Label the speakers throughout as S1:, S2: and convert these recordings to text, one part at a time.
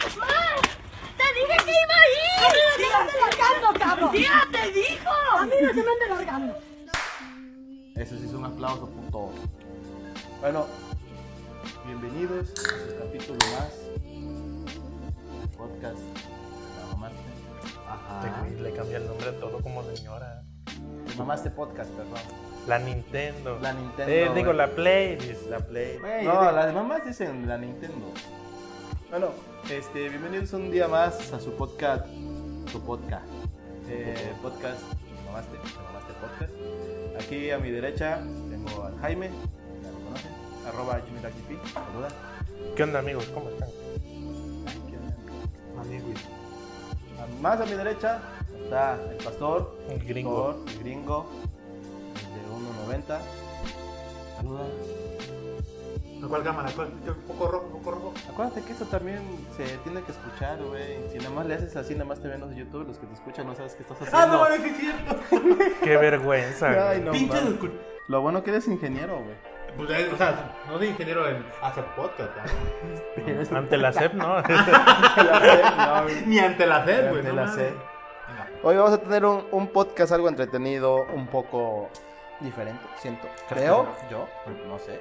S1: ¡Te dije que iba a ir!
S2: ¡Te andes largando, cabrón!
S1: ¡Tía, te dijo!
S2: ¡A mí no se me ande largando!
S3: Eso sí es un aplauso, puto. Bueno, bienvenidos a su capítulo más. Podcast. La mamaste. Ajá.
S4: Te- Este, Le cambié el nombre a todo como señora.
S3: Te mamaste podcast, perdón.
S4: La Nintendo.
S3: La Nintendo,
S4: Eh, digo,
S3: güey.
S4: la Play. dices, La Play.
S3: Güey,
S4: no,
S3: de-
S4: la-
S3: las mamás dicen la Nintendo. Bueno, este, bienvenidos un día más a su podcast. Tu podcast. Eh, podcast. Te mamaste. Te mamaste podcast. Aquí a mi derecha tengo al Jaime. Ya lo conocen. Arroba Jimmy Saluda.
S4: ¿Qué onda, amigos? ¿Cómo están?
S3: A- Más a mi derecha está el pastor,
S4: El gringo.
S3: pastor, el gringo, el de 1.90. Saluda.
S5: ¿Cuál cámara? ¿Cuál? Poco rojo, poco rojo.
S3: Acuérdate que eso también se tiene que escuchar, güey. Si nada más le haces así, nada más te ven los de YouTube, los que te escuchan no sabes qué estás haciendo.
S5: Ah, no, no, sí es cierto.
S4: Qué vergüenza.
S3: Ay,
S4: güey.
S3: no
S5: Pinche
S3: mames.
S5: descu-
S3: Lo bueno que eres ingeniero, güey.
S5: Pues, eh, O sea, no soy ingeniero en hacer podcast, ¿verdad?
S4: Ante la CEP, ¿no?
S3: No, güey.
S5: Ni ante la sed, güey.
S3: Ante
S5: no
S3: la
S5: mames.
S3: sed.
S5: Venga.
S3: Hoy vamos a tener un, un podcast algo entretenido, un poco diferente, siento. Creo, yo, no sé.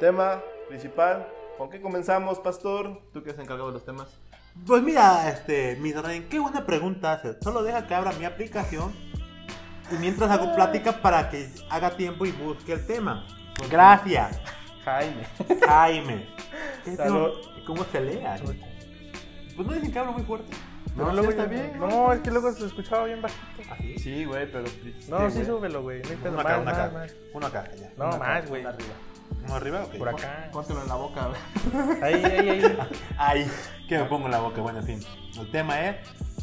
S3: Tema principal, ¿con qué comenzamos, Pastor? Tú que has encargado de los temas.
S5: Pues mira, este, mi rey, qué buena pregunta haces. Solo deja que abra mi aplicación y mientras hago plática para que haga tiempo y busque el tema. Gracias,
S3: Jaime.
S5: Jaime. ¿Qué es
S3: Salud.
S5: eso? ¿Cómo se lea? Pues no dicen que hablo muy fuerte.
S3: No,
S4: luego-
S3: sí está bien.
S4: No, es que luego se escuchaba bien bajito.
S5: Así.
S3: Sí, güey, pero...
S4: No, sí,
S3: güey.
S4: súbelo, güey. No hay pedo,
S5: Uno
S4: más,
S5: acá, uno
S4: más,
S5: acá.
S4: más.
S5: Uno acá, ya.
S4: No, más, güey.
S3: Arriba.
S5: ¿Uno arriba o
S4: Por acá.
S3: Póntelo en la boca, güey.
S4: Ahí, ahí, ahí.
S5: Ay, que me pongo en la boca. Bueno, en fin. El tema es,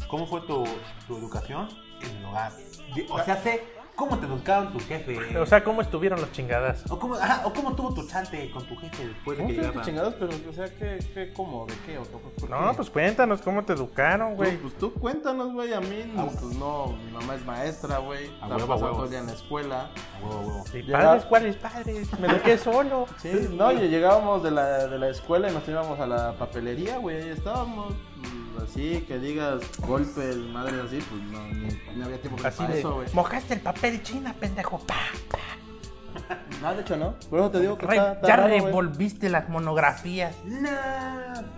S5: ¿cómo fue tu, tu educación en el hogar? Di- O sea, sé cómo te educaron tu jefe.
S4: O sea, ¿cómo estuvieron los chingadas?
S5: o cómo, ajá, o cómo tuvo tu chante con tu jefe después de
S3: ¿Cómo
S5: que
S3: que
S5: llegara.
S3: chingados? Pero, o sea, ¿qué, qué cómo? ¿De qué? ¿O por qué?
S4: No, pues cuéntanos cómo te educaron,
S3: Tú,
S4: güey.
S3: pues tú cuéntanos, güey, a mí,
S5: Ah,
S3: pues no, mi mamá es maestra, güey, está
S5: A huevo, a
S3: pasando
S5: huevo.
S3: todo el día en la escuela.
S5: A huevo, a huevo.
S4: ¿Y
S3: ya.
S4: padres? ¿Cuáles padres? Me eduqué solo.
S3: Sí, no, y llegábamos de la, de la escuela y nos íbamos a la papelería, güey, ahí estábamos, pues, así, que digas golpe, el madre así, pues no, ni, ni había tiempo para
S4: Así de,
S3: eso, güey.
S4: mojaste el papel china, pendejo. Pa, pa.
S3: No, Ah, de hecho no, por eso te digo que
S4: Re-
S3: está, está
S4: ya
S3: raro, güey.
S4: revolviste las monografías.
S5: No,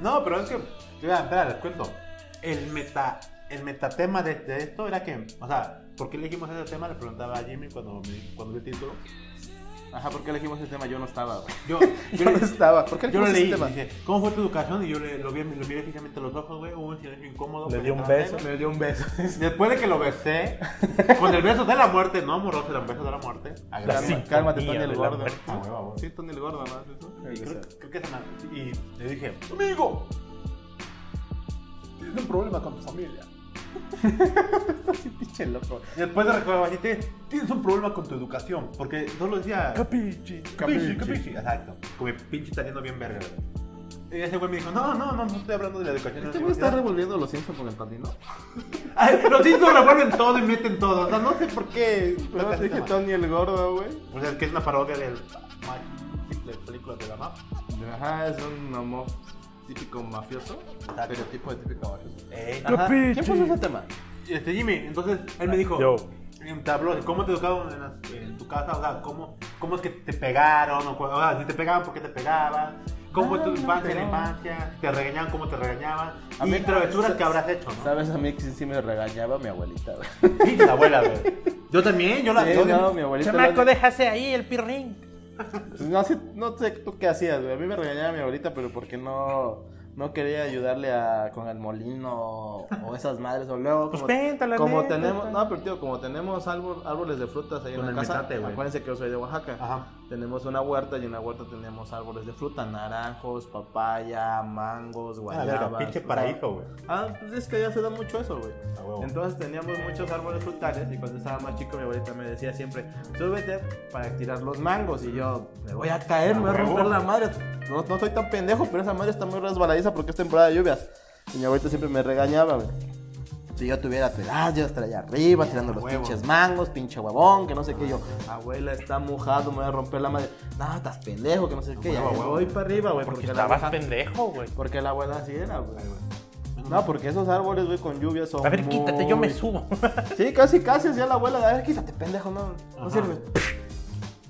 S5: no, pero es que, espera, espera, les cuento. El meta, el metatema de, de esto era que, o sea, ¿por qué elegimos ese tema? Le preguntaba a Jimmy cuando, me, cuando vi el título.
S3: Ajá, ¿por qué elegimos ese tema? Yo no estaba, güey.
S5: Yo,
S3: Yo no estaba, ¿por qué
S5: Yo
S3: elegimos
S5: lo
S3: ese
S5: leí,
S3: tema?
S5: dice, ¿cómo fue tu educación? Y yo le, lo, vi, lo miré fijamente a los ojos, güey, hubo un silencio incómodo.
S4: Le di un
S5: penetrante.
S4: beso.
S3: Le dio un beso.
S5: Después de que lo besé, con el beso de la muerte, no amoroso, era un beso de la muerte.
S4: La
S3: Calma,
S5: Agradable.
S4: sí.
S3: cálmate,
S4: sinfonía
S3: Tony el
S4: de la
S3: Gordo.
S4: muerte.
S5: Ah, huevo, huevo.
S3: Sí, Tony el Gordo, ¿no? ¿Eso?
S5: Y creo,
S3: Creo-
S5: creo que se me... Y le dije, amigo, tienes un problema con tu familia.
S3: Sí, pinche loco.
S5: Después de reclamar así, "Te- tienes un problema con tu educación, porque no lo decía...
S4: Capichi.
S5: Capichi, capichi. Exacto. Como el pinche italiano bien verga. güey. Y ese güey me dijo, no, no, no, no estoy hablando de la educación.
S3: Este
S5: de
S3: güey
S5: la
S3: está
S5: universidad".
S3: revolviendo los Simpsons con el pandino.
S5: Ay, Los cintos revuelven todo y meten todo. O sea, no sé por qué.
S3: Pero te dije Tony el gordo, güey.
S5: O sea, es que es una parodia del de películas de la map.
S3: Ajá, es un homo típico mafioso. Estereotipo de típico mafioso. Eh, Ajá.
S4: Capiche.
S3: ¿Quién puso ese tema?
S5: Este Jimmy, entonces él me dijo,
S4: Yo.
S5: em, te habló de cómo te educaron en, las- en tu casa, o sea, cómo, cómo es que te pegaron, o, cu- o sea, si te pegaban, ¿por qué te pegaban? ¿Cómo
S3: No,
S5: fue tu
S3: no
S5: infancia,
S3: me
S5: la
S3: pegaban.
S5: infancia? si ¿Te regañaban, cómo te regañaban?
S3: Ah, A
S5: y
S3: mí-
S5: travesuras
S3: sa-
S5: que habrás hecho, ¿no?
S3: ¿Sabes? A mí sí, sí me regañaba mi abuelita, güey.
S5: Sí, la abuela, güey. Yo también, yo la...
S3: Sí,
S5: yo-
S3: no, mi abuelita.
S4: Chamaco,
S3: no,
S4: déjase ahí el pirrín.
S3: pues no, sé, no sé tú qué hacías, güey. A mí me regañaba mi abuelita, pero porque no. No quería ayudarle a, con el molino o esas madres. O luego,
S4: Pues
S3: como-
S4: péntala,
S3: Como
S4: neta,
S3: tenemos,
S4: pa.
S3: no, pero tío, como tenemos árbol- árboles de frutas ahí en
S5: Con
S3: la
S5: el
S3: casa,
S5: metate, güey.
S3: acuérdense que yo soy de Oaxaca.
S5: Ajá.
S3: Tenemos una huerta y en la huerta tenemos árboles de fruta, naranjos, papaya, mangos,
S5: Ah, A la verga,
S3: guayabas.
S5: pinche
S3: o sea,
S5: paraíso, güey.
S3: Ah, pues es que ya se da mucho eso, güey.
S5: A huevo.
S3: Entonces teníamos muchos árboles frutales y cuando estaba más chico mi abuelita me decía siempre, súbete para tirar los mangos y yo, me voy a caer, me voy a
S5: A huevo.
S3: romper la madre. No, no soy tan pendejo, pero esa madre está muy resbaladiza porque es temporada de lluvias. Y mi abuelita siempre me regañaba, güey. Si yo tuviera tu edad, yo estaría arriba tirando los
S5: huevo.
S3: pinches mangos, pinche huevón, que no sé qué. Yo, abuela, está mojado, me voy a romper la madre. No, estás pendejo, que no sé qué. Ya
S5: huevo,
S3: me
S5: huevo.
S3: voy para arriba, güey,
S4: Porque
S3: porque, la
S4: estabas
S3: abuela,
S4: pendejo, güey.
S3: porque la abuela así era, güey. No, porque esos árboles, güey, con lluvia son.
S4: A ver, quítate, yo me
S3: muy-
S4: subo.
S3: Sí, casi, casi hacía la abuela. A ver, quítate, pendejo, no,
S5: Ajá.
S3: no sirve.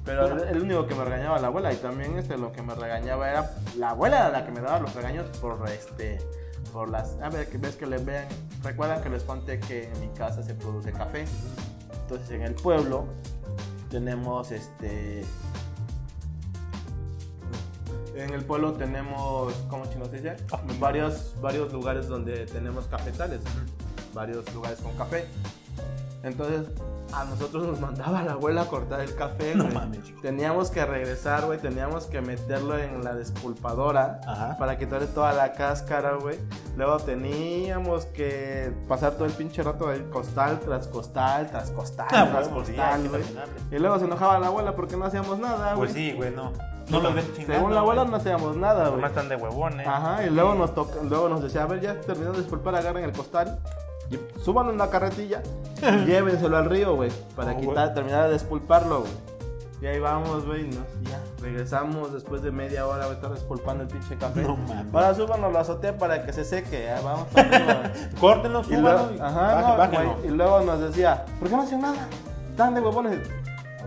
S3: Pero el- el único que me regañaba la abuela y también este, lo que me regañaba era la abuela era la que me daba los regaños por este por las a ver que ves que les vean recuerdan que les conté que en mi casa se produce café entonces en el pueblo tenemos este en el pueblo tenemos cómo chino se dice
S5: Ah.
S3: varios varios lugares donde tenemos cafetales varios lugares con café entonces, a nosotros nos mandaba la abuela a cortar el café,
S5: No
S3: güey.
S5: mames.
S3: Teníamos que regresar, güey. Teníamos que meterlo en la despulpadora
S5: Ajá.
S3: para quitarle toda la cáscara, güey. Luego teníamos que pasar todo el pinche rato del costal tras costal, tras costal,
S5: Ah,
S3: tras
S5: huevo, sí, hay
S3: costal,
S5: que
S3: güey.
S5: terminarle.
S3: Y luego se enojaba la abuela porque no hacíamos nada, Ah, güey.
S5: Pues sí, güey, no. No lo ven chingando.
S3: Según la abuela no hacíamos nada, güey.
S4: Nomás están de huevones.
S3: Ajá, y luego nos, toca- luego nos decía, a ver, ya terminó de despulpar, agarren el costal, y súbanlo en la carretilla, y llévenselo al río, güey, para
S5: No,
S3: quitar,
S5: güey.
S3: terminar de despulparlo, güey. Y ahí vamos, güey, y nos- y ya, regresamos después de media hora, güey, estar despulpando el pinche café.
S5: No mames.
S3: Ahora súbanos la azotea para que se seque, ya, vamos para arriba, güey.
S5: Córtenlo,
S3: Y luego,
S5: súbanlo y
S3: ajá,
S5: baje-
S3: no,
S5: bájenlo.
S3: güey, y luego nos decía, ¿por qué no hacen nada? Están de huevones.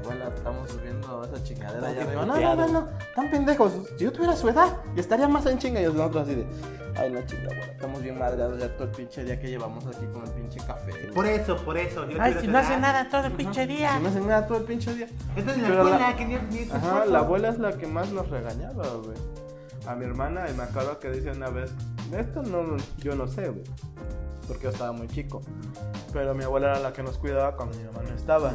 S3: Abuela, estamos subiendo esa chingadera allá
S5: Están
S3: arriba. No, no,
S5: puteados.
S3: no, no, tan pendejos. Si yo tuviera su edad, estaría más en chinga. Y nosotros así de, ay, no chinga, abuela, estamos bien madreados ya todo el pinche día que llevamos aquí con el pinche café. güey.
S5: Por eso, por eso. yo
S4: Ay,
S5: quiero
S4: si
S5: hacer
S4: no hace nada todo el pinche día.
S3: No hacen nada todo el pinche día.
S5: Esta es la
S3: Pero la-
S5: escuela que ni ni es
S3: Ajá, la abuela es la que más nos regañaba, güey. A mi hermana, y me acuerdo que dice una vez, esto no, yo no sé, güey, porque yo estaba muy chico. Pero mi abuela era la que nos cuidaba cuando mi mamá no estaba.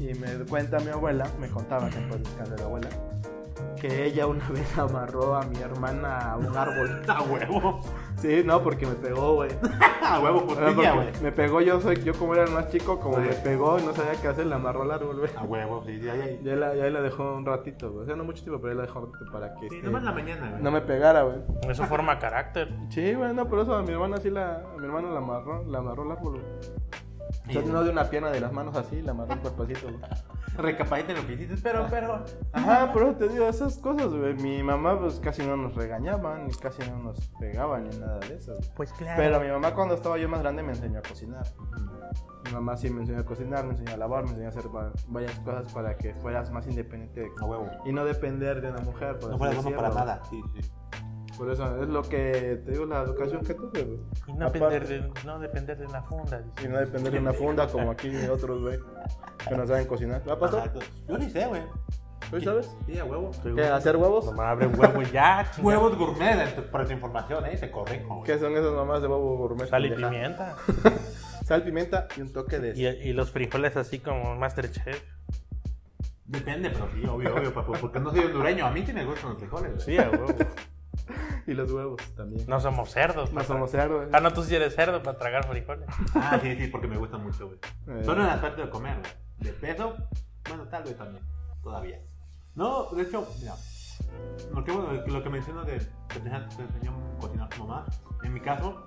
S3: Y me cuenta mi abuela, me contaba que después descansar la abuela, que ella una vez amarró a mi hermana a un árbol.
S5: A huevo.
S3: Sí, no, porque me pegó, güey.
S5: A huevo, por
S3: Era
S5: ti, ya, güey.
S3: Ah, porque Me pegó, yo soy, yo como era el más chico, como
S5: Sí.
S3: me pegó y no sabía qué hacer, le amarró al árbol, güey.
S5: A huevo, sí, ya, ya.
S3: Ya la, ya la dejó un ratito, güey. O sea, no mucho tiempo, pero ya la dejó un ratito para que
S5: Sí,
S3: este,
S5: nomás la mañana, güey.
S3: no me pegara, güey.
S4: Eso forma carácter.
S3: Sí, güey, no, por eso a mi hermana sí la. A mi hermana la amarró, la amarró el árbol, güey. O sea,
S5: Sí.
S3: no de una pierna de las manos así, la amarró el cuerpacito, güey. Ah.
S5: Recapacita en lo que hiciste, pero, pero.
S3: Ajá, por eso te digo, esas cosas, güey. Mi mamá, pues casi no nos regañaba, ni casi no nos pegaba, ni nada de eso. güey.
S4: Pues claro.
S3: Pero mi mamá, cuando estaba yo más grande, me enseñó a cocinar. Mi mamá sí me enseñó a cocinar, me enseñó a lavar, me enseñó a hacer va- varias cosas para que fueras más independiente de
S5: A huevo.
S3: y no depender de una mujer. por
S5: No
S3: así
S5: fuera bueno para
S3: decirlo.
S5: nada. Sí, sí.
S3: Por eso es lo que te digo, la educación que tuve, güey.
S4: Y no
S3: Aparte-
S4: depender, de, no depender de una funda. dice.
S3: Y no depender de una funda como aquí ni otros, güey, que no saben cocinar. ¿Va a pasar?
S5: Ajá, Yo ni sé, güey.
S3: ¿Tú sabes?
S5: Sí, a huevo.
S3: ¿Qué? ¿Hacer huevos?
S4: Nomás abre un huevo y ya, chingada.
S5: Huevos gourmet, ent- para tu información, eh, te corrijo, güey.
S3: ¿Qué son esas mamás de huevo gourmet?
S4: Sal y
S3: pendeja?
S4: pimienta.
S3: Sal, pimienta y un toque de...
S4: Y, y los frijoles así como Masterchef.
S5: Depende, pero sí, obvio, obvio, papu, porque no soy hondureño. A mí sí me gustan los frijoles, güey.
S4: Sí, a huevo.
S3: Y los huevos también.
S4: No somos cerdos.
S3: Más
S4: pa-
S3: somos cerdos.
S4: Ah, no, tú sí eres cerdo para tragar frijoles.
S5: Ah, sí, sí, porque me gustan mucho, güey.
S3: Eh.
S5: Solo en el aspecto de comer, güey. De peso, bueno, tal vez también, todavía. No, de hecho, mira, lo que, bueno, lo que menciono de que te, te enseñó a cocinar tu mamá, en mi caso,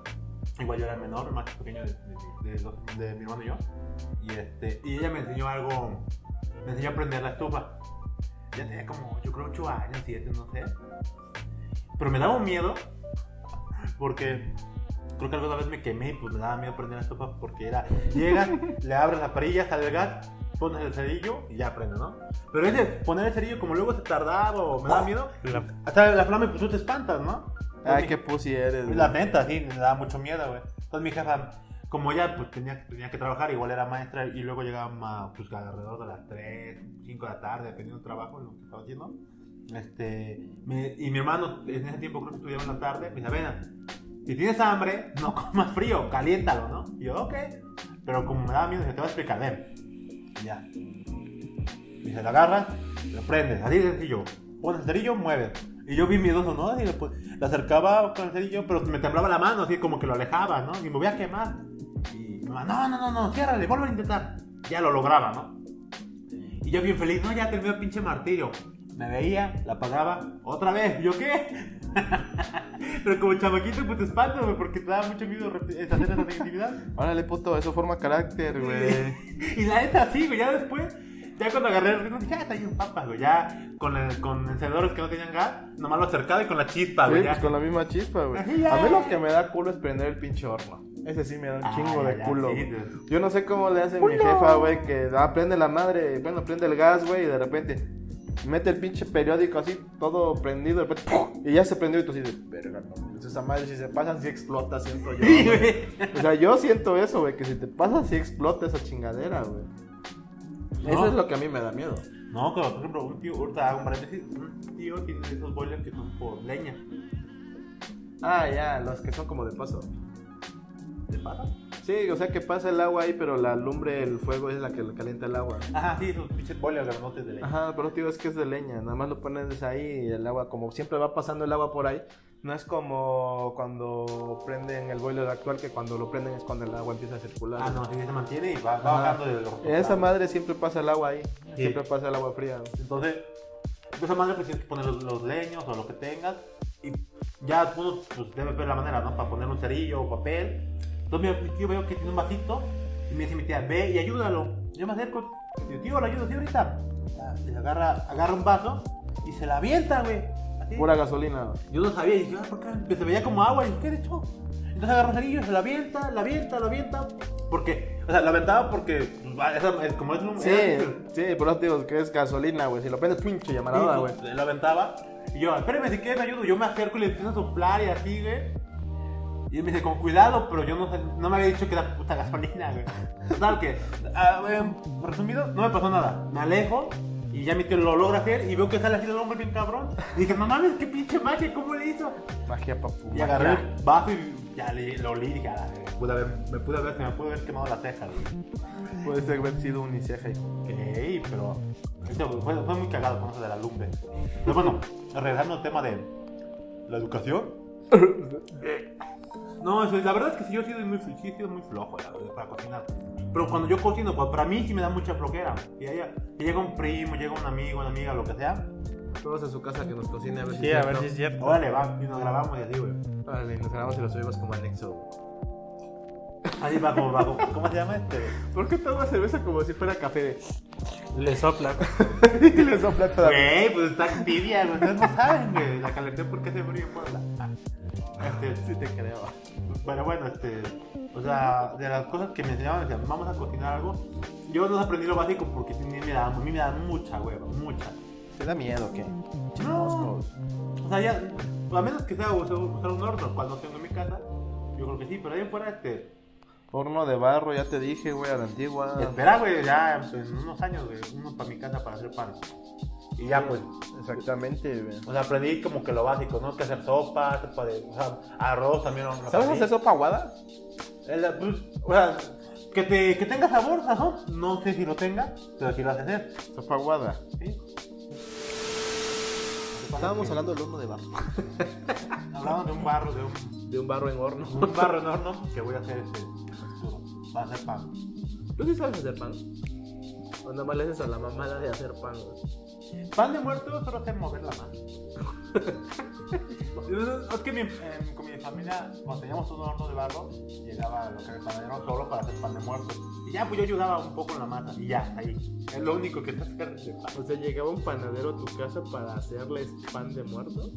S5: igual yo era el menor, el más pequeño de, de- de los- de mi hermano y yo, y, este, y ella me enseñó algo, me enseñó a prender la estufa. Ya tenía como, yo creo, 8 años, 7, no sé. Pero me daba un miedo, porque Creo que alguna vez me quemé y pues me daba miedo prender la estufa porque era. Llegas, le abres la parrilla, sale el gas, pones el cerillo y ya prende, ¿no? Pero ese poner el cerillo, como luego se tardaba o me
S3: Ah.
S5: daba miedo,
S4: La-
S5: hasta la flama, pues tú te espantas, ¿no?
S3: Ay, qué pussy eres,
S5: Pues,
S3: güey.
S5: La neta, sí, me daba mucho miedo, güey. Entonces mi jefa, como ella pues, tenía, tenía que trabajar, igual era maestra y luego llegaba pues, alrededor de las 3, 5 de la tarde, dependiendo del trabajo, lo que estaba haciendo. Este, me- y mi hermano en ese tiempo creo que estudiaba en la tarde, me dice, "Avena, si tienes hambre, no comas frío, caliéntalo, ¿no? Y yo, ok. Pero como me daba miedo, se te va a explicar, ven. Y Ya. Y se lo agarras, lo prendes, así de sencillo. Pones el cerillo, mueves. Y yo vi miedoso, ¿no? Y después le acercaba con el cerillo, pero me temblaba la mano, así como que lo alejaba, ¿no? Y me voy a quemar. Y mi mamá, no, no, no, no, ciérrale, vuelve a intentar. Ya lo lograba, ¿no? Y yo bien feliz, no, ya terminó el pinche martillo. me veía, la pagaba otra vez. ¿Yo qué? Pero como chamaquito, pues te espanto, güey, porque te daba mucho miedo rep- hacer esa actividad.
S3: Órale, puto, eso forma carácter, güey.
S5: y la neta, sí, güey, ya después, ya cuando agarré el ritmo, dije, ah, está bien papas, güey, ya con, el- con encendedores que no tenían gas, nomás lo acercaba y con la chispa,
S3: Sí,
S5: güey,
S3: pues
S5: ya.
S3: con la misma chispa, güey.
S5: Así ya.
S3: A mí lo que me da culo es prender el pinche horno. Ese sí me da un
S5: Ah,
S3: chingo
S5: ya,
S3: de
S5: ya,
S3: culo.
S5: sí,
S3: güey.
S5: dude.
S3: Yo no sé cómo le hace mi jefa, güey, que ah, prende la madre, bueno, prende el gas, güey, y de repente mete el pinche periódico así, todo prendido, de repente, ¡pum! y ya se prendió y tú así de verga, no. mames, Esa madre, si se pasan, sí explota, siento yo.
S5: Sí,
S3: güey.
S5: güey.
S3: O sea, yo siento eso, güey, que si te pasa, sí explota esa chingadera, güey.
S5: No.
S3: Eso es lo que a mí me da miedo.
S5: No, como por ejemplo, un tío, ahorita hago un paréntesis, un tío tiene esos boilers que son por leña.
S3: Ah, ya, los que son como de paso.
S5: ¿Te pasa?
S3: Sí, o sea que pasa el agua ahí, pero la lumbre, el fuego es la que le calienta el agua.
S5: Ajá, sí, esos pinches boilers grandotes de leña.
S3: Ajá, pero tío, es que es de leña, nada más lo pones ahí y el agua, como siempre va pasando el agua por ahí, no es como cuando prenden el boiler actual, que cuando lo prenden es cuando el agua empieza a circular.
S5: Ah, no, sí, se mantiene y va, va
S3: Ajá.
S5: bajando de los
S3: En esa madre siempre pasa el agua ahí, siempre pasa el agua fría.
S5: Entonces, de esa manera pues tienes que poner los, los leños o lo que tengas. Y ya uno pues, debe ver la manera, ¿no? Para poner un cerillo o papel. Entonces, mira, yo veo que tiene un vasito. Y me dice mi tía, ve y ayúdalo. Yo me acerco. Y yo, tío, lo ayudo, sí, ahorita. Ya, se agarra, agarra un vaso y se la avienta, güey. Así.
S3: Pura gasolina.
S5: Yo no sabía, y dije, ah, ¿por qué? Se veía como agua, y dije, ¿qué le echó? Entonces agarró un cerillo, se la avienta, la avienta, la avienta. Porque, o sea, la aventaba porque, pues, va, esa- es como es un.
S3: Sí,
S5: era-
S3: sí, pero tío, que es gasolina, güey, si lo prendes, pinche llamarada,
S5: Sí,
S3: güey.
S5: pues, Lo aventaba. Y yo, espérame, si quieres me ayudo. Yo me acerco y le empiezo a soplar y así, güey. Y él me dice, con cuidado, pero yo no, sé- no me había dicho que era puta gasolina, güey. Total, que, ah, em, resumido, no me pasó nada. Me alejo y ya mi tío lo logra hacer y veo que sale así el hombre bien cabrón. Y dije, no mames, qué pinche magia, ¿cómo le hizo?
S3: Magia, papu.
S5: Y
S3: magia.
S5: agarré el vaso y ya le, lo olí y dije, "Ah, me pude haber, me pude haber, se me pudo haber quemado la ceja, güey.
S3: Puede ser haber sido uniceja. hijo.
S5: Ok, pero eso fue, fue muy cagado con eso de la lumbre. Pero bueno, regresando al tema de la educación. No, eso es- la verdad es que sí, yo he sido muy, sí he sido muy flojo la verdad, para cocinar. Pero cuando yo cocino, pues, para mí sí me da mucha flojera. Si haya- si llega un primo, llega un amigo, una amiga, lo que sea,
S3: Todos a su casa que nos cocine a ver si
S4: Sí,
S3: es
S4: a ver
S3: cierto.
S4: si es cierto.
S5: órale, va, y nos grabamos y así, güey.
S3: Vale, nos grabamos y lo subimos como anexo.
S5: Así va como bajo. ¿Cómo se llama este?
S3: ¿Por qué toma cerveza como si fuera café?
S4: Le sopla.
S3: y le sopla toda la...
S5: Güey, pues está tibia, güey, ustedes no saben, güey. La calenté porque hace frío en Puebla. Ah, Este,
S3: Sí te creo.
S5: Pero bueno, este. O sea, de las cosas que me enseñaban, decían, vamos a cocinar algo. Yo no aprendí lo básico porque sí me da- a mí me da mucha hueva, mucha.
S3: ¿Te da miedo o qué?
S5: Chismoscos. O sea, ya, a menos que sea usar, usar un horno cuando tengo en mi casa, yo creo que sí, pero ahí fuera, este.
S3: Horno de barro, ya te dije, güey, a la antigua.
S5: Espera, güey, ya en unos años, güey, uno para mi casa para hacer pan. Y ya, pues.
S3: Exactamente, güey.
S5: O sea, aprendí como que lo básico, ¿no? Que hacer sopa, sopa de. O sea, arroz también. lo- lo
S3: ¿Sabes
S5: aprendí.
S3: hacer sopa aguada?
S5: El, pues, o sea, que, te, que tenga sabor, sazón. No sé si lo tenga, pero si lo hace hacer.
S3: Sopa aguada.
S5: ¿sí?
S3: Estábamos hablando del horno de barro.
S5: Hablamos de un barro, de un,
S3: De un barro en horno.
S5: un barro en horno que voy a hacer este. futuro. Va a ser pan.
S3: ¿Tú sí sabes hacer pan? O nada más le haces a la mamada de hacer pan, güey.
S5: Pan de muerto solo hace mover la mano. Es que mi- em, con mi familia, cuando teníamos un horno de barro, llegaba lo que era el panadero solo para hacer pan de muerto. Y ya, pues yo ayudaba un poco en la masa. Y ya, ahí. Es lo único que sé hacer de pan.
S3: O sea, llegaba un panadero a tu casa para hacerles pan de muerto.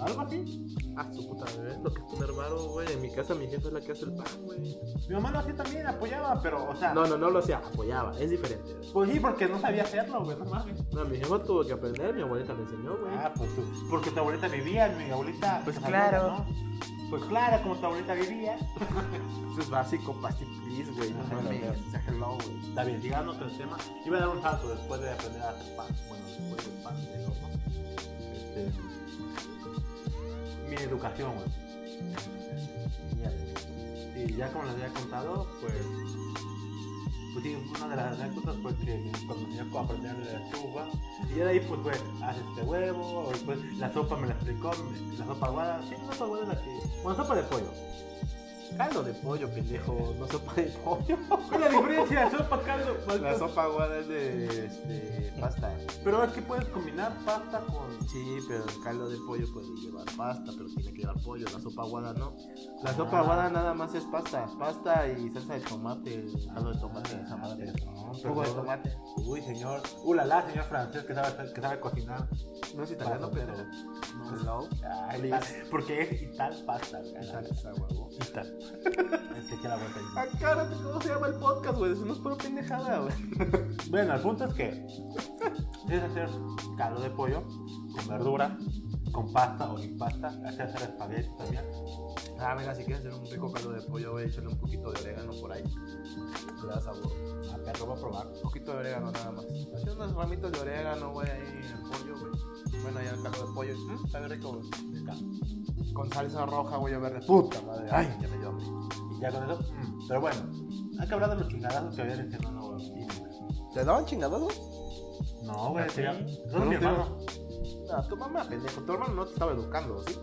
S5: Algo así.
S3: Ah, su puta bebé, lo que es tener varo, güey. En mi casa mi jefa es la que hace el pan, güey.
S5: Mi mamá lo hacía también, apoyaba, pero, o sea.
S3: No, no, no lo hacía, apoyaba, es diferente. güey.
S5: Pues sí, porque no sabía hacerlo, güey, no mames.
S3: No, mi jefa tuvo que aprender, mi abuelita le enseñó, güey.
S5: Ah, pues tú. Porque tu abuelita vivía, mi abuelita.
S4: Pues
S5: tu
S4: claro.
S5: abuela, ¿no? Pues claro, como tu abuelita vivía.
S3: Eso pues es básico, pasty please, güey. No
S5: Ajá,
S3: mames,
S5: claro.
S3: o sea, hello, güey.
S5: Está bien, llegando al tema. Yo voy a dar un salto después de aprender a hacer pan. Bueno, después del pan del horno. Este. Mi educación, güey. Ya. Y ya como les había contado, pues. Pues sí, una de las anécdotas fue que me- cuando tenía que aprender de la chuva, y de ahí pues fue, haz este huevo, o después la sopa me la explicó, me- la sopa aguada, sí, la sopa aguada es la que, bueno, sopa de pollo,
S3: Caldo de pollo, pendejo. No sopa de pollo.
S5: ¿Cuál es la diferencia de sopa, caldo?
S3: La
S5: maldito?
S3: sopa aguada es de este, pasta.
S5: Pero es que puedes combinar pasta con.
S3: Sí, pero el caldo de pollo puede llevar pasta, pero tiene que llevar pollo. La sopa aguada no. La sopa
S5: Ah.
S3: aguada nada más es pasta. Pasta y salsa de tomate. Caldo de tomate, esa madre. Jugo
S5: No,
S3: de
S5: perdón.
S3: tomate.
S5: Uy, señor. Ulala, señor francés que sabe, que sabe cocinar.
S3: No es italiano, pero. No,
S5: Ay,
S3: Please.
S5: tal- porque es y tal pasta. güey.
S3: Salsa, huevo.
S5: Y tal. Es que aquí la vuelta ahí.
S3: Acárate, Ah, pues, ¿cómo se llama el podcast, güey? Eso no es pura pendejada, güey.
S5: Bueno, el punto es que debes hacer caldo de pollo con verdura, con pasta o sin pasta, hacer hacer espagueti también.
S3: Ah, mira, si quieres hacer un rico caldo de pollo, güey, échale un poquito de orégano por ahí. Le da sabor.
S5: A ver, lo Ah, voy a probar.
S3: Un poquito de orégano nada más. Hacer unas ramitas de orégano, güey, ahí en el pollo, güey. Bueno, ya el caldo de pollo. ¿Mm? Sabe rico, güey.
S5: Acá.
S3: Con salsa roja, güey, a verde. Puta madre. Ay, ya me dio hambre.
S5: Y ya con eso, mm, pero bueno, hay que hablar de los chingadazos que habían en este Semana Olímpica.
S3: ¿Te daban chingadazos?
S5: No, güey,
S4: ¿Así?
S5: te llamo.
S3: No,
S5: mi
S3: te-
S5: hermano.
S3: No, Ah, tu mamá, pendejo. Tu hermano no te estaba educando, ¿sí?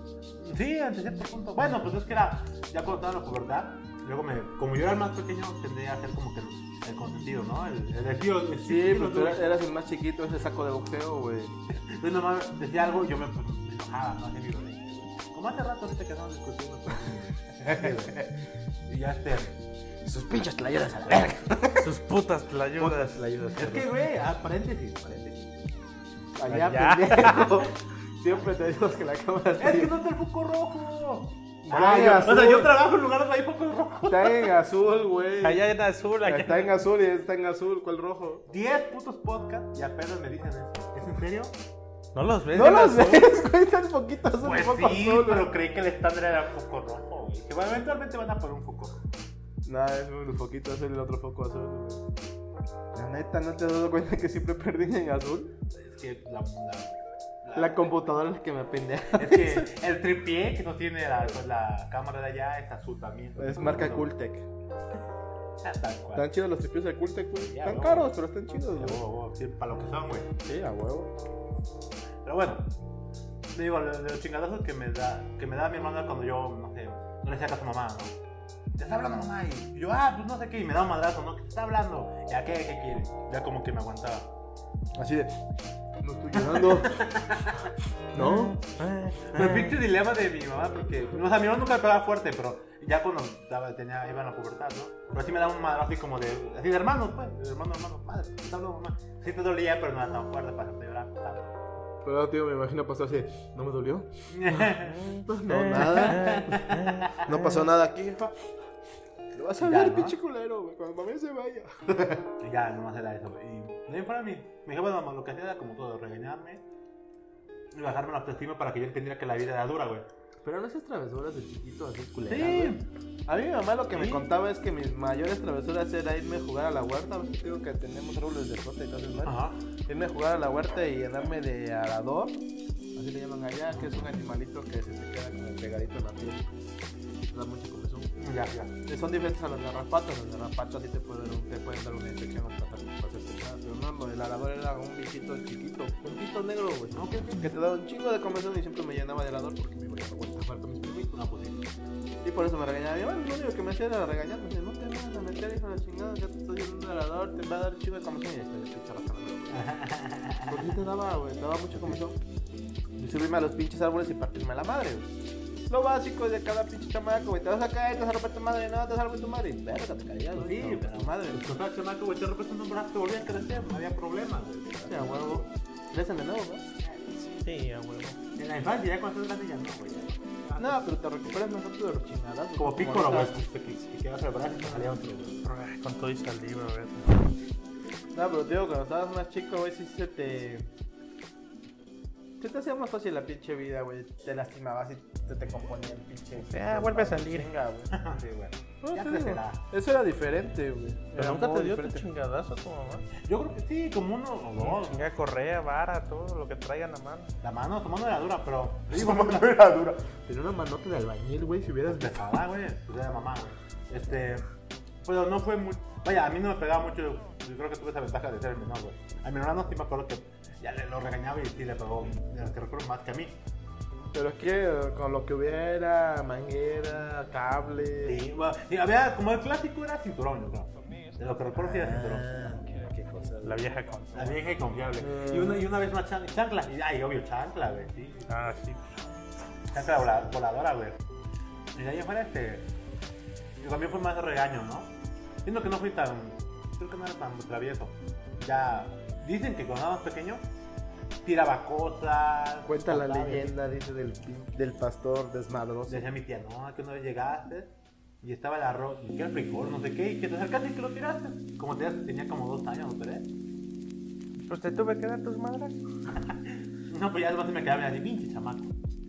S5: Sí, hasta cierto punto. Bueno, pues es que era, ya cuando estaba en la pubertad, luego me, como yo era el más pequeño, tendría que ser como que el- el consentido, ¿no? El, el, el tío, el
S3: Sí,
S5: tío,
S3: pues tú
S5: tío.
S3: eras el más chiquito, ese saco de boxeo, güey.
S5: Entonces nomás decía algo y yo me, pues, me enojaba, ¿no? Así, digo, Como hace rato ahorita que estamos discutiendo. pues, y ya este.
S3: Sus pinches tlayudas a la verga.
S4: Sus putas
S3: Putas
S4: tlayudas.
S3: tlayudas.
S5: Es que, güey, ah, paréntesis, paréntesis.
S3: Allá,
S4: Allá.
S3: pendejo. Siempre te digo que la cámara está
S5: Es que no te el foco rojo.
S3: Ah,
S5: Ay,
S3: ya,
S5: o sea, yo
S3: azul.
S5: trabajo en lugares donde hay focos rojos.
S3: Está en azul, güey.
S4: Allá en azul, allá.
S3: Está en azul y está en azul, ¿cuál rojo?
S5: 10 putos podcasts y apenas me dicen eso. ¿Es en serio?
S4: No los ves.
S3: No
S4: en
S3: lo
S4: azul.
S3: ves, güey, está un poquito azul,
S5: Pues
S3: un poco
S5: sí,
S3: azul.
S5: pero creí que el estándar era foco rojo, güey. Que bueno, eventualmente van a poner un foco rojo.
S3: Nada, es un poquito azul y el otro poco azul, güey. La neta, ¿no te has dado cuenta que siempre perdí en azul?
S5: Es que la. la-
S3: La computadora es la que me pendeja.
S5: Es que el tripié que no tiene la, pues, la cámara de allá es azul también.
S3: Es marca Cultec.
S5: Ah, Tal cual.
S3: Están chidos los tripios de Cultec, güey.
S5: Ya,
S3: Están
S5: no.
S3: caros, pero están chidos,
S5: Sí,
S3: güey.
S5: huevo, huevo, Oh, sí, para lo que son, güey.
S3: Sí, a huevo.
S5: Pero bueno, te digo, lo- de los chingadazos que me da, que me da mi hermana cuando yo, no sé, no le hacía caso a mamá, ¿no? Te está hablando mamá y yo, ah, pues no sé qué, y me da un madrazo, ¿no? ¿Qué te está hablando? ¿Ya qué, qué quiere? Ya como que me aguantaba.
S3: Así de. No estoy llorando. ¿No?
S4: Ah,
S5: Fue el Pues pinche dilema de mi mamá, porque, no, o sea, mi mamá nunca me pegaba fuerte, pero ya cuando estaba, tenía, iba a la pubertad, ¿no? Pero sí me daba un madrazo así como de, así de hermanos, pues, de hermano, hermano, padre, te está hablando mamá. Sí te dolía, pero no era tan fuerte para hacerte llorar. tanto.
S3: Pero, tío, me imagino pasó así. ¿No me dolió? No,
S4: eh,
S3: nada.
S4: eh, eh.
S3: No pasó nada aquí, jefa. Lo vas a
S5: Ya,
S3: ver,
S5: ¿no?
S3: pinche culero, güey. Cuando mami se vaya.
S5: Y ya, nomás era eso. güey. Y de ahí fuera mi, mi jefa nomás lo que hacía era como todo, regañarme y bajarme la autoestima para que yo entendiera que la vida era dura, güey.
S3: Pero no esas travesuras de chiquito, así culeras.
S5: Sí.
S3: güey. A mí mi mamá lo que me
S5: Sí.
S3: contaba es que mis mayores travesuras era irme a jugar a la huerta. güey. Digo que tenemos árboles de fruta y todo eso, ¿no?
S5: Ajá.
S3: Irme a jugar a la huerta y llenarme de arador. Así le llaman allá, que es un animalito que se te queda con el pegadito en la piel. Da mucho comezón.
S5: Ya, ya.
S3: Eh, Son diferentes a las garrapatas. Las garrapatas sí te pueden, te pueden dar una infección hasta para hacerte nada. Ah, Pero no, lo del arador era un bichito chiquito, un bichito negro, güey. ¿no? Que, que te daba un chingo de comezón y siempre me llenaba de arador porque me iba a aguantar harto mis primitos.
S5: Una putita.
S3: Y por eso me regañaba. Mi mamá lo único que me hacía era regañarme. decía, No te vas a meter, hijo de la chingada, ya te estoy llenando de arador, te va a dar un chingo de comezón. Y hasta le pinchaba la Porque sí te daba, güey, te daba mucho comezón. Y subirme a los pinches árboles y partirme la madre, güey. Lo básico de cada pinche chamaco, güey. Te vas a caer, te vas a romper tu madre, no, te vas a romper tu madre. Y Verga, te caías, güey.
S5: Sí,
S3: te rompes
S5: pero
S3: tu madre.
S5: madre. Pues estaba chamaco, güey, te rompes un brazo, te volví a crecer, no había problema.
S3: Sí, a huevo. Crecen de nuevo, güey.
S4: Sí, a huevo.
S5: En la infancia, ya cuando estás grande, ya no, güey. ya.
S3: No, pero te recuperas mejor de los chingadas.
S5: Como pícoro, güey. pues,
S3: ahorita.
S5: Te, te, te quedas el brazo y salía otro, güey.
S4: Ay, Con todo y saliva, a ver.
S3: No, pero te digo, cuando estabas más chico, güey, sí se te. Se te hacía más fácil la pinche vida, güey. Te lastimabas y te, te componía el pinche.
S4: Ya, vuelve a salir.
S3: Chinga, güey.
S5: Sí, bueno.
S3: No,
S5: Ya
S3: te digo,
S5: crecerá.
S3: Eso era diferente, güey. Era
S4: Pero nunca
S3: muy
S4: te dio tu
S3: diferente.
S4: chingadazo tu mamá.
S5: Yo creo que sí, como uno o dos.
S4: Chinga correa, vara, todo lo que traigan a mano.
S5: La mano, tu mano era dura, pero.
S3: Su mano era dura. Tenía una manota de albañil, güey, si hubieras visto.
S5: pesada, güey. Pues era mamá, güey. Este. Pero no fue muy. Vaya, a mí no me pegaba mucho. Yo creo que tuve esa ventaja de ser el menor, güey. A mi hermano sí me acuerdo que ya le, lo regañaba y sí le pegó. De los que recuerdo más que a mí.
S3: Pero es que eh, con lo que hubiera, manguera, cable.
S5: Sí, bueno, sí, había como el clásico era cinturón, yo creo. De lo que recuerdo sí era cinturón.
S3: Ah, qué, qué cosa.
S4: La vieja con.
S5: La vieja y confiable.
S3: Eh.
S5: Y, una, y una vez más chan- chancla. Y, ay, obvio, chancla, güey. Sí.
S4: Ah, sí.
S5: Chancla vola- voladora, güey. Y de ahí afuera, este. Yo también fue más de regaño, ¿no? Siento que no fui tan. Creo que no era tan travieso. Ya. Dicen que cuando era más pequeño, tiraba cosas.
S3: Cuenta la
S5: contaba,
S3: leyenda, dice, del, pin- del pastor desmadroso.
S5: Decía mi tía, no, que una vez llegaste y estaba el arroz, y que el frijol, no sé qué, y que te acercaste y que lo tiraste. Como te tenía como dos años, ¿no tres?
S4: Pues te tuve que dar tus madres.
S5: No, pues ya además se me quedaba así, pinche chamaco.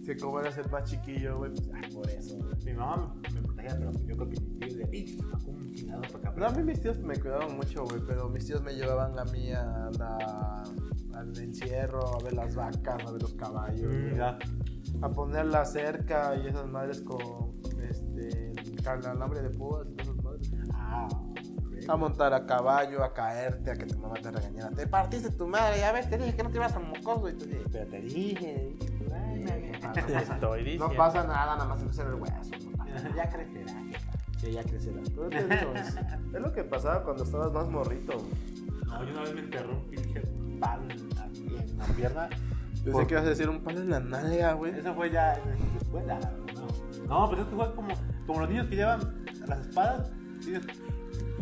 S3: Se cómo era ser más chiquillo, güey. pues, ah, por eso, güey.
S5: Mi mamá me, me protegía, pero yo creo que mi tío de pinche chamaco, un chingado para acá.
S3: No, a mí mis tíos me cuidaban mucho, güey, pero mis tíos me llevaban a mí a la, al encierro, a ver las vacas, a ver los caballos,
S5: Mm,
S3: güey,
S5: ya.
S3: a poner la cerca y esas madres con este al alambre de púas y esas madres.
S5: Ah,
S3: A montar a caballo, a caerte, a que tu mamá te regañara. Te partiste tu madre, ya ves, te dije que no te ibas a mocoso y tú dices, pero te dije.
S5: Ay, mami.
S4: Te estoy
S3: No
S4: diciendo.
S3: pasa nada, nada más se me sale el hueso.
S5: ya crecerá.
S3: Que ya crecerá. Pero te digo, es, es lo que pasaba cuando estabas más morrito. güey.
S5: No, yo una vez me enterró un pinche palo en la, en la pierna.
S3: Pensé que ibas a decir un palo en la nalga, güey.
S5: Eso fue ya en la escuela, no. No, pero es que fue como, como los niños que llevan las espadas. ¿sí?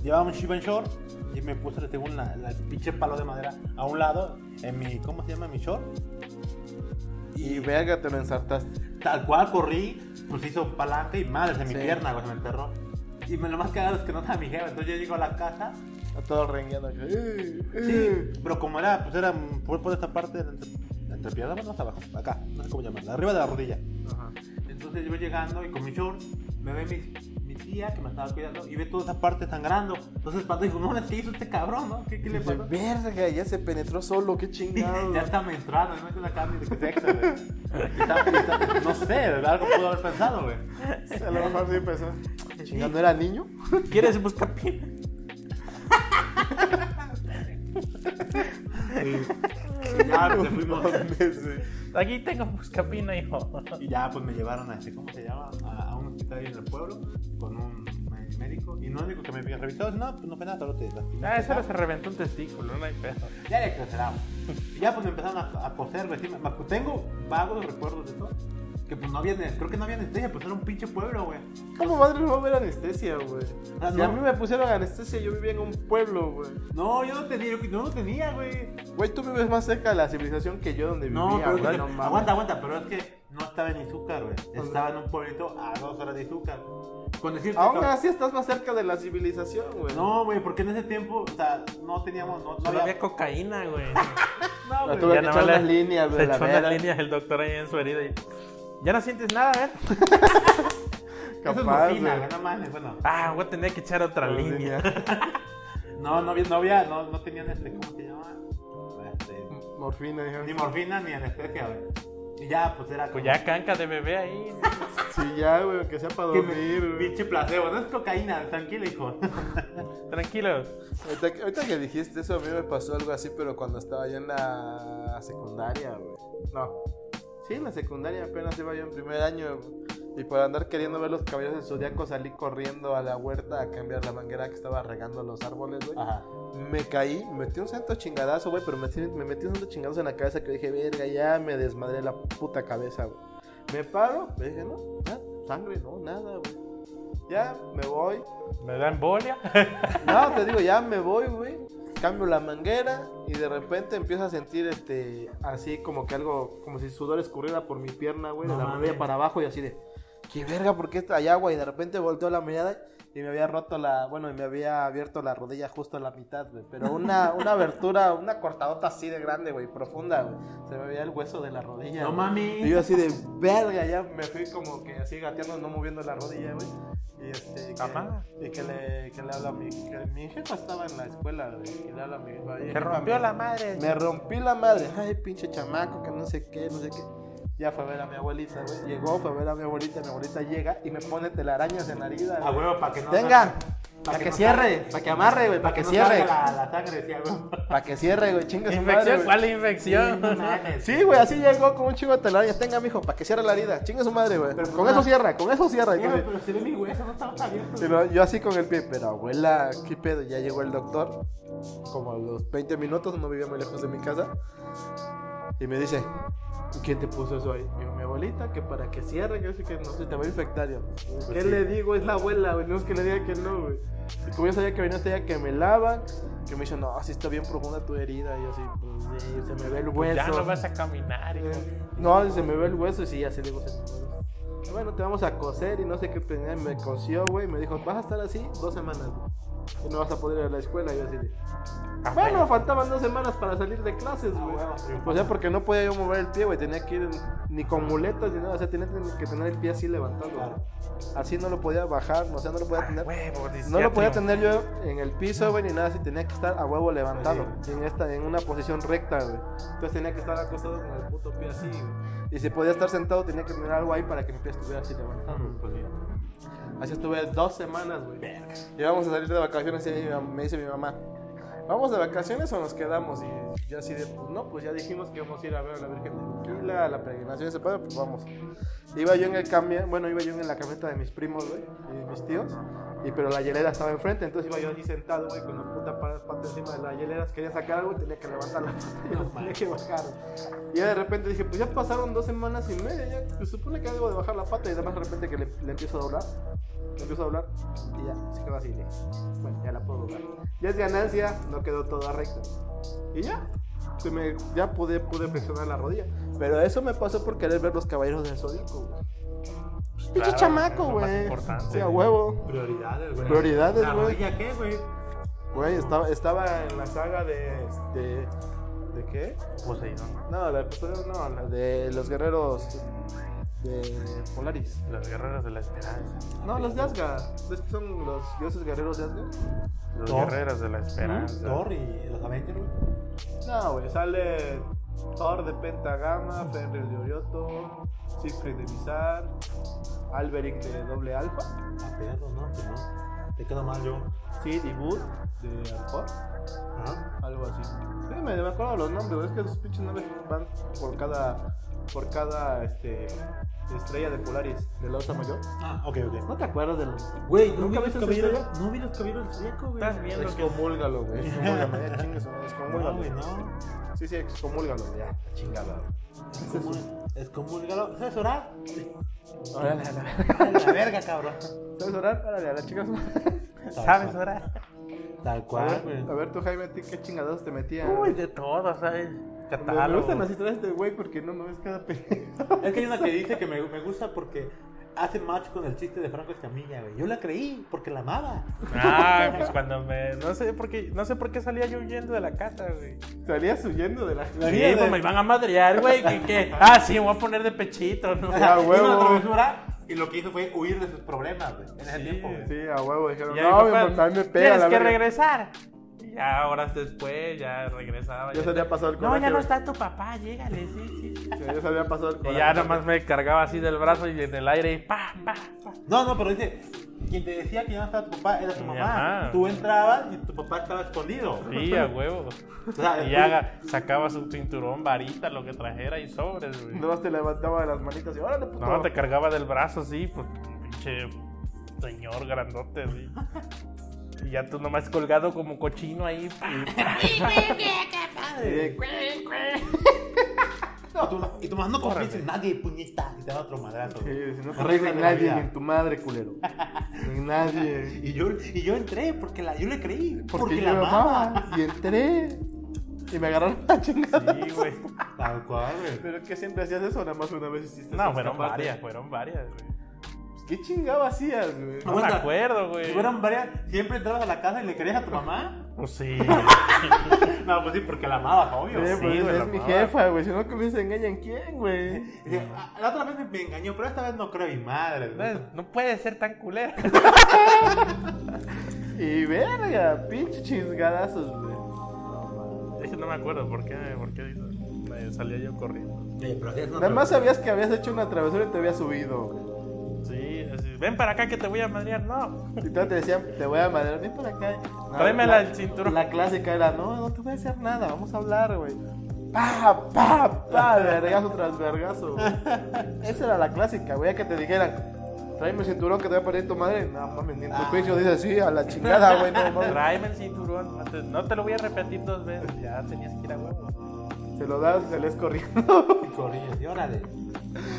S5: Llevaba un Shivan Short y me puse según la, la- el pinche palo de madera a un lado en mi, ¿cómo se llama? Mi short.
S3: Y verga, te lo ensartaste.
S5: Tal cual corrí, pues hizo palanca y madre, se mi
S3: Sí.
S5: pierna, güey, se me enterró. Y me lo más cagado es que no estaba mi jefe, entonces yo llego a la casa.
S3: A todo rengueando. yo, "Eh,
S5: Sí,
S3: eh".
S5: pero como era, pues era mm, por, por esta parte de la entre- la entrepierna, bueno, hasta abajo, acá, no sé cómo llamarla, arriba de la rodilla.
S3: Ajá.
S5: Entonces yo voy llegando y con mi short me ve mi, mi tía que me estaba cuidando y ve toda esa parte sangrando. Entonces Pato dijo, no, ¿qué hizo este cabrón, no? ¿Qué, qué le
S3: Dice,
S5: pasó?
S3: verga, ya se penetró solo, qué chingado.
S5: ya está menstruado, no es una carne de qué sexo, güey. Está- está- no sé, algo pudo haber pensado, güey.
S3: A lo mejor sí empezó. Chingando, ¿era niño?
S4: ¿Quieres buscar pie?
S5: Ya, pues, fuimos.
S4: Aquí tengo buscapina, hijo.
S5: Y ya, pues me llevaron a este, ¿cómo se llama? A, a un hospital ahí en el pueblo con un médico. Y no único que me revisó, no, pues no fue nada, solo te lastimaste,
S4: Ah, eso
S5: ya".
S4: ahora se reventó un testículo, no hay pedo.
S5: Ya le exageramos. Y ya pues me empezaron a, a coser, güey. sí, me- me- Tengo vagos recuerdos de eso. Que pues no había, creo que no había anestesia, pues era un pinche pueblo, güey.
S3: ¿Cómo madre no va a haber anestesia, güey?
S5: Ah,
S3: Si
S5: no.
S3: a mí me pusieron anestesia, yo vivía en un pueblo, güey.
S5: No, yo no tenía, yo no lo tenía, güey.
S3: Güey, tú vives más cerca de la civilización que yo donde
S5: No,
S3: vivía,
S5: pero
S3: güey.
S5: es que-
S3: mames.
S5: aguanta, aguanta, pero es que no estaba en Izúcar, güey. Estaba en un pueblito a dos horas de Izúcar. Con decirte,
S3: Aún
S5: cabrón,
S3: así estás más cerca de la civilización, güey.
S5: No, güey, porque en ese tiempo, o sea, no teníamos, no, no
S4: Solo había
S5: había...
S4: cocaína, güey.
S5: No,
S3: La
S5: güey.
S3: tuve
S4: Ya
S3: que echar
S4: nada más
S3: unas
S4: le-
S3: líneas,
S4: Se
S3: güey. la
S4: echó unas
S3: verga.
S4: líneas el doctor ahí en su herida y... Ya no sientes nada, ¿eh?". a ver.
S5: Eso es
S3: Capaz,
S5: morfina,
S3: güey.
S5: güey, no mames, bueno.
S4: Ah, voy a tener que echar otra
S3: Las
S4: línea.
S3: líneas.
S5: No, no había, no había, no, no tenían este, ¿cómo se llama? Este,
S3: Morfina, dijeron.
S5: Ni morfina ni anestesia, güey. Y ya, pues era como...
S4: Pues ya canca de bebé ahí.
S3: Sí, ya, güey, que sea para
S5: Que me-
S3: dormir, güey.
S5: Pinche placebo, no es cocaína, tranquilo, hijo.
S4: Tranquilo.
S3: Ahorita, ahorita que dijiste eso, a mí me pasó algo así, pero cuando estaba yo en la secundaria, güey. No. Sí, en la secundaria apenas iba yo en primer año. güey. Y por andar queriendo ver los caballos del zodiaco, salí corriendo a la huerta a cambiar la manguera que estaba regando los árboles, güey.
S5: Ajá.
S3: Me caí, me metí un santo chingadazo, güey, pero me, metí- me metí un santo chingadazo en la cabeza que dije, verga, ya me desmadré la puta cabeza, güey. Me paro, me dije, no, nada, sangre, no, nada, güey. Ya, me voy.
S4: Me da embolia.
S3: No, te digo, ya me voy, güey. Cambio la manguera y de repente empiezo a sentir este así como que algo, como si sudor escurriera por mi pierna, güey,
S5: No
S3: de la
S5: mames.
S3: rodilla para abajo y así de, qué verga, ¿por qué hay agua? Y de repente volteo la mirada y me había roto la, bueno, y me había abierto la rodilla justo a la mitad, güey. Pero una, una abertura, una cortadota así de grande, güey, profunda, güey. Se me veía el hueso de la rodilla.
S5: No
S3: güey.
S5: mami.
S3: Y yo así de verga, ya me fui como que así gateando, no moviendo la rodilla, güey. Y este,
S4: Ajá.
S3: que, y que le, que le hablo a mi, que mi jefa estaba en la escuela, güey. Y le hablo a mi jefa. "Oye,
S4: Se
S3: jefa,
S4: rompió
S3: me-
S4: la madre.
S3: Me rompí la madre. Ay, pinche chamaco, que no sé qué, no sé qué. Ya fue a ver a mi abuelita, güey. Llegó, fue a ver a mi abuelita, mi abuelita llega y me pone telarañas en la herida,
S5: A
S3: güey.
S5: huevo, para que Ah, no...
S3: Venga,
S4: Para
S5: no
S4: que
S5: salga-
S4: cierre, para que amarre, güey, para que
S5: no
S4: cierre.
S5: salga La, la sangre, decía, güey.
S3: Para que cierre, güey, chingas su madre,
S4: ¿Infección?
S3: güey.
S4: ¿Cuál infección?
S5: No mames.
S3: Sí, güey, así llegó con un chingo de telarañas. Tenga, mijo, para que cierre la herida. Chinga su madre, güey.
S5: Pero,
S3: Con
S5: pues,
S3: eso
S5: no. pues,
S3: cierra, con eso cierra. Y
S5: Güey,
S3: entonces-
S5: Pero si de mi hueso no estaba abierto.
S3: Pero yo así con el pie, pero abuela, ¿qué pedo? Ya llegó el doctor, como a los 20 minutos, no vivía muy lejos de mi casa, y me dice, "¿Y ¿quién te puso eso ahí? Digo, mi abuelita, que para que cierre, que, eso, que no se te va a infectar. Yo, ¿Qué
S5: sí.
S3: le digo? Es la abuela, güey, no es que le diga que no, güey. Y como yo sabía que venía hasta allá, que me lavan, que me dice, no, así está bien profunda tu herida, y yo así, pues sí, se me ve el hueso.
S4: Ya no vas a caminar, hijo.
S3: Eh, No, se me ve el hueso y sí, así le digo. se me ve el hueso. Bueno, te vamos a coser y no sé qué tenía. Me cosió, güey. Me dijo, vas a estar así dos semanas. güey, Y no vas a poder ir a la escuela. Y yo así de, Ah,
S4: Ah,
S3: Bueno, faltaban dos semanas para salir de clases, güey. O sea, porque no podía yo mover el pie, güey. Tenía que ir ni con muletas ni nada. O sea, tenía que tener el pie así levantado. güey. Así no lo podía bajar, o sea, no lo podía tener.
S4: Huevo, dice,
S3: No
S4: Ah, ya
S3: lo podía
S4: triunfó.
S3: tener yo en el piso, güey, ni nada así. Tenía que estar a huevo levantado. En, esta, en una posición recta, güey. Entonces tenía que estar acostado con el puto pie así, güey. Y si podía estar sentado, tenía que tener algo ahí para que mi pie estuviera así levantado.
S5: Mm, pues sí.
S3: Así estuve dos semanas, güey. Y íbamos a salir de vacaciones y mi mam- me dice mi mamá, ¿vamos de vacaciones o nos quedamos? Y yo así de, pues no, pues ya dijimos que íbamos a ir a ver a la Virgen de Tequila, a la peregrinación de ese padre, pues vamos. Iba yo en el camión, bueno, iba yo en la camioneta de mis primos, güey, y de mis tíos, y pero la hielera estaba enfrente, entonces iba yo allí sentado, güey, con la puta pa- pata encima de la hielera, quería sacar algo y tenía que levantar la pata, y no, tenía que bajar. Y de repente dije, pues ya pasaron dos semanas y media, ya, se supone que debo de bajar la pata, y además de repente que le, le empiezo a doblar, le empiezo a doblar, y ya, se quedó así, de, bueno, ya la puedo doblar. Ya es ganancia, no quedó toda recta. Y ya, se me- ya pude, pude flexionar la rodilla. Pero eso me pasó por querer ver los caballeros del Zodíaco, güey. Pinche
S4: Claro,
S3: chamaco,
S4: es lo más
S3: güey.
S4: importante.
S3: Sí, a huevo.
S5: Prioridades, güey.
S3: Prioridades,
S5: ¿La
S3: güey.
S5: rodilla qué, güey?
S3: Güey, estaba, estaba en la saga de. este, ¿De qué?
S4: Poseidón,
S3: No, la de Poseidón, no, la de los guerreros de Polaris.
S4: las guerreras de la esperanza.
S3: No, los de Asgard. ¿Ves que son los dioses guerreros de Asgard?
S4: Los
S5: Thor.
S4: guerreros de la esperanza.
S5: ¿Mm? Thor y los Avengers, güey.
S3: No, güey, sale Thor de Pentagama, Fenrir de Orioto, Siegfried de Mizar, Alberic de Doble Alfa,
S5: A perro, no, pues no. Te quedo mal yo.
S3: Sid y Bud de Alcor,
S5: Ajá.
S3: algo así. Sí, me, me acuerdo los nombres, es que esos pinches nombres van por cada, por cada este, estrella de Polaris de la Osa Mayor.
S5: Ah, ok, ok.
S3: ¿No te acuerdas de los...?
S5: Güey,
S3: ¿Nunca viste esa historia?
S5: No vi los caballeros del Zodíaco, güey.
S4: Estás viendo que
S3: Excomúlgalo, güey. Excomúlgalo, ya chingues,
S5: No,
S3: excomúlgalo.
S5: güey, no.
S3: Sí, sí, excomúlgalo, ya, chingada.
S5: Es como el ¿Sabes orar?
S3: Órale, a la-
S5: La verga, cabrón.
S3: ¿Sabes orar? Órale, a la chingada.
S4: ¿Sabes ahora?
S5: Tal
S3: A
S5: cual, güey.
S3: ver, a ver tú, Jaime, ¿a ti qué chingados te metían?
S4: Uy, de todo, ¿sabes?
S3: Me- Me gustan las
S4: Catálogo.
S3: historias de güey porque no mames cada pendejo.
S5: Es que hay una que dice que me, me gusta porque hace match con el chiste de Franco Escamilla, güey. Yo la creí porque la amaba.
S4: Ah, pues cuando me. No sé por qué, no sé por qué salía yo huyendo de la casa, güey.
S3: Salías huyendo de la
S5: La
S4: Sí,
S5: vida
S4: pues
S5: de-
S4: me van a madrear, güey. ¿Qué, qué? Ah, sí, me voy a poner de pechito, ¿no?
S3: Ah,
S5: Hizo
S3: huevo.
S5: una travesura y lo que hizo fue huir de sus problemas, güey. En ese
S4: Sí.
S5: tiempo, güey.
S3: Sí, a huevo, dijeron,
S4: Y ahí
S3: no,
S4: mi
S3: mi
S4: papá,
S3: papá me pega.
S4: Tienes
S3: la
S4: que
S3: verga".
S4: regresar. Y ya horas después, ya regresaba.
S3: Ya se había pasado el
S4: No,
S3: coraje,
S4: ya no
S3: güey.
S4: está tu papá, llégale, sí, sí.
S3: Sí, Ya se había pasado el
S4: Y
S3: coraje.
S4: ya nada más me cargaba así del brazo y en el aire y pa, pa, pa.
S5: No, no, pero dice, quien te decía que ya no estaba tu papá era tu
S4: Mi
S5: mamá.
S4: mamá.
S5: Tú entrabas y tu papá estaba escondido.
S4: Sí, a huevo.
S5: O sea,
S4: Y
S5: tú-
S4: ya ga- sacaba su cinturón, varita, lo que trajera y sobres, güey.
S3: Nomás te levantaba de las manitas y órale, puto.
S4: No, te cargaba del brazo, sí, pues pinche señor grandote, sí. Y ya tú nomás colgado como cochino ahí.
S5: Y tú, y tu mamá no confías en nadie, puñeta. Y te da otro madrazo.
S3: Sí,
S5: güey.
S3: si no
S5: Regla
S3: confías
S5: de
S3: en
S5: la
S3: nadie,
S5: vida.
S3: ni en tu madre, culero. En nadie.
S5: Y yo, y yo entré porque la, yo le creí. Porque,
S3: Porque
S5: la
S3: yo
S5: amaba.
S3: amaba y entré. Y me agarraron la chingada.
S4: Sí, güey.
S5: Tal cual, güey.
S3: Pero que siempre hacías eso, nada más una vez hiciste
S4: No,
S3: eso,
S4: fueron
S3: escaparte.
S4: varias, fueron varias, güey.
S3: ¿Qué chingado hacías, güey?
S4: No me
S5: Aguanta.
S4: acuerdo, güey.
S5: Fueron varias. Siempre entrabas a la casa y le creías a tu mamá.
S4: Pues sí.
S5: No, pues sí, porque la amabas,
S3: Sí,
S5: obvio.
S3: pues,
S4: sí, güey, la
S3: es mi
S4: amaba.
S3: jefa, güey. Si no comienza en ella, ¿en quién, güey?
S5: Y dice, "Ah, La otra vez me, me engañó, pero esta vez no creo a mi madre.
S4: No, es- Eh, no puede ser tan culera.
S3: Y verga, pinche chisgadazos, güey.
S4: Es que no me acuerdo por qué, por qué me salía yo corriendo.
S5: Oye, pero así es una
S3: Nada más
S5: travesura.
S3: sabías que habías hecho una travesura y te habías subido, güey.
S4: Sí, así. ven para acá que te voy a madrear. No,
S3: Y todos te decían, te voy a madrear, ven para acá. No,
S4: tráemela
S3: Ah, la-
S4: al cinturón.
S3: La clásica era, no, no te voy a hacer nada, vamos a hablar, güey. Pa, pa, pa, vergazo tras vergazo. güey. Esa era la clásica, güey, que te dijeran, tráeme el cinturón que te voy a poner tu madre. No, mames, ni en tu juicio dice así, a la chingada, güey, no mames.
S4: Tráeme el cinturón. No te, no te lo voy a repetir dos veces. Ya tenías que ir a huevo.
S3: Se lo das y salías corriendo.
S5: Y corrías, y órale.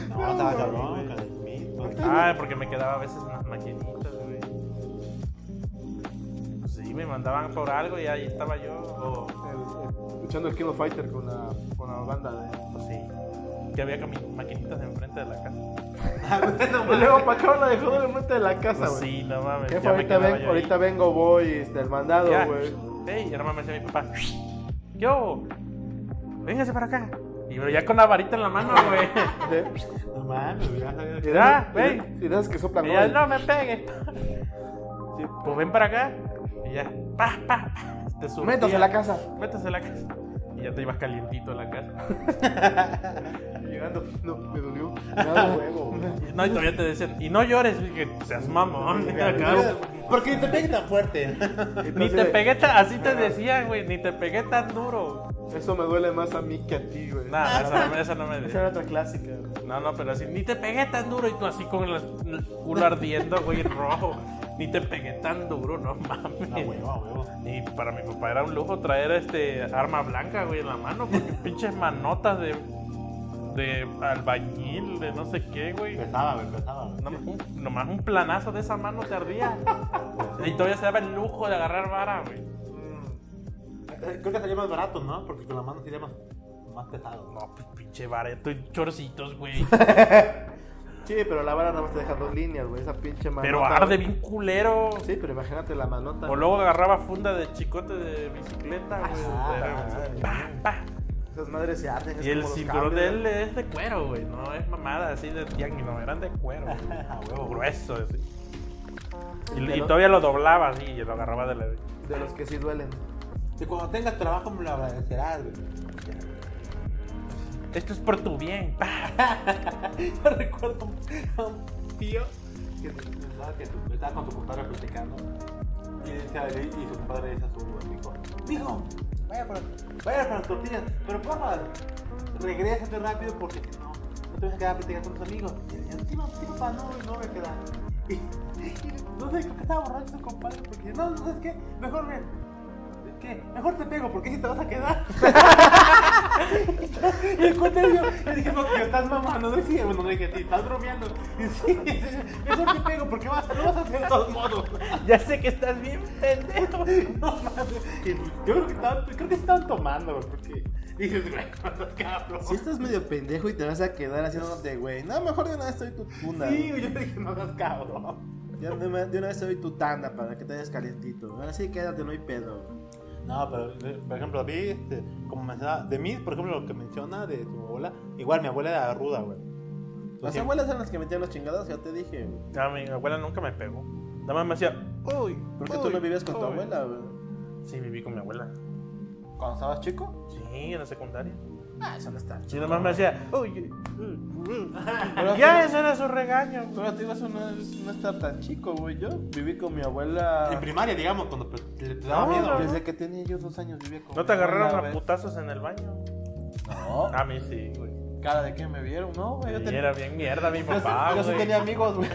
S5: No, estaba cabrón, cabrón.
S4: Ah, porque me quedaba a veces unas maquinitas, güey. Pues sí, me mandaban por algo y ahí estaba yo. O,
S3: El- el- Escuchando el Kilo Fighter con la, con la banda de.
S4: pues sí, que había cami- maquinitas enfrente de la casa.
S3: Y luego Pacaron la dejó en el frente de la casa,
S4: Pues
S3: güey.
S4: sí, no mames.
S3: Jefe,
S4: ya me
S3: ahorita,
S4: quedaba
S3: ven-
S4: yo
S3: ahorita
S4: ahí.
S3: vengo, voy, este, el mandado,
S4: Ya.
S3: güey.
S4: Ey, y ahora me decía mi papá, yo, véngase para acá. Y pero ya con la varita en la mano, güey.
S3: ¿Eh?
S5: No mames, ya sabía que-
S4: Ya,
S3: ¿Ves?
S4: ven.
S3: Y das que soplan,
S4: Y ya,
S3: güey.
S4: no me pegue.
S3: Sí.
S4: Pues ven para acá. Y ya, pa, pa, pa. Te surtía.
S3: Métase a la casa.
S4: Métase a la casa. Y ya te ibas calientito a la casa.
S3: Llegando, no, me dolió. Me da huevo, güey.
S4: Y No, y todavía te decían, y no llores, dije, seas mamón. acá.
S5: ¿Por qué te pegan tan fuerte?
S4: Ni
S3: Entonces,
S4: te pegué tan, así te decían, güey, ni te pegué tan duro.
S3: Eso me duele más a mí que a ti, güey.
S4: Nada, esa no me, esa no me
S3: Esa
S4: decía.
S3: era otra clásica. güey.
S4: No, no, pero así, ni te pegué tan duro y tú así con el el culo ardiendo, güey, rojo. Ni te pegué tan duro, no mames.
S5: No, huevo, huevo.
S4: Y para mi papá era un lujo traer este arma blanca, güey, en la mano, porque pinches manotas de, de albañil, de no sé qué, güey.
S5: Pesaba, güey, pesaba, güey.
S4: Nomás un, nomás un planazo de esa mano te ardía. Y todavía se daba el lujo de agarrar vara, güey.
S3: Mm.
S5: Eh, Creo que salía más barato, ¿no? Porque con la mano sería más, más pesado.
S4: No, pues pinche vareto y chorcitos, güey.
S3: Sí, pero la vara nada más te deja dos líneas, güey. Esa pinche manota.
S4: Pero arde bien culero.
S3: Sí, pero imagínate la manota.
S4: O luego agarraba funda de chicote de bicicleta, güey.
S5: Ah,
S4: Era-
S5: madre.
S4: pa, pa.
S3: Esas madres se arden. es
S4: Y el
S3: como los
S4: cinturón de
S3: cables,
S4: él es de cuero, güey. No es mamada así de tianguis, no, eran de cuero.
S5: A huevo,
S4: Todo
S5: güey.
S4: grueso, así. Y, y
S3: Ah, Pero-
S4: todavía lo doblaba así y lo agarraba de la.
S3: De los que sí duelen.
S5: Si cuando tengas trabajo me lo agradecerás, güey.
S4: Esto es por tu bien. pa.
S5: Yo recuerdo a un tío que estaba, que su- estaba con su compadre platicando y, dice- y su compadre le dice a su hijo, hijo, vaya por, vaya por las tortillas, pero porfa, regrésate rápido porque si no, no te vas a quedar platicando con tus amigos. Y el niño, sí, papá, sí, papá, no, no me queda. Y, y no sé, creo que estaba borracho su compadre porque dice, no, no, ¿sabes qué? Mejor me... es que Mejor te pego porque si te vas a quedar. Y el cuate vio, le dije, no, tío, estás mamando, no decía, bueno, no dije, tío, estás bromeando. Y sí, sí, sí, mejor te pego porque vas, lo vas a hacer de todos modos.
S4: Ya sé que estás bien pendejo.
S5: No mames. Y Yo creo que estaban, creo que estaban tomando, güey, porque dices, güey, no estás cabrón.
S3: Si estás medio pendejo y te vas a quedar haciéndote, güey. No, mejor de una vez soy tu funda.
S5: Sí, güey, yo le dije, no estás cabrón.
S3: Ya de una de una vez soy tu tanda para que te des calientito. Ahora sí, quédate, no hay pedo. güey.
S5: No, pero por ejemplo, a mí, este, como mencionaba, de mí, por ejemplo, lo que menciona de tu abuela, igual mi abuela era ruda, güey.
S3: Las abuelas eran las que metían los chingados, ya te dije. güey.
S4: No, mi abuela nunca me pegó. Nada más me hacía. Uy,
S3: Porque tú
S4: uy,
S3: no vivías con tu
S4: uy".
S3: abuela, güey.
S4: Sí, viví con mi abuela.
S3: ¿Cuando estabas chico?
S4: Sí, en la secundaria.
S3: Ah, eso no está
S4: Y nomás me hacía. Uy, uy, uy". Ya, ese era su regaño. güey.
S3: Pero te ibas a no, no estar tan chico, güey. Yo viví con mi abuela.
S5: En primaria, digamos, cuando pues, te, te daba
S4: No,
S5: miedo.
S4: no,
S5: güey.
S3: Desde que tenía yo dos años vivía con
S4: ¿No te
S3: mi abuela,
S4: agarraron a
S3: güey.
S4: putazos en el baño?
S3: No.
S4: A mí sí, güey.
S3: Cara de que me vieron, ¿no? güey? Yo,
S4: Y
S3: tenía-
S4: era bien mierda mi
S3: yo sí-
S4: papá,
S3: yo sí
S4: güey.
S3: tenía amigos, güey.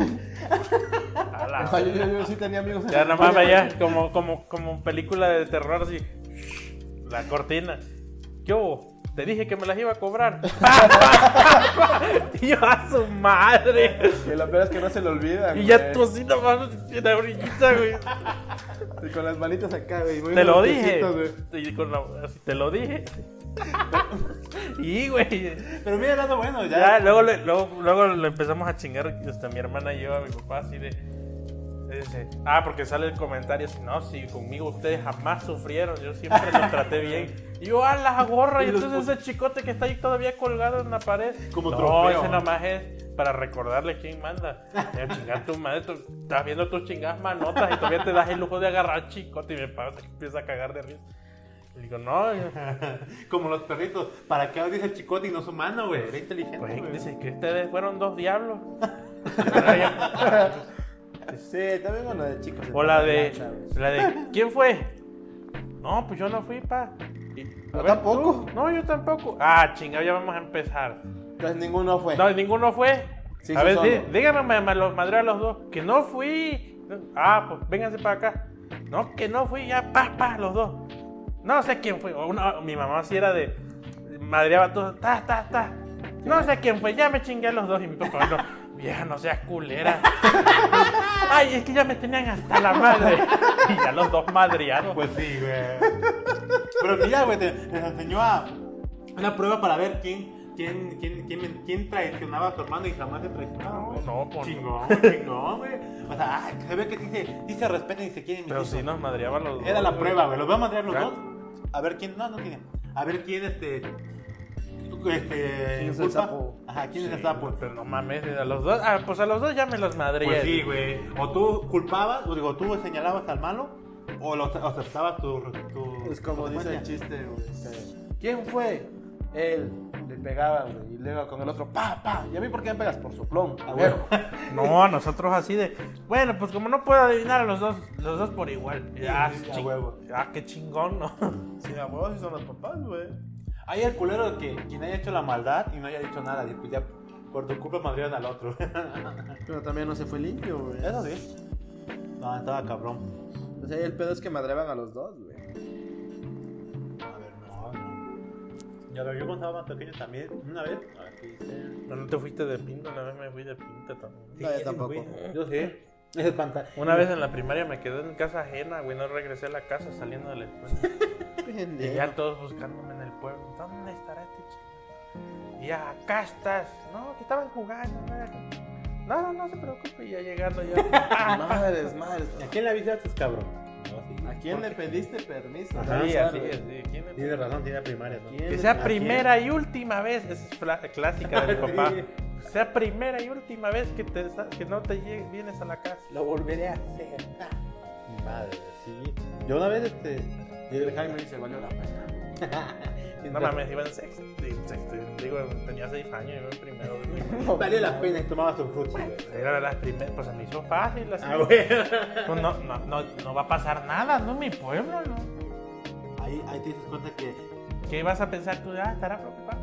S4: A la
S3: O sea, yo, yo- yo sí tenía amigos. en
S4: Ya
S3: la
S4: nada más
S3: primaria,
S4: veía como, como, como película de terror así. La cortina. Yo Te dije que me las iba a cobrar. Tío, a su madre.
S3: güey. Y lo peor es que no se le olvida.
S4: Y ya
S3: güey.
S4: tú así nomás en la orillita, güey.
S3: Y con las manitas acá, güey. muy
S4: Te lo dije.
S3: golpecitos, güey.
S4: Y con la- así, te lo dije. Y, güey.
S5: Pero mira, dando bueno, ya.
S4: Ya, luego, le- luego, luego lo empezamos a chingar hasta mi hermana y yo a mi papá así de... dice, ah, porque sale el comentario así, no, si conmigo ustedes jamás sufrieron, yo siempre los traté bien. Y yo, a la gorra, y
S5: Y los
S4: entonces ese chicote que está ahí todavía colgado en la pared.
S5: Como
S4: no,
S5: trofeo.
S4: ese nomás es para recordarle quién manda. Ya, chingar tu madre, tú estás viendo tus chingadas manotas y todavía te das el lujo de agarrar chicote y mi papá se empieza a cagar de risa. Y digo, no,
S5: Como los perritos. ¿Para qué dice el chicote y no su mano, güey? Era inteligente,
S4: Pues
S5: güey.
S4: dice que ustedes fueron dos diablos. Pero yo-
S3: Sí, también con la de chicos.
S4: O la de,
S3: lanza, güey.
S4: la de, ¿quién fue? No, pues yo no fui, pa. Y- a
S3: Yo
S4: ver,
S3: tampoco.
S4: No, yo tampoco. Ah, chinga, ya vamos a empezar.
S3: Entonces ninguno fue.
S4: No, ninguno fue.
S3: Sí,
S4: a
S3: sí,
S4: ver,
S3: solo.
S4: dí- dígame, me, me los madré a los dos. Que no fui. Ah, pues vénganse para acá. No, que no fui, ya, pa, pa, los dos. No sé quién fue. O una- mi mamá sí era de. Madreaba todo, ta, ta, ta. No sé quién fue, ya me chingué a los dos. Y mi papá, no, vieja, no seas culera. Ay, es que ya me tenían hasta la madre. Y ya los dos madreados.
S5: Pues sí, güey. Pero que ya, güey, te, les enseñó a una prueba para ver quién, quién, quién, quién, quién traicionaba a su hermano y jamás se traicionaba.
S4: No,
S5: güey.
S4: no, por-
S5: Chingón, chingón, güey. O sea, ay, se ve que sí se, sí se respetan y se quieren. mis
S4: Pero
S5: hijos.
S4: sí nos madreaban los dos.
S5: Era la prueba, güey. Los voy a mandar los
S4: Claro.
S5: dos. A ver quién. No, no tiene. A ver quién este. Este.
S3: ¿Quién es el
S5: culpa.
S3: sapo?
S5: Ajá, quién es
S4: Sí,
S5: el sapo.
S4: Pero no mames, a los dos. Ah, pues a los dos ya me los madreé.
S5: Pues sí, güey. O tú culpabas, o digo, tú señalabas al malo, o lo o aceptabas tu. tu
S3: Es como dice
S5: consecuencia.
S3: el chiste, güey. este, ¿Quién fue? Él. Le pegaba, güey. Y luego con el otro, pa, pa. ¿Y a mí por qué me pegas? Por soplón. A huevo.
S4: No, nosotros así de. Bueno, pues como no puedo adivinar a los dos, los dos por igual. Ah,
S5: sí, a
S4: ching-
S5: huevo.
S4: ah, qué chingón, ¿no?
S3: Sí, a huevo sí son los papás, güey.
S5: Hay el culero que quien haya hecho la maldad y no haya dicho nada, y pues ya por tu culpa madrieron al otro.
S3: Pero también no se fue limpio, güey.
S5: Eso sí. No, estaba cabrón.
S3: O sea, el pedo es que madreaban a los dos, güey.
S5: A ver, no, no. Ya lo yo contaba más pequeño también, una vez. A ver, ¿qué dice?
S4: No, no te fuiste de pinta, una vez me fui de pinta también.
S3: No, yo tampoco.
S5: Yo sí. Es espantar.
S4: Una vez en la primaria me quedé en casa ajena, güey, no regresé a la casa saliendo de la escuela. Y
S3: Pendejo.
S4: ya todos buscándome en el pueblo. ¿Dónde estará este chico? Y ya, acá estás. No, que estaban jugando. No, no, no se preocupe. Y ya llegando yo.
S3: Madres, madres.
S5: ¿A quién le avisaste, cabrón? No,
S3: ¿A quién le pediste permiso?
S5: Ajá,
S3: Nadie
S4: Sí, así
S3: sabe.
S4: es, sí. ¿Quién me-
S5: Tienes razón, tiene primaria, ¿no?
S3: ¿A quién
S4: Que
S3: le
S4: sea
S3: pediste?
S4: primera y última vez, esa es fla- clásica del
S5: Sí.
S4: papá. Que Sea primera y última vez que, te, sa- que no te llegues, vienes a la casa.
S5: Lo volveré a hacer. Mi madre, sí. Yo una vez, este.
S3: Y el Jaime dice, valió la pena.
S4: No mames, iba en sexto, en sexto, digo, tenía seis años, iba en primero. de primaria.
S5: Valió la pena y tomabas tu frutti, güey.
S4: Era de las primeras, pues se me hizo fácil. Así.
S5: Ah, güey.
S4: Pues no, no, no, no va a pasar nada, ¿no? En Mi pueblo, ¿no?
S5: Ahí, ahí te das cuenta que.
S4: ¿Qué vas a pensar tú? Ah, estará preocupado.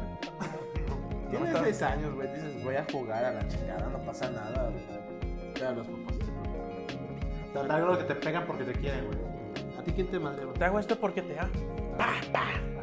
S3: Tienes
S4: está-
S3: 6 años, güey. Dices, voy a jugar a la chingada, no pasa nada, güey. Pero los papás.
S5: Te lo que te pegan porque te quieren, güey.
S3: ¿A ti quién te madreó?
S4: Te hago esto porque te amo.
S5: Ah,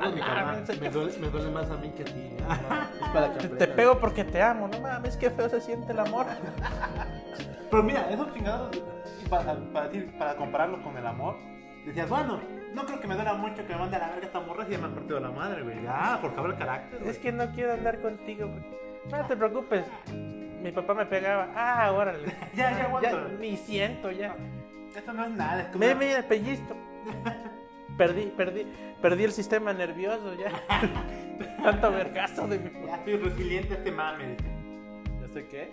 S4: Ah,
S5: No, mi carnal.
S3: Me duele, me duele más a mí que a ti. ¿no? Es para que
S4: Te, te
S3: aprendas.
S4: pego porque te amo, no mames, qué feo se siente el amor.
S5: Pero mira, esos chingados, para, para, decir, para compararlo con el amor, decías, bueno, no creo que me duela mucho que me mande a la verga esta morra si ya me han partido la madre, güey. Ya, por favor, el carácter. güey.
S4: Es que no quiero andar contigo. güey. No te preocupes. Mi papá me pegaba. Ah, órale.
S5: Ya, Ah, ya, aguanta.
S4: ni siento ya.
S5: Esto no es nada, es como.
S4: Ve, mira, pellizco. Perdí, perdí, perdí el sistema nervioso ya. Tanto vergazo de mi
S5: Ya soy resiliente a este mame. dice.
S3: ¿Ya sé qué?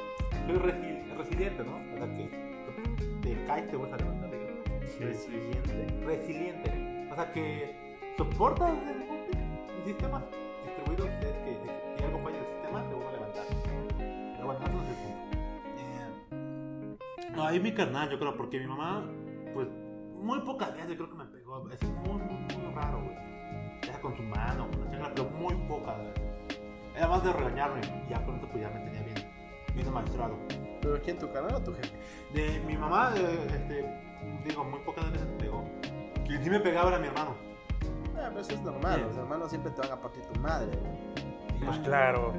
S5: Soy resi- resiliente, ¿no? O sea, que te caes, te vas a levantar. güey.
S3: Resiliente.
S5: Resiliente. O sea, que soportas el golpe en sistemas distribuidos. Es que si algo falla en el sistema, te vuelve a levantar. Te aguantas un segundo. Eh, No, ahí mi carnal, yo creo, porque mi mamá, pues, muy pocas veces yo creo que me pegó. Es muy, muy, muy raro, güey. Deja con su mano, con la chancla, pero muy pocas veces. Era más de regañarme. y Ya con eso, pues ya me tenía bien, bien maestrado.
S3: ¿Pero quién, tu canal o tu jefe?
S5: De mi mamá, eh, este, digo, muy pocas veces me pegó. Quien sí me pegaba era mi hermano.
S3: Ah, pero eso es normal.
S5: Sí.
S3: Los hermanos siempre te van a partir tu madre. güey.
S4: Pues claro.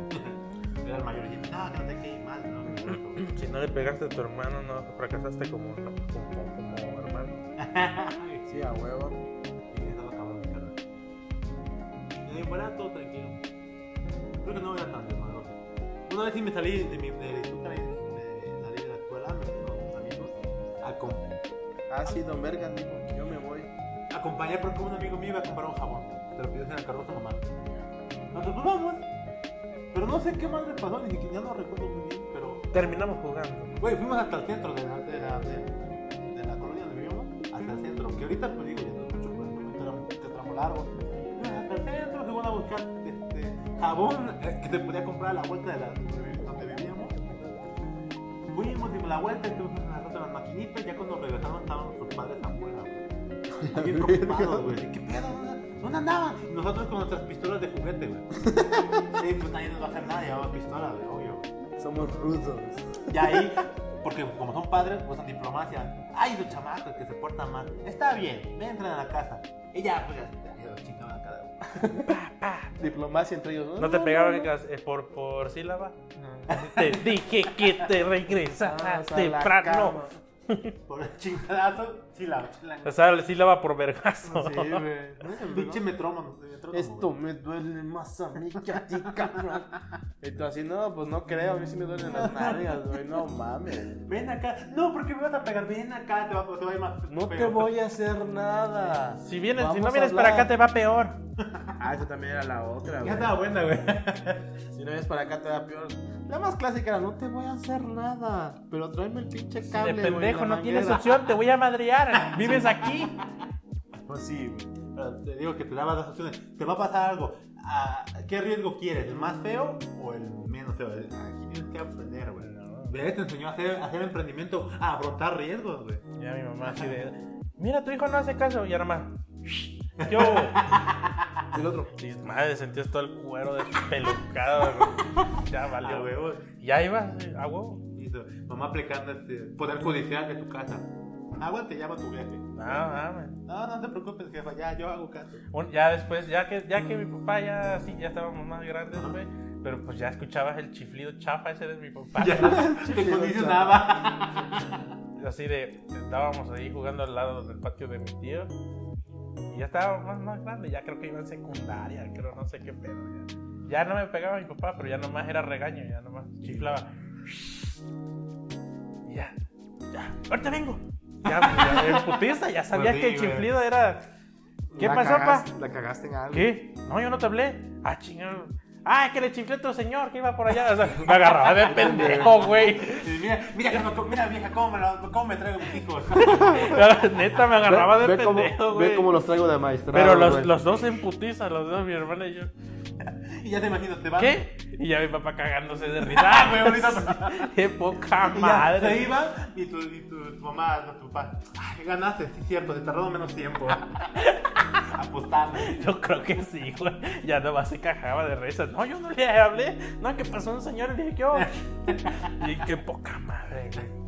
S5: Era el mayor y dije, no, que no te quede mal, no, me acuerdo".
S4: Si no le pegaste a tu hermano, no fracasaste como, no, como, como hermano.
S3: Sí, a huevo.
S5: Y estaba cabrón, mi carnal. Y de ahí fuera, todo tranquilo. Creo que no era tan desmadroso. Una vez sí me salí de mi de, Izúcar y me salí de la escuela, me fui con mis amigos, a, com-
S3: Ah, sí, don Vergas dijo, yo me voy.
S5: a acompañar porque un amigo mío iba a comprar un jabón. pues Se lo pidió en el carro a su mamá. Nosotros pues, vamos. Pero no sé qué más le pasó, ni siquiera no recuerdo muy bien, pero
S4: Terminamos jugando.
S5: Güey, fuimos hasta el centro de la, de la, de, de la colonia donde vivíamos, hasta el centro, que ahorita pues digo, ya no es mucho, pues, era un tramo largo. Fuimos Hasta el centro, fuimos a buscar este, jabón eh, que te podía comprar a la vuelta de la, donde vi- donde vivíamos. Fuimos, dimos la vuelta, estuvimos en la ruta con las maquinitas, ya cuando regresaron estaban nuestros padres afuera, güey. Bien preocupados, güey. así, ¿Qué pedo? ¿Dónde- ¿Dónde andaban? Y Nosotros con nuestras pistolas de juguete, güey. Sí, pues nadie nos va a hacer nada, llevaba pistola, güey, obvio.
S6: Somos rusos.
S5: Y ahí, porque como son padres, usan diplomacia. Ay, los chamacos que se portan mal. Está bien, entran a la casa. Y ya, pues, ya se los chingaban a cada uno.
S3: Diplomacia entre ellos.
S4: No te pegaba que cas- eh, por, por sílaba. Te dije que te
S5: Ah,
S4: regresaras
S3: Vamos a la
S4: temprano.
S3: cama.
S5: Por el chingadazo, sí la
S4: O sea, la sílaba por vergazo.
S3: Sí, güey.
S5: Pinche metrónomo. metrónomo,
S3: Esto me duele más a mí que a ti, cabrón. Y tú así, no, pues no creo, a mí sí me duelen las nalgas, güey, no mames.
S5: güey. Ven acá. No, porque me vas a pegar. Ven acá, te va, te va a ir más.
S3: No te voy a hacer nada.
S4: Si, vienes, si
S3: Vamos
S4: no
S3: a
S4: vienes para acá
S3: hablar.
S4: te va peor.
S3: Ah, esa también era la otra,
S5: Ya
S3: güey.
S5: estaba buena, güey.
S3: Si no vienes para acá te da peor. La más clásica era, no te voy a hacer nada, pero tráeme el pinche
S4: De
S3: cable, güey,
S4: pendejo,
S3: la
S4: no tienes
S3: manguera.
S4: opción, te voy a madrear. Vives aquí.
S3: Pues sí, güey.
S5: Pero te digo que te daba dos opciones. Te va a pasar algo. Ah, ¿Qué riesgo quieres? ¿El más feo o el menos feo? Aquí tienes que aprender, güey. Ve, te enseñó a hacer, a hacer emprendimiento, a brotar riesgos, güey.
S4: Ya mi mamá así de. Mira, tu hijo no hace caso. Y ahora más. Yo.
S3: El otro.
S4: Sí, madre, sentías todo el cuero despelucado. güey. Ya
S5: A
S3: Ah,
S4: valió.
S5: huevo.
S4: Ya ibas, eh, a huevo.
S5: Y tu Mamá aplicando este poder judicial de tu casa. Agua te llama tu jefe.
S4: No, mames.
S5: No, no te preocupes, jefa, ya yo hago caso.
S4: Un- ya después, ya que, ya que mi papá ya sí, ya estábamos más grandes, güey. Pero pues ya escuchabas el chiflido chafa ese de mi papá.
S5: Te condicionaba.
S4: Así de, estábamos ahí jugando al lado del patio de mi tío. Y ya estaba más, más grande, ya creo que iba en secundaria, creo, no sé qué pedo. Ya, Ya no me pegaba mi papá, pero ya nomás era regaño, ya nomás chiflaba. Y ya, ya, ahorita vengo. Ya, pues, ya, en putiza, ya sabía
S5: Pues sí,
S4: que el
S5: güey.
S4: chiflido era. ¿Qué
S3: La
S4: pasó,
S3: cagas-
S4: pa?
S3: La cagaste en algo.
S4: ¿Qué? No, yo no te hablé. Ah, chingado. Ah, que le chiflé a otro señor que iba por allá. O sea, me agarraba de pendejo, güey.
S5: Y Mira, mira, jefa, cómo- mira, vieja, cómo me, lo- cómo me traigo mis hijos.
S4: Neta, me
S3: Ve-
S4: agarraba de
S3: ve cómo-
S4: pendejo, güey.
S3: Ve cómo los traigo de maestra.
S4: Pero los, los dos en putiza, los dos, mi hermana y yo.
S5: Y ya te imagino, te van.
S4: ¿Qué? Y ya mi papá cagándose de risa. ¡Ah, güey, ahorita! ¡Qué poca
S5: Y ya
S4: madre!
S5: se iba y tu, y tu, tu mamá, no, tu papá. Ay, ganaste, sí, cierto, te tardó menos tiempo. Apostando.
S4: Yo creo que sí, güey. Ya nomás se cagaba de risa. No, yo no le hablé. No, que pasó un señor y le dije yo. Y qué poca madre, güey.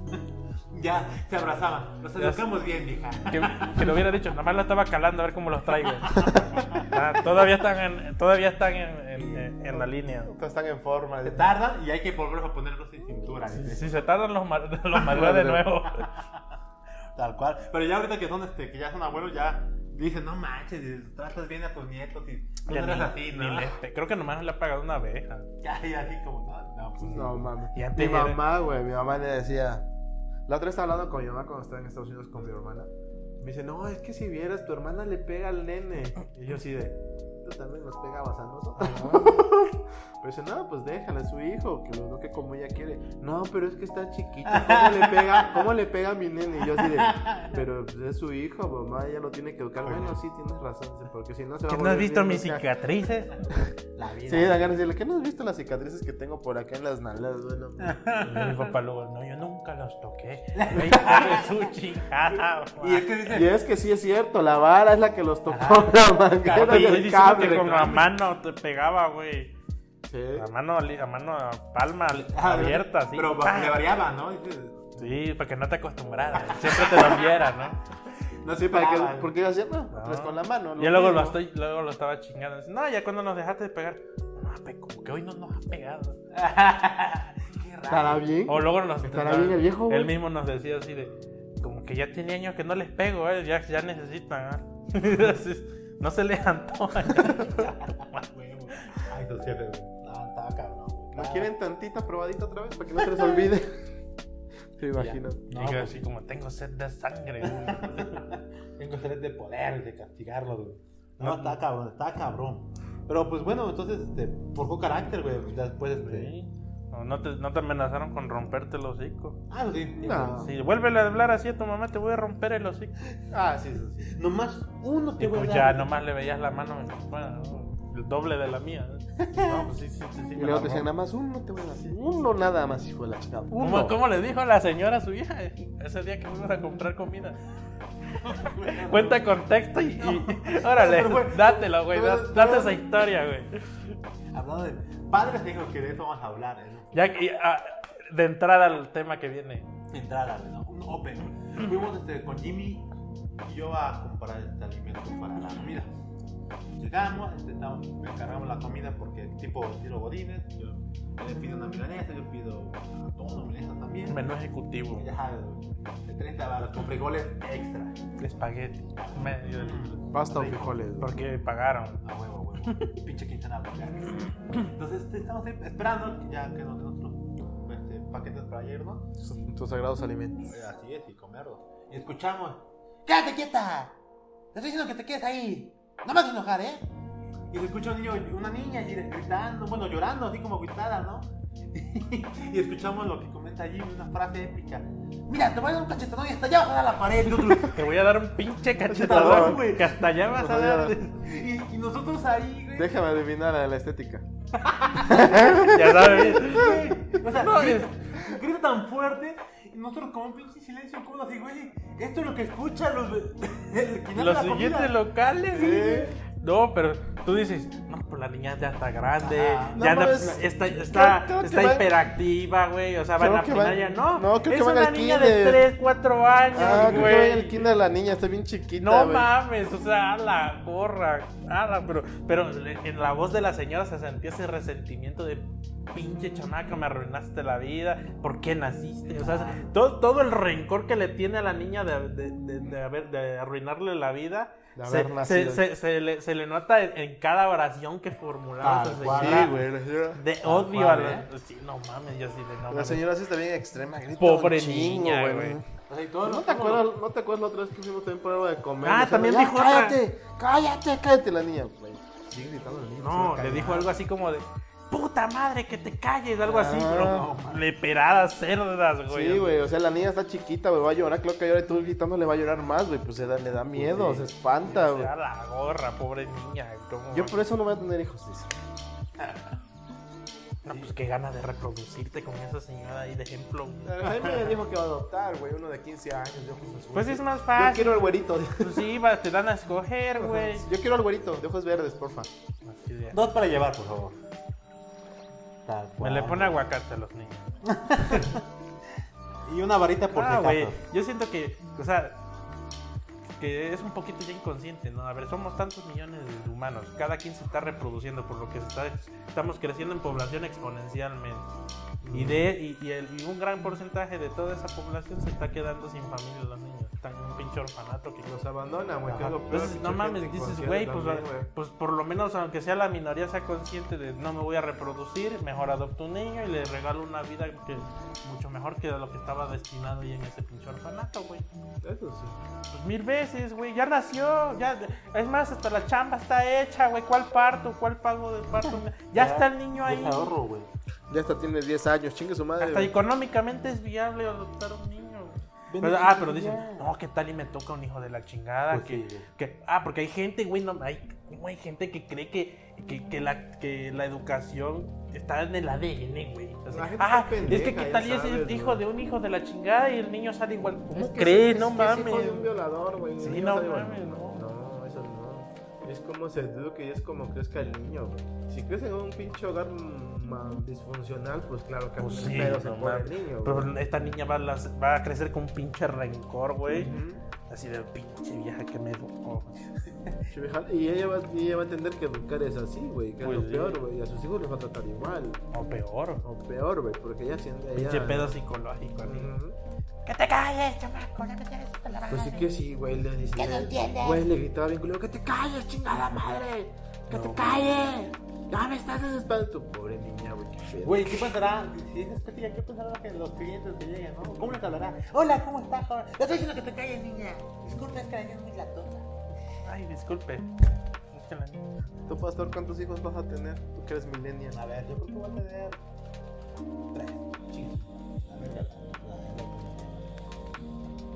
S5: Ya se abrazaban. Nos educamos bien, vieja.
S4: Que, que lo hubiera dicho. Nada más la estaba calando a ver cómo los traigo. Ah, todavía están en, todavía están en, en- en- en la línea.
S3: están en forma.
S5: Se tardan y hay que volver a ponerlos en cintura. dice.
S4: Si se tardan los, ma- los madrugó de nuevo.
S5: Tal cual. Pero ya ahorita que son este, que ya son abuelos, ya dicen, no manches, y tratas bien a tus nietos y tú
S4: Ya
S5: no eres
S4: ni-
S5: así,
S4: ni
S5: ¿no?
S4: le- creo que nomás le ha pagado una abeja.
S5: Ya, y así como, no, no, pues,
S3: No mames.
S4: Mm. Y antes
S3: Mi
S4: era-
S3: mamá, güey, mi mamá le decía. La otra vez estaba hablando con mi mamá cuando estaba en Estados Unidos con mi hermana. Me dice, no, es que si vieras, tu hermana le pega al nene. Y yo así de, tú también nos pegabas a nosotros. Pero dice, no, pues déjala, es su hijo, que lo que como ella quiere. No, pero es que está chiquito, ¿cómo le pega, cómo le pega a mi nene? Y yo así de, pero pues, es su hijo, mamá, ella lo tiene que educar. Bueno, sí, tienes razón, dice, porque si no se va a
S4: ¿Que no
S3: volver
S4: has visto
S3: bien
S4: mis
S3: loca".
S4: cicatrices?
S5: la vida.
S3: Sí, da ganas de decirle, ¿qué no has visto las cicatrices que tengo por acá en las nalgas? Bueno,
S4: mi papá luego, no, yo nunca los toqué. Ay, hijo de su chingada.
S5: Y es que dice,
S3: y es que sí es cierto, la vara es la que los tocó la manguera
S4: Estoy
S3: del
S4: diciendo
S3: cable.
S4: que con la
S3: cabrón.
S4: mano te pegaba, güey.
S3: Sí.
S4: La mano, li- la mano, palma li-
S5: ah,
S4: abierta, así.
S5: Pero
S4: ¡pah!
S5: le variaba, ¿no? Dice,
S4: Sí, para que no te acostumbraras. Siempre te lo viera, ¿no?
S5: No
S3: Sí, para que,
S5: esperaban.
S3: porque yo hacía, no,
S4: No.
S3: pues con la mano.
S4: Yo Ah. luego lo,
S3: mismo.
S4: estoy, luego lo estaba chingando. así, No, ya cuando nos dejaste de pegar, no, pe- como que hoy no nos ha pegado.
S5: Qué raro.
S3: ¿Estará bien?
S4: O luego nos
S3: Estará bien el viejo, güey.
S4: Él mismo nos decía así de como que ya tiene años que no les pego, eh, ya, ya necesitan. ¿eh? Así, no se les antoja.
S5: Ay, tus jefes, güey. No, estaba cabrón. güey.
S3: ¿No
S5: Estaba-
S3: quieren tantita probadita otra vez para que no se les olvide? Te imagino.
S5: No,
S4: y yo
S5: pues,
S4: así como tengo sed de sangre.
S5: Tengo sed de poder, de castigarlo, güey. No, está cabrón, está cabrón. Pero pues bueno, entonces este, forjó carácter, güey. Después, este.
S4: Sí. No, no te, no te amenazaron con romperte el hocico.
S5: Ah, sí.
S3: No.
S4: Si vuelve a hablar así a tu mamá, te voy a romper el hocico.
S3: Ah, sí, sí, sí.
S5: Nomás uno te
S4: Y
S5: voy a
S4: pues
S5: dar.
S4: ya
S5: güey.
S4: nomás le veías la mano a mi papá. ¿no? el doble de la mía. No, pues sí, sí, sí. sí
S3: Y
S4: me
S3: luego
S4: la
S3: te decían,
S4: robó.
S3: nada más uno te voy a dar. Uno nada más, hijo de la chingada. Uno.
S4: ¿Cómo, cómo le dijo la señora a su hija eh, ese día que fuimos a comprar comida? Cuenta contexto y, y- órale,
S5: Pero fue-
S4: dátelo, güey,
S5: pero-
S4: dat- date
S5: pero-
S4: esa historia, güey.
S5: Hablando de padres, digo que de eso vamos a hablar. ¿eh?
S4: Ya que- y, ah, de entrada al tema que viene.
S5: entrada, ¿no? Un open. Fuimos este, con Jimmy y yo a comprar este alimento para la comida. Llegamos, este, estábamos- encargamos la comida porque tipo tiro godines. Yo le pido una milanesa, yo pido una toma, milanesa también.
S4: Menú ejecutivo,
S5: Ya sabes, de 30 balas con frijoles extra.
S4: espagueti, medio del-
S3: Pasta o
S5: Rico.
S3: frijoles. güey.
S4: porque pagaron.
S5: A huevo, a huevo. Pinche quincena. pues, ya. Entonces este, estamos ahí esperando que ya que nos den otro este, paquetes para irnos.
S3: Son Tus sagrados alimentos.
S5: Eh, Así es, y comerlo. Y escuchamos. ¡Quédate quieta! Te estoy diciendo que te quedes ahí. No me hagas enojar, ¿eh? Y se escucha un niño, una niña y gritando, bueno, llorando, así como gritada, ¿no? y escuchamos lo que comenta allí, una frase épica. Mira, te voy a dar un cachetadón y hasta allá vas a dar la pared. Y nosotros,
S4: Te voy a dar un pinche
S5: Cachetadón,
S4: cachetadón,
S5: güey. Pues,
S4: que hasta allá vas a dar.
S5: y, y nosotros ahí, güey.
S3: Déjame adivinar la de la estética.
S4: Ya sabes.
S5: Güey, O sea,
S4: No,
S5: grita, grita tan fuerte. Y nosotros como un pinche silencio como así, güey. Esto es lo que escuchan los... el que no hace
S4: Los
S5: la
S4: siguientes
S5: comida.
S4: locales.
S3: Sí.
S4: No, pero tú dices, no, pues la niña ya está grande,
S5: Ajá.
S4: ya
S3: No
S4: anda-
S3: mames.
S4: está, está,
S3: Creo- creo que
S4: está
S3: va-
S4: hiperactiva, güey. O sea, va en
S3: Creo
S4: la
S3: que va-
S4: primaria, no.
S3: no, creo
S4: es
S3: que va en
S4: una
S3: el
S4: niña de
S3: kinder.
S4: 3, 4 años,
S3: Ah, creo que va
S4: güey.
S3: en el kinder la niña, está bien chiquita.
S4: No
S3: güey.
S4: mames, o sea, a la gorra, a la, pero, pero en la voz de la señora se sentía ese resentimiento de pinche chamaca, me arruinaste la vida, ¿por qué naciste? O sea, todo, todo el rencor que le tiene a la niña de, de, de- de haber- de arruinarle la vida.
S3: De
S4: se-
S3: haber
S4: se,
S3: nacido.
S4: se- se le, se le nota en, en cada oración que formulaba
S5: Tal
S4: esa
S5: cual.
S4: señora.
S3: Sí, güey. la señora-
S4: De odio a
S5: cual,
S4: la... sí, no mames, yo sí de no
S3: La
S4: mames.
S3: señora sí está bien extrema. grita
S4: Pobre
S3: un chingo,
S4: niña, güey.
S5: O sea, y todos
S3: ¿No
S5: los-
S3: te, acuerdas, ¿No te acuerdas la otra vez que fuimos también por algo de comer?
S4: Ah,
S3: Dijeron,
S4: también
S3: "Ya,
S4: dijo otra".
S3: Cállate, cállate, cállate la niña. güey. Sigue gritando la niña,
S4: No,
S3: se me
S4: le dijo
S3: cayó.
S4: algo así como de puta madre que te calles, algo así,
S3: Ah.
S4: pero leperadas cerdas, güey.
S3: Sí, güey, o sea, la niña está chiquita, güey, va a llorar, creo que llora y tú gritándole va a llorar más, güey, pues se da- le da miedo, se espanta,
S4: O
S3: güey.
S4: sea, la gorra, pobre niña. ¿cómo?
S3: Yo por eso no voy a tener hijos, dice.
S4: No, pues qué gana de reproducirte con esa señora ahí de ejemplo. güey.
S3: Jaime me dijo que va a adoptar, güey, uno de 15 años, de ojos azules.
S4: Pues es más
S3: Yo
S4: fácil.
S3: quiero al güerito.
S4: Pues sí, va, te dan a escoger, güey.
S3: Yo quiero al güerito, de ojos verdes, porfa.
S4: Así de-
S5: Dos para llevar, por favor. Tal
S4: Me
S5: cual.
S4: le pone aguacate a los niños.
S5: Y una varita por
S4: Ah,
S5: si
S4: güey.
S5: acaso.
S4: Yo siento que, o sea, que es un poquito ya inconsciente, ¿no? A ver, somos tantos millones de humanos. Cada quien se está reproduciendo, por lo que se está- estamos creciendo en población exponencialmente. Y, de,
S5: Mm.
S4: y, y el- y un gran porcentaje de toda esa población se está quedando sin familia los niños. Están en un pinche orfanato que
S3: Los abandona, güey, que
S5: Ajá.
S3: es lo peor.
S4: entonces, no
S3: mucha
S4: mames,
S3: gente
S4: dices,
S3: inconsciente
S4: güey, pues,
S3: también,
S4: va-
S3: güey.
S4: pues por lo menos aunque sea la minoría sea consciente de no me voy a reproducir, mejor adopto un niño y le regalo una vida que mucho mejor que lo que estaba destinado ahí en ese pinche orfanato, güey.
S3: Eso sí.
S4: Pues mil veces, güey, ya nació, ya, es más, hasta la chamba está hecha, güey, ¿cuál parto, cuál pago de parto? Ya está el niño ahí,
S5: Es ahorro, güey.
S3: Ya hasta tiene 10 años, chingue su madre.
S4: hasta
S3: güey.
S4: económicamente es viable adoptar un niño. güey. Pero-
S5: Bendito
S4: ah, pero
S5: sea.
S4: dicen, no, ¿qué tal y me toca un hijo de la chingada?
S5: Pues
S4: que,
S5: sí, güey.
S4: que- ah, porque hay gente, güey, no, hay, no hay gente que cree que, que, que la, que la educación está en el ADN, güey. O sea,
S3: La gente está
S4: ah, es que
S3: pendeja,
S4: qué
S3: ya
S4: tal y es el
S3: sabes,
S4: hijo
S3: güey.
S4: de un hijo de la chingada y el niño sale igual. ¿Cómo
S3: Es que
S4: crees?
S3: es-
S4: no
S3: es que
S4: mames.
S3: Es hijo de un violador, güey.
S4: Sí,
S3: Ellos
S4: no
S3: saben,
S4: mames,
S3: no.
S4: no.
S3: No, eso no. Es como se eduque y es como crezca el niño, güey. Si crece en un pinche hogar ma- disfuncional, pues claro que
S4: Pues
S3: el
S4: sí,
S3: pedo se
S4: no
S3: pone
S4: mames.
S3: el niño, güey.
S4: Pero esta niña va a, las- va a crecer con un pinche rencor, güey.
S3: Ujú.
S4: Así de pinche vieja que me educó.
S3: Sí, vieja, Y ella va, y ella va a entender que educar es así, güey. Que
S4: Pues
S3: es lo
S4: sí.
S3: peor, güey. Y a sus hijos los va a tratar igual.
S4: O peor.
S3: O peor, güey. Porque ella siente. Ella...
S4: Pinche pedo psicológico. así.
S3: Ujú.
S1: ¡Que te calles, chamaco! ¡Ya me tienes hasta la
S3: Pues sí que sí, güey. Le dice.
S1: no entiendes?
S3: Güey, le gritaba bien culero. ¡Que te calles, chingada madre! ¡Que te calles! ¡Ya me estás desesperando! Tu pobre niña, güey. Qué pedo.
S5: Güey, ¿qué pasará? Si es estética, ¿qué pasará que los clientes que lleguen, no? ¿Cómo les hablará? Hola, ¿cómo estás, joven? Te estoy diciendo que te calles, niña. Disculpa, es que la niña es muy latosa.
S4: Ay, disculpe. Es que la-
S3: Tú, pastor, ¿cuántos hijos vas a tener? Tú que eres millennial.
S5: A ver, yo creo que voy a tener tres. Chicos. A ver, ya,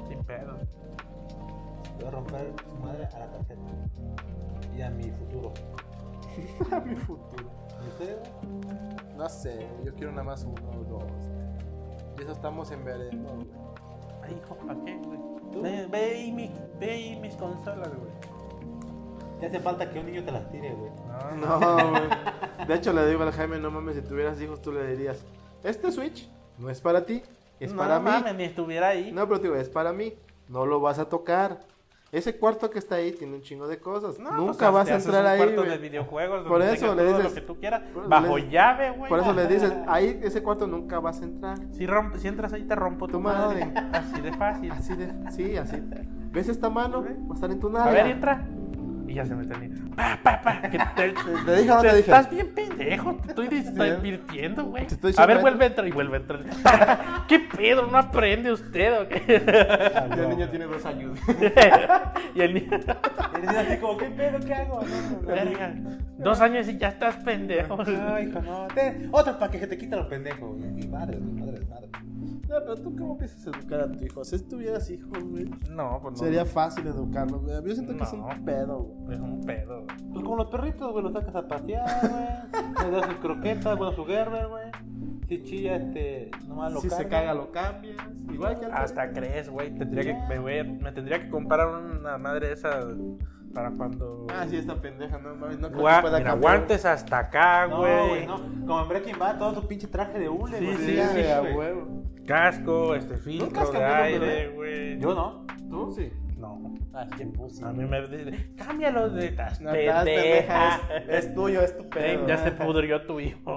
S5: ya,
S4: Sin pedo.
S5: ya. Voy a romper su madre a la tarjeta. Y a mi futuro. A mi futuro. ¿Y usted?
S3: No sé, yo quiero nada más uno o dos. Y eso estamos en veremos, güey.
S4: Ay, hijo, ¿para qué, güey? Ve, ve ahí mi- ve ahí mis consolas, güey.
S5: Te hace falta que un niño te las tire, güey.
S3: No, güey. De hecho, le digo al Jaime, no mames, si tuvieras hijos, tú le dirías, este Switch no es para ti, es
S4: no
S3: para mí.
S4: mames, ni estuviera ahí.
S3: No, pero te digo, es para mí, no lo vas a tocar. Ese cuarto que está ahí tiene un chingo de cosas.
S4: No,
S3: Nunca
S4: pues, hasta
S3: vas a
S4: haces
S3: entrar
S4: un
S3: ahí,
S4: cuarto
S3: güey.
S4: de videojuegos,
S3: Por
S4: donde
S3: eso
S4: tengas
S3: le
S4: todo
S3: dices-
S4: lo que tú quieras,
S3: por eso
S4: bajo
S3: le-
S4: llave, güey.
S3: Por eso le dices, ahí, ese cuarto nunca vas a entrar.
S4: Si, romp- si entras ahí te rompo tu,
S3: Tu madre.
S4: madre. Así de fácil.
S3: Así de, sí, así. ¿Ves esta mano? Va a estar en tu nalga.
S4: A ver, entra. Y ya se me tenía. Pa, pa, pa. que te,
S3: ¿Te dije o no te dije?
S4: Estás bien pendejo. Te estoy dis-
S3: Sí.
S4: advirtiendo, güey.
S3: Te estoy
S4: A ver,
S3: diciendo-
S4: vuelve a entrar. Y vuelve a entrar. ¿Qué pedo? ¿No aprende usted o qué?
S3: Ya el niño tiene dos años.
S4: y el niño.
S5: Eres así como, ¿qué pedo? ¿Qué hago? No, no, no.
S4: Verga, Dos años y ya estás pendejo.
S5: No, hijo, no. Te... Otro para que te quite los pendejos. Mi madre, mi madre, mi madre.
S3: No, pero tú cómo piensas educar a tu hijo. Si tuvieras hijos, güey,
S4: No, pues no.
S3: sería fácil educarlo, güey. Yo siento que es
S4: No.
S3: un pedo, güey.
S4: Es un pedo.
S5: Pues como los perritos, güey, los sacas a pasear, güey. Le das sus croquetas, güey, a su Gerber, güey. Si chilla, este, nomás lo
S3: si se
S5: cargas.
S3: caga lo cambias. Igual que antes.
S4: Hasta crees, güey. Tendría que, me, voy a- me tendría que comprar una madre esa para cuando.
S3: Ah, sí, esta pendeja, no mames. No creo que
S4: Gua-
S3: pueda
S4: mira,
S3: cambiar.
S4: guantes hasta acá,
S5: No, güey,
S4: güey.
S5: no. Como en Breaking Bad, todo tu pinche traje de hule,
S4: Sí,
S5: güey.
S3: Sí,
S4: sí,
S3: a
S4: sí,
S3: a
S5: güey.
S3: huevo.
S4: Casco, este filtro
S3: has
S4: de
S3: cambiado,
S4: aire,
S3: ¿verdad?
S4: güey.
S5: Yo no.
S3: ¿Tú? Sí.
S4: No.
S5: Ah, qué pussy.
S4: A mí me dicen, cámbialo de tas,
S3: No, estás pendeja. Es,
S4: pendeja.
S3: es tuyo, es tu pedo.
S4: Ya se pudrió tu hijo.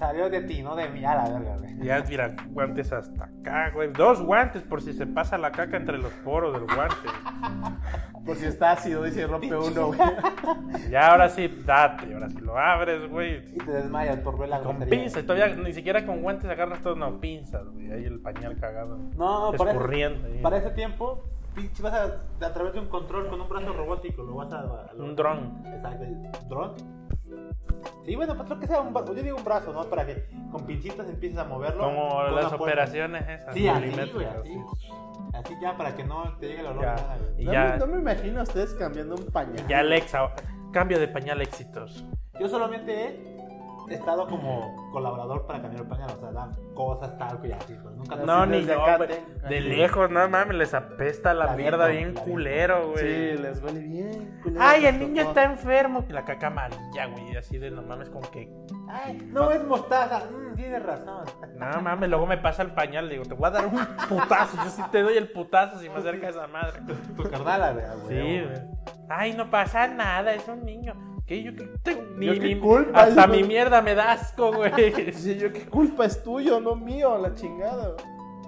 S5: Salió de ti, no de mí, a la verga, güey.
S4: Ya, mira, guantes hasta acá, güey. Dos guantes por si se pasa la caca entre los poros del guante.
S3: Por Pues si está ácido, dice rompe uno, güey.
S4: Ya, ahora sí, date. Ahora sí lo abres, güey.
S5: Y te desmayas por ver la
S4: Con
S5: grosería.
S4: pinzas, todavía ni siquiera con guantes agarras todo, no, pinzas, güey. Ahí el pañal cagado.
S5: No, para ese,
S4: escurriendo. ahí.
S5: para ese tiempo, pinche, vas a, a través de un control con un brazo robótico, lo vas a... lo-
S4: Un dron.
S5: Exacto, el dron. Sí, bueno, pues lo que sea, un, bra- yo digo un brazo, ¿no? Para que con pinchitas empieces a moverlo.
S4: Como
S5: con
S4: las
S5: una pol-
S4: operaciones esas.
S5: Sí, así, güey,
S4: milimétricas,
S5: así.
S4: sí.
S5: Así ya, para que no te llegue el olor.
S4: Ya.
S5: ni nada, güey.
S4: Y
S3: No,
S4: ya,
S3: me- no me imagino a ustedes cambiando un pañal.
S4: ya Alexa, cambio de pañal exitoso.
S5: Yo solamente he estado como colaborador para cambiar el pañal, o sea, dan cosas, talco y así, pero nunca...
S4: No,
S3: sí,
S4: ni
S3: desde
S4: yo,
S3: acá
S4: güey.
S3: te-
S4: De lejos, no mames, les apesta la,
S5: La
S4: mierda bien
S5: viento, la
S4: culero,
S3: Sí,
S4: güey.
S3: les huele bien. culero.
S4: Ay, el niño está enfermo. La caca amarilla, güey, así de no mames, como que.
S5: Ay, no es mostaza, mm, tienes razón.
S4: No mames, luego me pasa el pañal, digo, te voy a dar un putazo. Yo sí te doy el putazo si me acercas a esa madre.
S5: Tu carnala, güey. a
S4: Sí,
S5: huevo.
S4: güey. Ay, no pasa nada, es un niño. ¿Qué? Yo qué tengo? Ni-
S3: Yo qué
S4: ni-
S3: culpa,
S4: Hasta
S3: yo-
S4: mi mierda me da asco, güey.
S3: Sí, yo qué culpa es tuyo, no mío, la chingada. güey.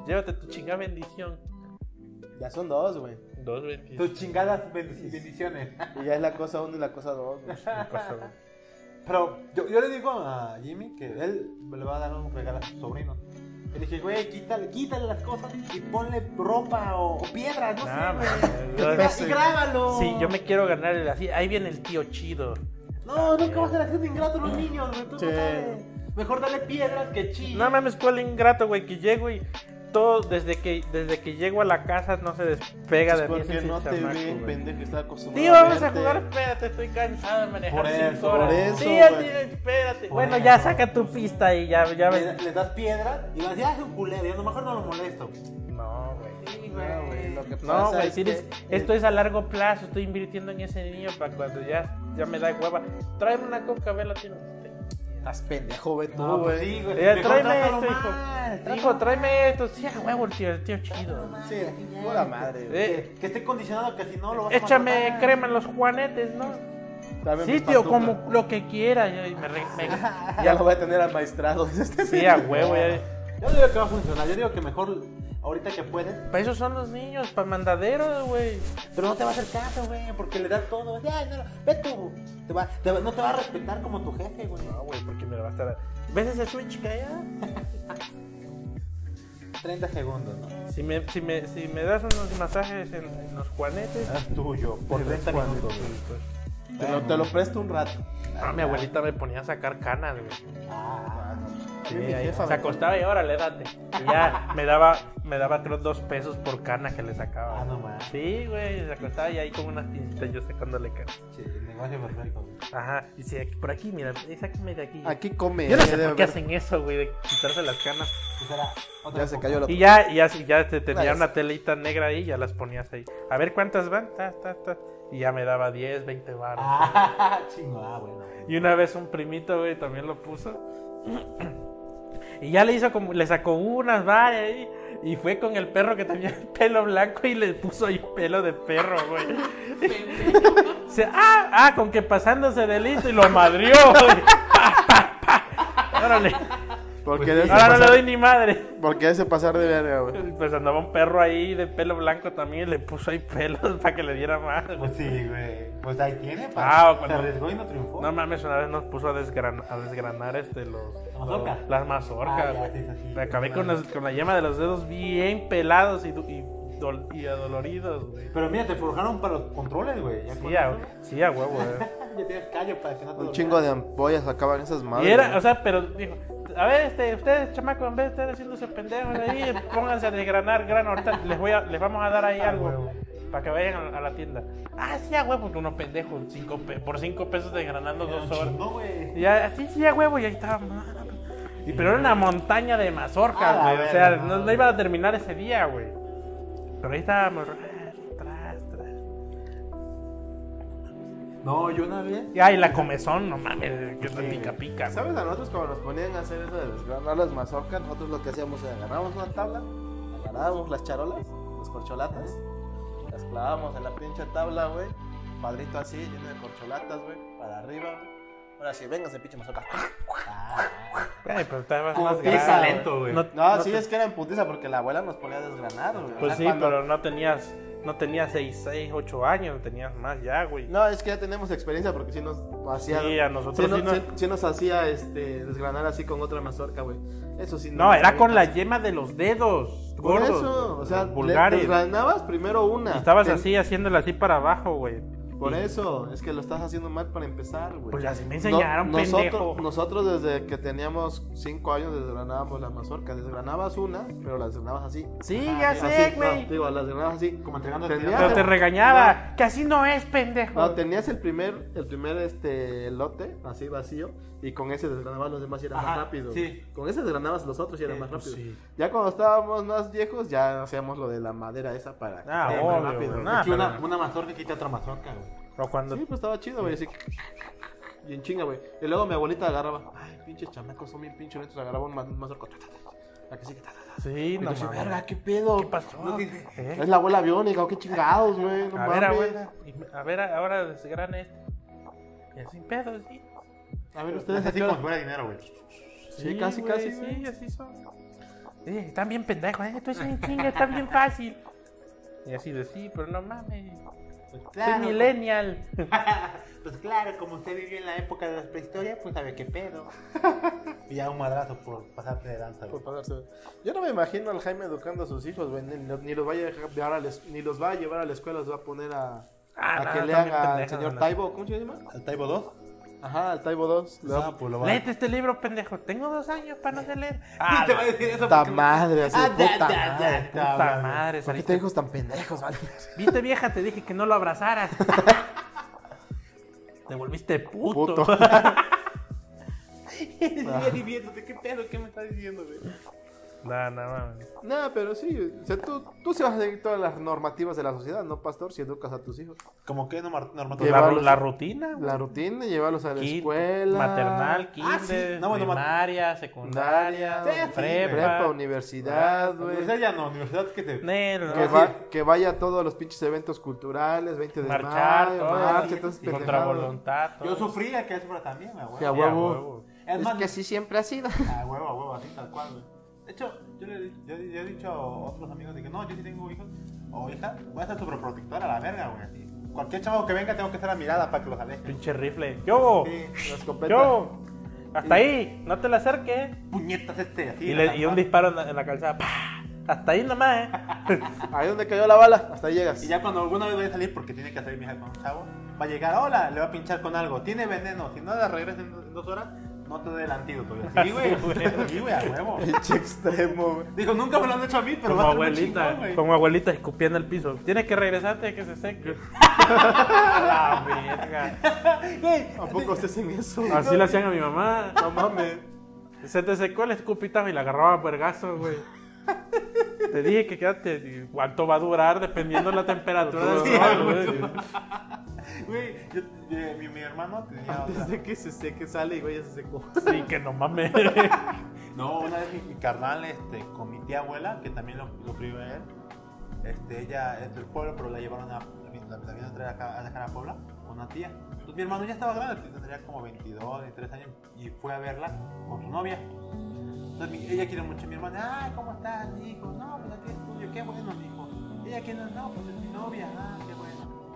S4: Llévate tu chingada bendición.
S3: Ya son dos, güey.
S4: Dos bendiciones.
S5: Tus chingadas ben- bendiciones.
S3: Y ya es la cosa uno y la cosa dos. güey.
S5: Pero yo, yo le digo a Jimmy que él le va a dar un regalo a su sobrino. Le dije, güey, quítale, quítale las cosas y ponle ropa o, o piedras, no
S4: Nah, man,
S5: sé, güey. Y gra-
S4: yo-
S5: Y grábalo.
S4: Sí, yo me quiero ganar el así. Ahí viene el tío chido.
S5: No, nunca vas a hacer ingrato a los niños, güey. Tú no
S3: Sí.
S5: sabes. Mejor dale piedras que chillen.
S4: No mames, cuál ingrato, güey, que llego y todo desde que desde que llego a la casa no se despega de mí.
S3: Porque
S4: ese
S3: no te
S4: chamaco,
S3: ve,
S4: güey.
S3: pendejo, está acostumbrado.
S4: Tío, vamos a
S3: verte.
S4: jugar, espérate, estoy cansado de manejar
S5: Por
S4: cinco
S5: eso,
S4: horas.
S3: por eso,
S4: Tío,
S3: güey.
S4: tío, espérate.
S5: Por
S4: bueno,
S5: eso.
S4: ya saca tu pista y ya, ya
S5: Le,
S4: ves.
S5: le das piedra y vas, ya es un culero, y a lo mejor no lo molesto.
S4: No, güey.
S5: Sí,
S3: No, güey, lo que pasa
S4: No, güey,
S3: es
S4: si eres-
S3: que-
S4: esto es a largo plazo, estoy invirtiendo en ese niño para cuando ya, ya me da hueva. Tráeme una coca, ve la tienes.
S3: Estás pendejo, güey, tú,
S5: No, pues
S3: güey.
S5: sí, güey.
S4: Eh,
S5: Mejor
S4: tráeme
S5: trátalo
S4: esto, hijo.
S5: mal,
S4: Hijo,
S5: trátalo
S4: tráeme esto. Sí, a huevo, el tío, el tío chido.
S5: mal,
S3: Sí,
S5: así ya.
S3: pura madre, güey.
S4: Eh,
S5: Que, que esté condicionado que si no lo vas a
S4: échame
S5: maltratar.
S4: crema en los juanetes, ¿no?
S3: Dame
S4: Sí,
S3: mis
S4: tío,
S3: pantuflas.
S4: como lo que quiera. Y me re- me-
S3: Ya lo voy a tener maestrado este
S4: Sí, a huevo. ya-
S5: Yo digo que va a funcionar, yo digo que mejor ahorita que puedes.
S4: Para eso son los niños, para mandaderos, güey.
S5: Pero no te va a hacer caso, güey, porque le das todo. Ya, no, no, ve tú. Te va, te va- no te va a respetar como tu jefe, güey.
S4: No, güey, porque me la va a estar. ¿Ves ese switch que hay ah? allá?
S5: 30 segundos, ¿no?
S4: Si me, si me, si me das unos masajes en, en los juanetes. pues,
S5: Es tuyo, por 30 minutos, güey.
S3: Te lo, te lo presto un rato.
S4: Ah, mi abuelita me ponía a sacar canas, güey.
S5: Ah,
S4: Sí,
S3: mi
S4: ahí
S3: jefa
S4: se
S3: me-
S4: acostaba y órale, date. Y ya me daba, me daba creo dos pesos por cana que le sacaba.
S5: Ah, no más.
S4: Sí, güey, se acostaba y ahí con unas pincitas yo sacándole canas.
S5: Sí, negocio perfecto. güey.
S4: Ajá, y si por aquí, mira, sáqueme de aquí.
S3: Aquí come. eh,
S4: Yo no sé
S3: debe
S4: por qué
S3: haber-
S4: hacen eso, güey, de quitarse las canas.
S5: Esa era otra
S3: Ya se
S5: época.
S3: cayó la
S4: Y ya, y ya, y ya te tenía
S3: Nice.
S4: una telita negra ahí, ya las ponías ahí. A ver cuántas van, ta, ta, ta. Y ya me daba 10, 20 baros.
S5: Ah, chingo, ah, bueno.
S4: Y una vez un primito, güey, también lo puso. Y ya le hizo como, le sacó unas varias ahí. Y fue con el perro que tenía el pelo blanco y le puso ahí pelo de perro, güey. O sea, ah, ah, con que pasándose de listo y lo madrió, güey. Pa, pa, pa. Órale.
S3: Porque
S5: Pues
S3: de
S5: sí.
S3: ese
S4: Ahora no le
S3: pasar-
S4: doy ni madre.
S3: Porque de ese pasar de verga, güey.
S4: Pues andaba un perro ahí de pelo blanco también y le puso ahí pelos para que le diera más. güey.
S5: Pues sí, güey. Pues ahí tiene,
S4: Ah,
S5: pa.
S4: cuando-
S5: Se arriesgó y no triunfó.
S4: No mames, una vez nos puso a, desgran- a desgranar este los,
S5: ¿La mazorca?
S4: los- las mazorcas.
S5: Ah, ya,
S4: güey.
S5: sí, sí, sí.
S4: Me acabé con, las- con la yema de los dedos bien pelados y, du- y, dol- y adoloridos, güey.
S5: Pero mira, te forjaron para los controles, güey. Ya con
S4: Sí, a,
S5: eso, ah,
S4: sí, a huevo, eh. güey.
S5: Ya tienes callo para que no te
S3: Un
S5: lo
S3: chingo
S5: vean.
S3: de ampollas sacaban esas madres.
S4: Y era,
S3: güey.
S4: o sea, pero dijo, a ver, este, ustedes, chamaco, en vez de estar haciéndose pendejos ahí, pónganse a desgranar grano, ahorita les, voy a, les vamos a dar ahí
S5: Ah,
S4: algo
S5: huevo.
S4: para que vayan a, la- a la tienda. Ah, sí, a huevo, porque unos pendejos, cinco pe- por cinco pesos desgranando
S5: Era un
S4: dos horas.
S5: chingo, güey.
S4: Y así, sí, a huevo, y ahí estaba. mami. Y pero era una montaña de mazorcas,
S5: A la
S4: güey. O sea,
S5: verga,
S4: no,
S5: no.
S4: no iba a terminar ese día, güey. Pero ahí estábamos. ah, Tras, tras.
S5: No, yo una vez.
S4: Y ay, la comezón, no mames, que pica pica.
S3: eh,
S4: güey.
S3: ¿Sabes a nosotros cuando nos ponían a hacer eso de desgranar las mazorcas? Nosotros lo que hacíamos era agarrábamos una tabla, agarrábamos las charolas, las corcholatas, las clavábamos en la pinche tabla, güey. Padrito así, lleno de corcholatas, güey, para arriba, güey. Ahora sí, vénganse, pinche mazorca.
S4: Ay, pero estabas
S5: Como
S4: más
S5: pizza
S4: grave, güey.
S5: lento, güey.
S4: No,
S3: No,
S4: no
S3: sí,
S4: te-
S3: es que era en putiza porque la abuela nos ponía a desgranar, güey. O
S4: Pues
S3: sea,
S4: sí,
S3: cuando-
S4: pero no tenías, no tenías 6, 6, 8 años, tenías más ya, güey.
S3: No, es que ya tenemos experiencia porque sí nos hacía.
S4: Sí, a nosotros sí
S3: nos,
S4: nos-
S3: sí nos hacía este, desgranar así con otra mazorca, güey. Eso sí.
S4: No, era con la
S3: las
S4: yema de los dedos,
S3: Por
S4: gordos,
S3: eso, o sea, le-
S4: vulgares.
S3: desgranabas primero una.
S4: Y estabas
S3: Ten-
S4: así, haciéndola así para abajo, güey.
S3: Por eso, es que lo estás haciendo mal para empezar, güey.
S4: Pues así me
S3: No,
S4: enseñaron,
S3: nosotros,
S4: pendejo.
S3: Nosotros desde que teníamos 5 años desgranábamos la mazorca. Desgranabas una, pero la desgranabas así.
S4: Sí,
S3: Ah,
S4: ya sé,
S3: así,
S4: güey.
S3: no, digo, la desgranabas así.
S5: Como entregando
S3: Tenía-
S5: tiras.
S4: Pero te regañaba, que así no es, pendejo.
S3: No, tenías el primer, el primer este lote así vacío y con ese desgranabas los demás y era
S5: Ajá,
S3: más rápido.
S5: sí.
S3: Con ese desgranabas los otros y era más
S4: pues
S3: rápido.
S4: sí.
S3: Ya cuando estábamos más viejos ya hacíamos lo de la madera esa para que
S4: Ah,
S3: sea más
S4: obvio, güey, no.
S5: Es que
S4: Ah,
S5: una,
S4: pero-
S5: una mazorca quita otra mazorca, güey.
S4: O cuando...
S3: Sí, pues estaba chido, güey. Así que... Y en chinga, güey. Y luego mi abuelita agarraba. Ay, pinches chamacos, son bien pinches netos. Agarraba un ma- un mazorco. ta, ta, ta, La que sigue. ta, ta, ta.
S4: Sí,
S3: Y
S4: no
S3: yo así,
S4: mames.
S3: verga, ¿qué pedo?
S4: ¿Qué pasó?
S5: No tiene-
S4: ¿Eh?
S3: Es la abuela biónica, o qué chingados, güey. No
S4: A ver,
S3: mames.
S4: abuela. y- A ver, ahora desgrana este. Y así, pedo, sí.
S3: A ver, ustedes
S5: así
S3: así
S5: como si fuera dinero, güey.
S3: Sí, casi,
S4: güey,
S3: casi,
S4: Sí,
S3: güey.
S4: así son. Sí, están bien pendejos, ¿eh? Tú es un chingo, está bien fácil. Y así de sí, pero no mames.
S5: Pues
S4: Soy millennial.
S5: pues claro, como usted vivió en la época de la prehistoria, pues sabe qué pedo. y ya un madrazo por pasarte de lanza,
S3: Por
S5: güey.
S3: pasarse. Yo no me imagino al Jaime educando a sus hijos, güey. Ni, ni los va a llevar a la, es- ni los va a llevar a la escuela, los va a poner a, a
S4: Ah, no,
S3: que
S4: están
S3: lean
S4: bien
S3: al
S4: pendejos,
S3: señor
S4: no.
S3: Taibo. ¿Cómo se llama?
S5: ¿Al Taibo 2?
S3: Ajá, al Taibo 2. Le va a-
S5: Ah, pues lo va
S4: Léete este libro, pendejo. Tengo dos años para no sé leer.
S5: Ah,
S4: Ah,
S5: te va a decir eso
S3: Puta
S5: porque-
S3: madre, así.
S5: Ah, da,
S3: puta
S5: da, da,
S3: madre.
S5: da,
S4: puta
S5: da,
S4: madre,
S3: ¿Por qué
S4: saliste.
S3: te hijos tan pendejos, vale?
S4: Viste vieja, te dije que no lo abrazaras. Te volviste puto.
S3: Puto. Ah.
S5: Sigue diviértete, qué pedo, qué me estás diciendo, güey.
S4: No, no mames.
S3: No, pero sí, o sea, tú, tú sí vas a seguir todas las normativas de la sociedad, ¿no, pastor? Si educas a tus hijos.
S5: Como que no
S3: Lleva-
S4: La,
S5: normativa.
S4: ru- la rutina. güey.
S3: La rutina, llevarlos a la
S4: Kid-
S3: escuela.
S4: Maternal, kinder,
S5: Ah, sí. No, bueno, mat-
S4: primaria, secundaria,
S3: secundaria,
S5: sí,
S4: prepa.
S3: Prepa, universidad,
S5: La
S3: güey.
S5: universidad ya no, universidad que te.
S4: Nel,
S3: Que,
S4: ¿no?
S3: va- que vaya a todos los pinches eventos culturales, 20 de
S4: Marchar,
S3: mayo,
S4: todo,
S3: marcha,
S5: sí,
S3: entonces
S5: sí,
S4: Contra voluntad. todo.
S5: Yo sufría que eso fuera también, güey.
S3: Que a
S4: Sí,
S5: güey.
S4: a
S3: huevo.
S4: huevo.
S5: Es más,
S3: así siempre ha sido.
S5: A huevo, a huevo, así tal cual, güey. De hecho, yo le he- yo, yo he dicho a otros amigos de que no, yo sí tengo hijos o hija, voy a ser sobreprotector a la verga, güey. así. Cualquier chavo que venga tengo que hacer la mirada para que los aleje.
S4: Pinche rifle. Yo,
S5: Sí,
S3: La escopeta.
S4: yo. Hasta ahí, no te le acerques.
S5: puñetas este, así.
S4: Y, le-
S5: la-
S4: y un disparo en la, en la calzada. ¡pah! Hasta ahí nomás, eh.
S3: Ahí donde cayó la bala, hasta ahí llegas.
S5: Y ya cuando alguna vez vaya a salir, porque tiene que salir mi hija con un chavo, va a llegar, hola, le va a pinchar con algo, tiene veneno, si no la regresa en, en dos horas, no te dé el antídoto. Yo, Sí, güey, sí, güey, a huevo.
S3: Pinche extremo, güey.
S5: Digo, nunca me lo han hecho a mí, pero
S4: Como
S5: va a tener
S4: abuelita,
S5: chingón, güey.
S4: como abuelita escupiendo el piso. Tienes que regresar antes de que se seque. la verga.
S5: Güey,
S3: ¿A poco se hacen eso? güey?
S4: Así le hacían a mi mamá.
S3: No mames.
S4: Se te secó el escupitajo y la agarraba a vergazo, güey. Te dije que quédate. y ¿Cuánto va a durar dependiendo la temperatura del
S5: Sí,
S4: sol,
S5: güey.
S4: güey?
S5: Güey, yo- eh, mi, mi hermano tenía otra.
S3: Antes de que se seque, sale y güey, ya se secó.
S4: Sí, que no mames.
S5: No, una vez mi, mi carnal, este, con mi tía abuela, que también lo, lo crió él, este, ella es del pueblo, pero la llevaron a, la, vi- la, la vino a traer acá, a dejar a Puebla, con una tía. Entonces mi hermano ya estaba grande, tendría como 22, 23 años, y fue a verla con su novia. Entonces mi- ella quiere mucho a mi hermana, ay, ¿cómo estás, hijo? No, pues aquí es tuyo, qué bueno, mi hijo. Ella quiere, no, pues es mi novia, ah, qué bueno.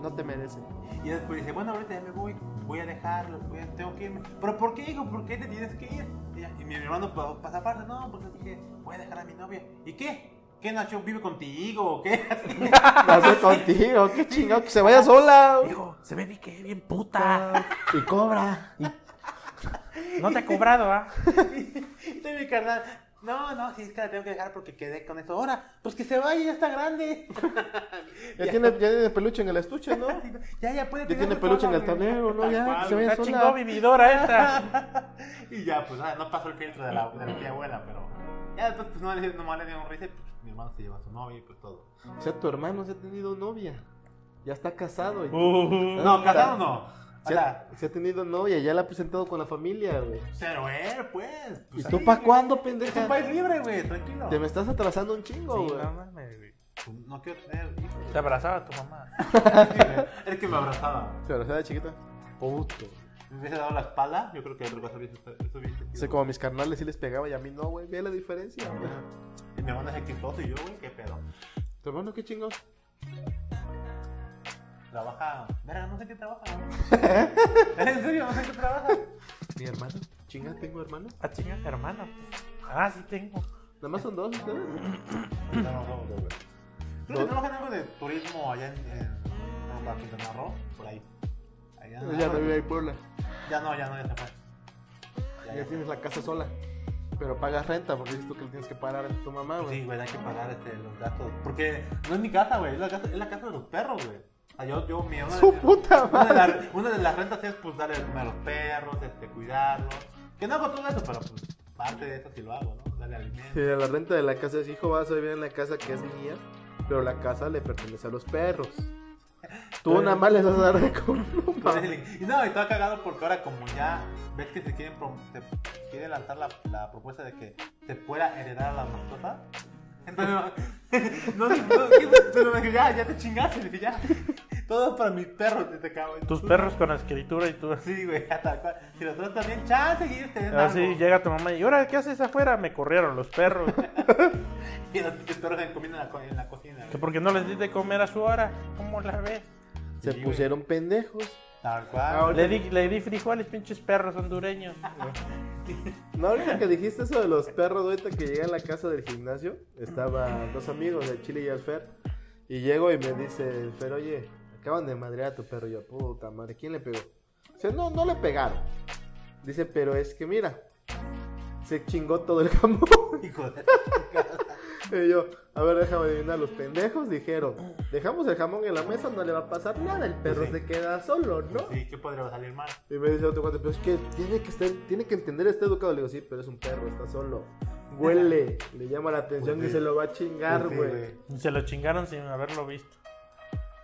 S3: No te merece.
S5: Y después dice, bueno, ahorita ya me voy, voy a dejarlo, voy a- tengo que irme. ¿Pero por qué, hijo? ¿Por qué te tienes que ir? Y, ya- y mi hermano pa- pasa aparte, no, porque dije, voy a dejar a mi novia. ¿Y qué? ¿Qué, Nacho? ¿Vive contigo o qué?
S3: Pase contigo, qué chingado, que se vaya sola. güey.
S4: Digo, se ve que bien puta.
S3: Y cobra.
S4: No te ha cobrado, ¿ah?
S5: Entonces mi carnal, no, no, si es que la tengo que dejar porque quedé con esto. Ahora, pues que se vaya, ya está grande.
S3: Ya tiene, ya tiene peluche en el estuche, ¿no? Ya
S5: Ya, ya puede
S3: tiene
S5: tenerlo
S3: peluche en
S5: sola,
S3: el
S5: güey.
S3: tablero, ¿no?
S5: Tal
S3: Ya,
S5: cual,
S3: que se vaya
S4: Está chingón
S3: sola.
S4: vividora esta.
S5: Y ya, pues ah, no pasó el filtro de la, de la tía abuela, pero ya después pues, no, le- nomás le dieron risa y pues mi hermano se lleva a su novia y pues todo.
S3: O sea, tu hermano se ha tenido novia. Ya está casado. y-
S4: Uh,
S5: No, casado no. O
S3: Se ha,
S5: sea,
S3: se ha tenido novia, ya la ha presentado con la familia, güey.
S5: cero él, pues.
S3: ¿Y
S5: pues,
S3: tú
S5: ahí,
S3: pa'
S5: güey.
S3: cuándo,
S5: Es un
S3: pendeja?
S5: país libre, güey, tranquilo.
S3: Te me estás atrasando un chingo,
S4: sí,
S3: güey.
S4: no mames, güey.
S5: No quiero tener
S4: Te abrazaba tu mamá.
S5: hijos. Es que me abrazaba.
S3: Se abrazaba de chiquita. Puto.
S5: Me hubiese dado la espalda, yo creo que otra cosa hubiese eso hubiese sido.
S3: O sea, como a mis carnales sí les pegaba y a mí no, güey. Ve la diferencia, güey.
S5: Y mi hermano es exitoso y yo, güey, qué pedo.
S3: Tu hermano, qué chingón.
S5: Trabaja. Verga, no sé qué trabaja. en serio, no sé qué trabaja.
S3: Mi hermano. Chinga, tengo hermano.
S4: Ah, chinga, hermano. Ah, sí tengo.
S3: Nada más son dos ustedes.
S5: No, no, no, no, güey. Creo que
S3: No.
S5: trabaja en algo de turismo allá en, en, en Quintana Roo, por ahí. Allá en-
S3: Ya no vive ahí en Puebla.
S5: Ya no, ya no, ya se fue. Ya,
S3: Ya
S5: ya.
S3: tienes la casa sola. Pero pagas renta porque dices tú que le tienes que pagar a tu mamá, güey.
S5: Sí, güey, hay que pagar este, los gastos. Porque no es mi casa, güey, es la casa, es la casa de los perros, güey. O sea, yo, yo, mi una de-
S3: Su puta
S5: una de,
S3: madre.
S5: la- una de las rentas es pues darle de comer a los perros, este, cuidarlos. Que no hago todo eso, pero pues parte de eso sí lo hago, ¿no? Darle alimento.
S3: Sí, a la renta de la casa es hijo, vas a vivir en la casa que es mía, pero la casa le pertenece a los perros. Tú nada más les vas a dar de comer.
S5: Tú eres el- Y no, y todo cagado porque ahora como ya ves que se quieren, prom- se quiere lanzar la, la propuesta de que se pueda heredar a las mascotas. Entonces, no, no, no, ¿qué? pero me dije, ya, ya te chingaste, dije, ya. Todo es para mis perros, te, te cago en
S4: Tus
S5: tu-
S4: perros con escritura y tú.
S5: Sí, güey, ya tal cual. Si los tratas bien, chance, y ellos te
S3: Ah,
S5: den
S4: Así
S5: algo.
S4: Ah, llega tu mamá y, ahora, ¿qué haces afuera? Me corrieron los perros.
S5: Y los los perros se comiendo en la, co- en la cocina.
S4: ¿Que
S5: güey.
S4: porque no les di de comer a su hora? ¿Cómo la ves?
S3: Se
S5: Sí,
S3: pusieron pendejos.
S5: Tal
S3: Ahora-
S5: cual.
S4: Le di, le di frijoles, pinches perros hondureños.
S3: No, ahorita que dijiste eso de los perros, ahorita que llegué a la casa del gimnasio, estaban dos amigos, el Chile y el Fer, y llego y me dice el Fer, oye, acaban de madrear a tu perro, Y yo, puta madre, ¿quién le pegó? Dice, no, no le pegaron. Dice, pero es que mira, se chingó todo el jamón.
S5: Hijo de...
S3: Y yo, a ver, déjame adivinar, los pendejos dijeron, dejamos el jamón en la mesa, no le va a pasar nada, el perro
S5: Sí.
S3: se queda solo, ¿no?
S5: Sí, ¿qué podría salir mal?
S3: Y me dice otro cuate, pero es que tiene que estar, tiene que entender, está educado. Le digo, sí, pero es un perro, está solo. Huele, le llama la atención
S5: Pues
S3: y
S5: sí.
S3: se lo va a chingar,
S5: Sí,
S3: güey.
S4: Y Se lo chingaron sin haberlo visto.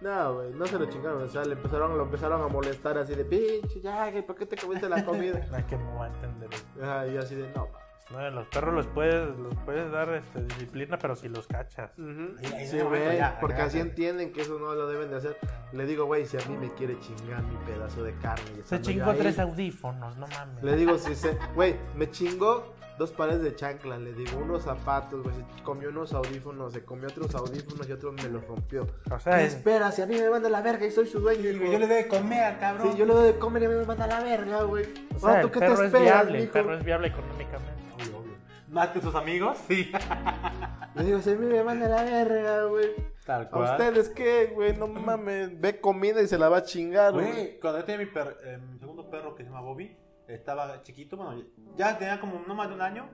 S3: no, güey, no se lo chingaron, o sea, le empezaron, lo empezaron a molestar así de pinche, ya, güey, ¿por qué te comiste la comida?
S4: Es que no va a entender eso.
S3: Ajá, y yo así de no.
S4: No, los perros los puedes, los puedes dar este, disciplina, pero si los cachas.
S3: Ujú.
S5: Ahí- ahí
S3: Sí,
S5: en el momento
S3: güey,
S5: ya,
S3: porque
S5: ya,
S3: así
S5: ya.
S3: entienden que eso no lo deben de hacer. Le digo, güey, si a mí me quiere chingar mi pedazo de carne. y
S4: Se
S3: estando yo
S4: chingó
S3: ahí,
S4: tres audífonos, no mames.
S3: Le digo, sí, se, güey, me chingó dos pares de chanclas, le digo unos zapatos, güey, se comió unos audífonos, se comió otros audífonos y otro me los rompió.
S4: O sea,
S3: ¿Qué
S4: es-
S3: espera? Si a mí me manda la verga y soy su dueño,
S5: Digo,
S3: hijo.
S5: Yo le doy de comer, cabrón.
S3: Sí, yo le doy de comer y a mí me manda la verga, güey.
S4: o sea,
S3: Ahora,
S4: el perro es viable, el
S3: mijo?
S4: perro es viable económicamente.
S5: Obvio, obvio. ¿Más que sus amigos? Sí.
S3: Le digo, si a mí me manda la verga, güey.
S5: Tal
S3: ¿A ustedes qué, güey? No mames, ve comida y se la va a chingar, güey.
S5: Güey, cuando yo tenía mi, per- eh, mi segundo perro que se llama Bobby, estaba chiquito, bueno, ya tenía como no más de un año.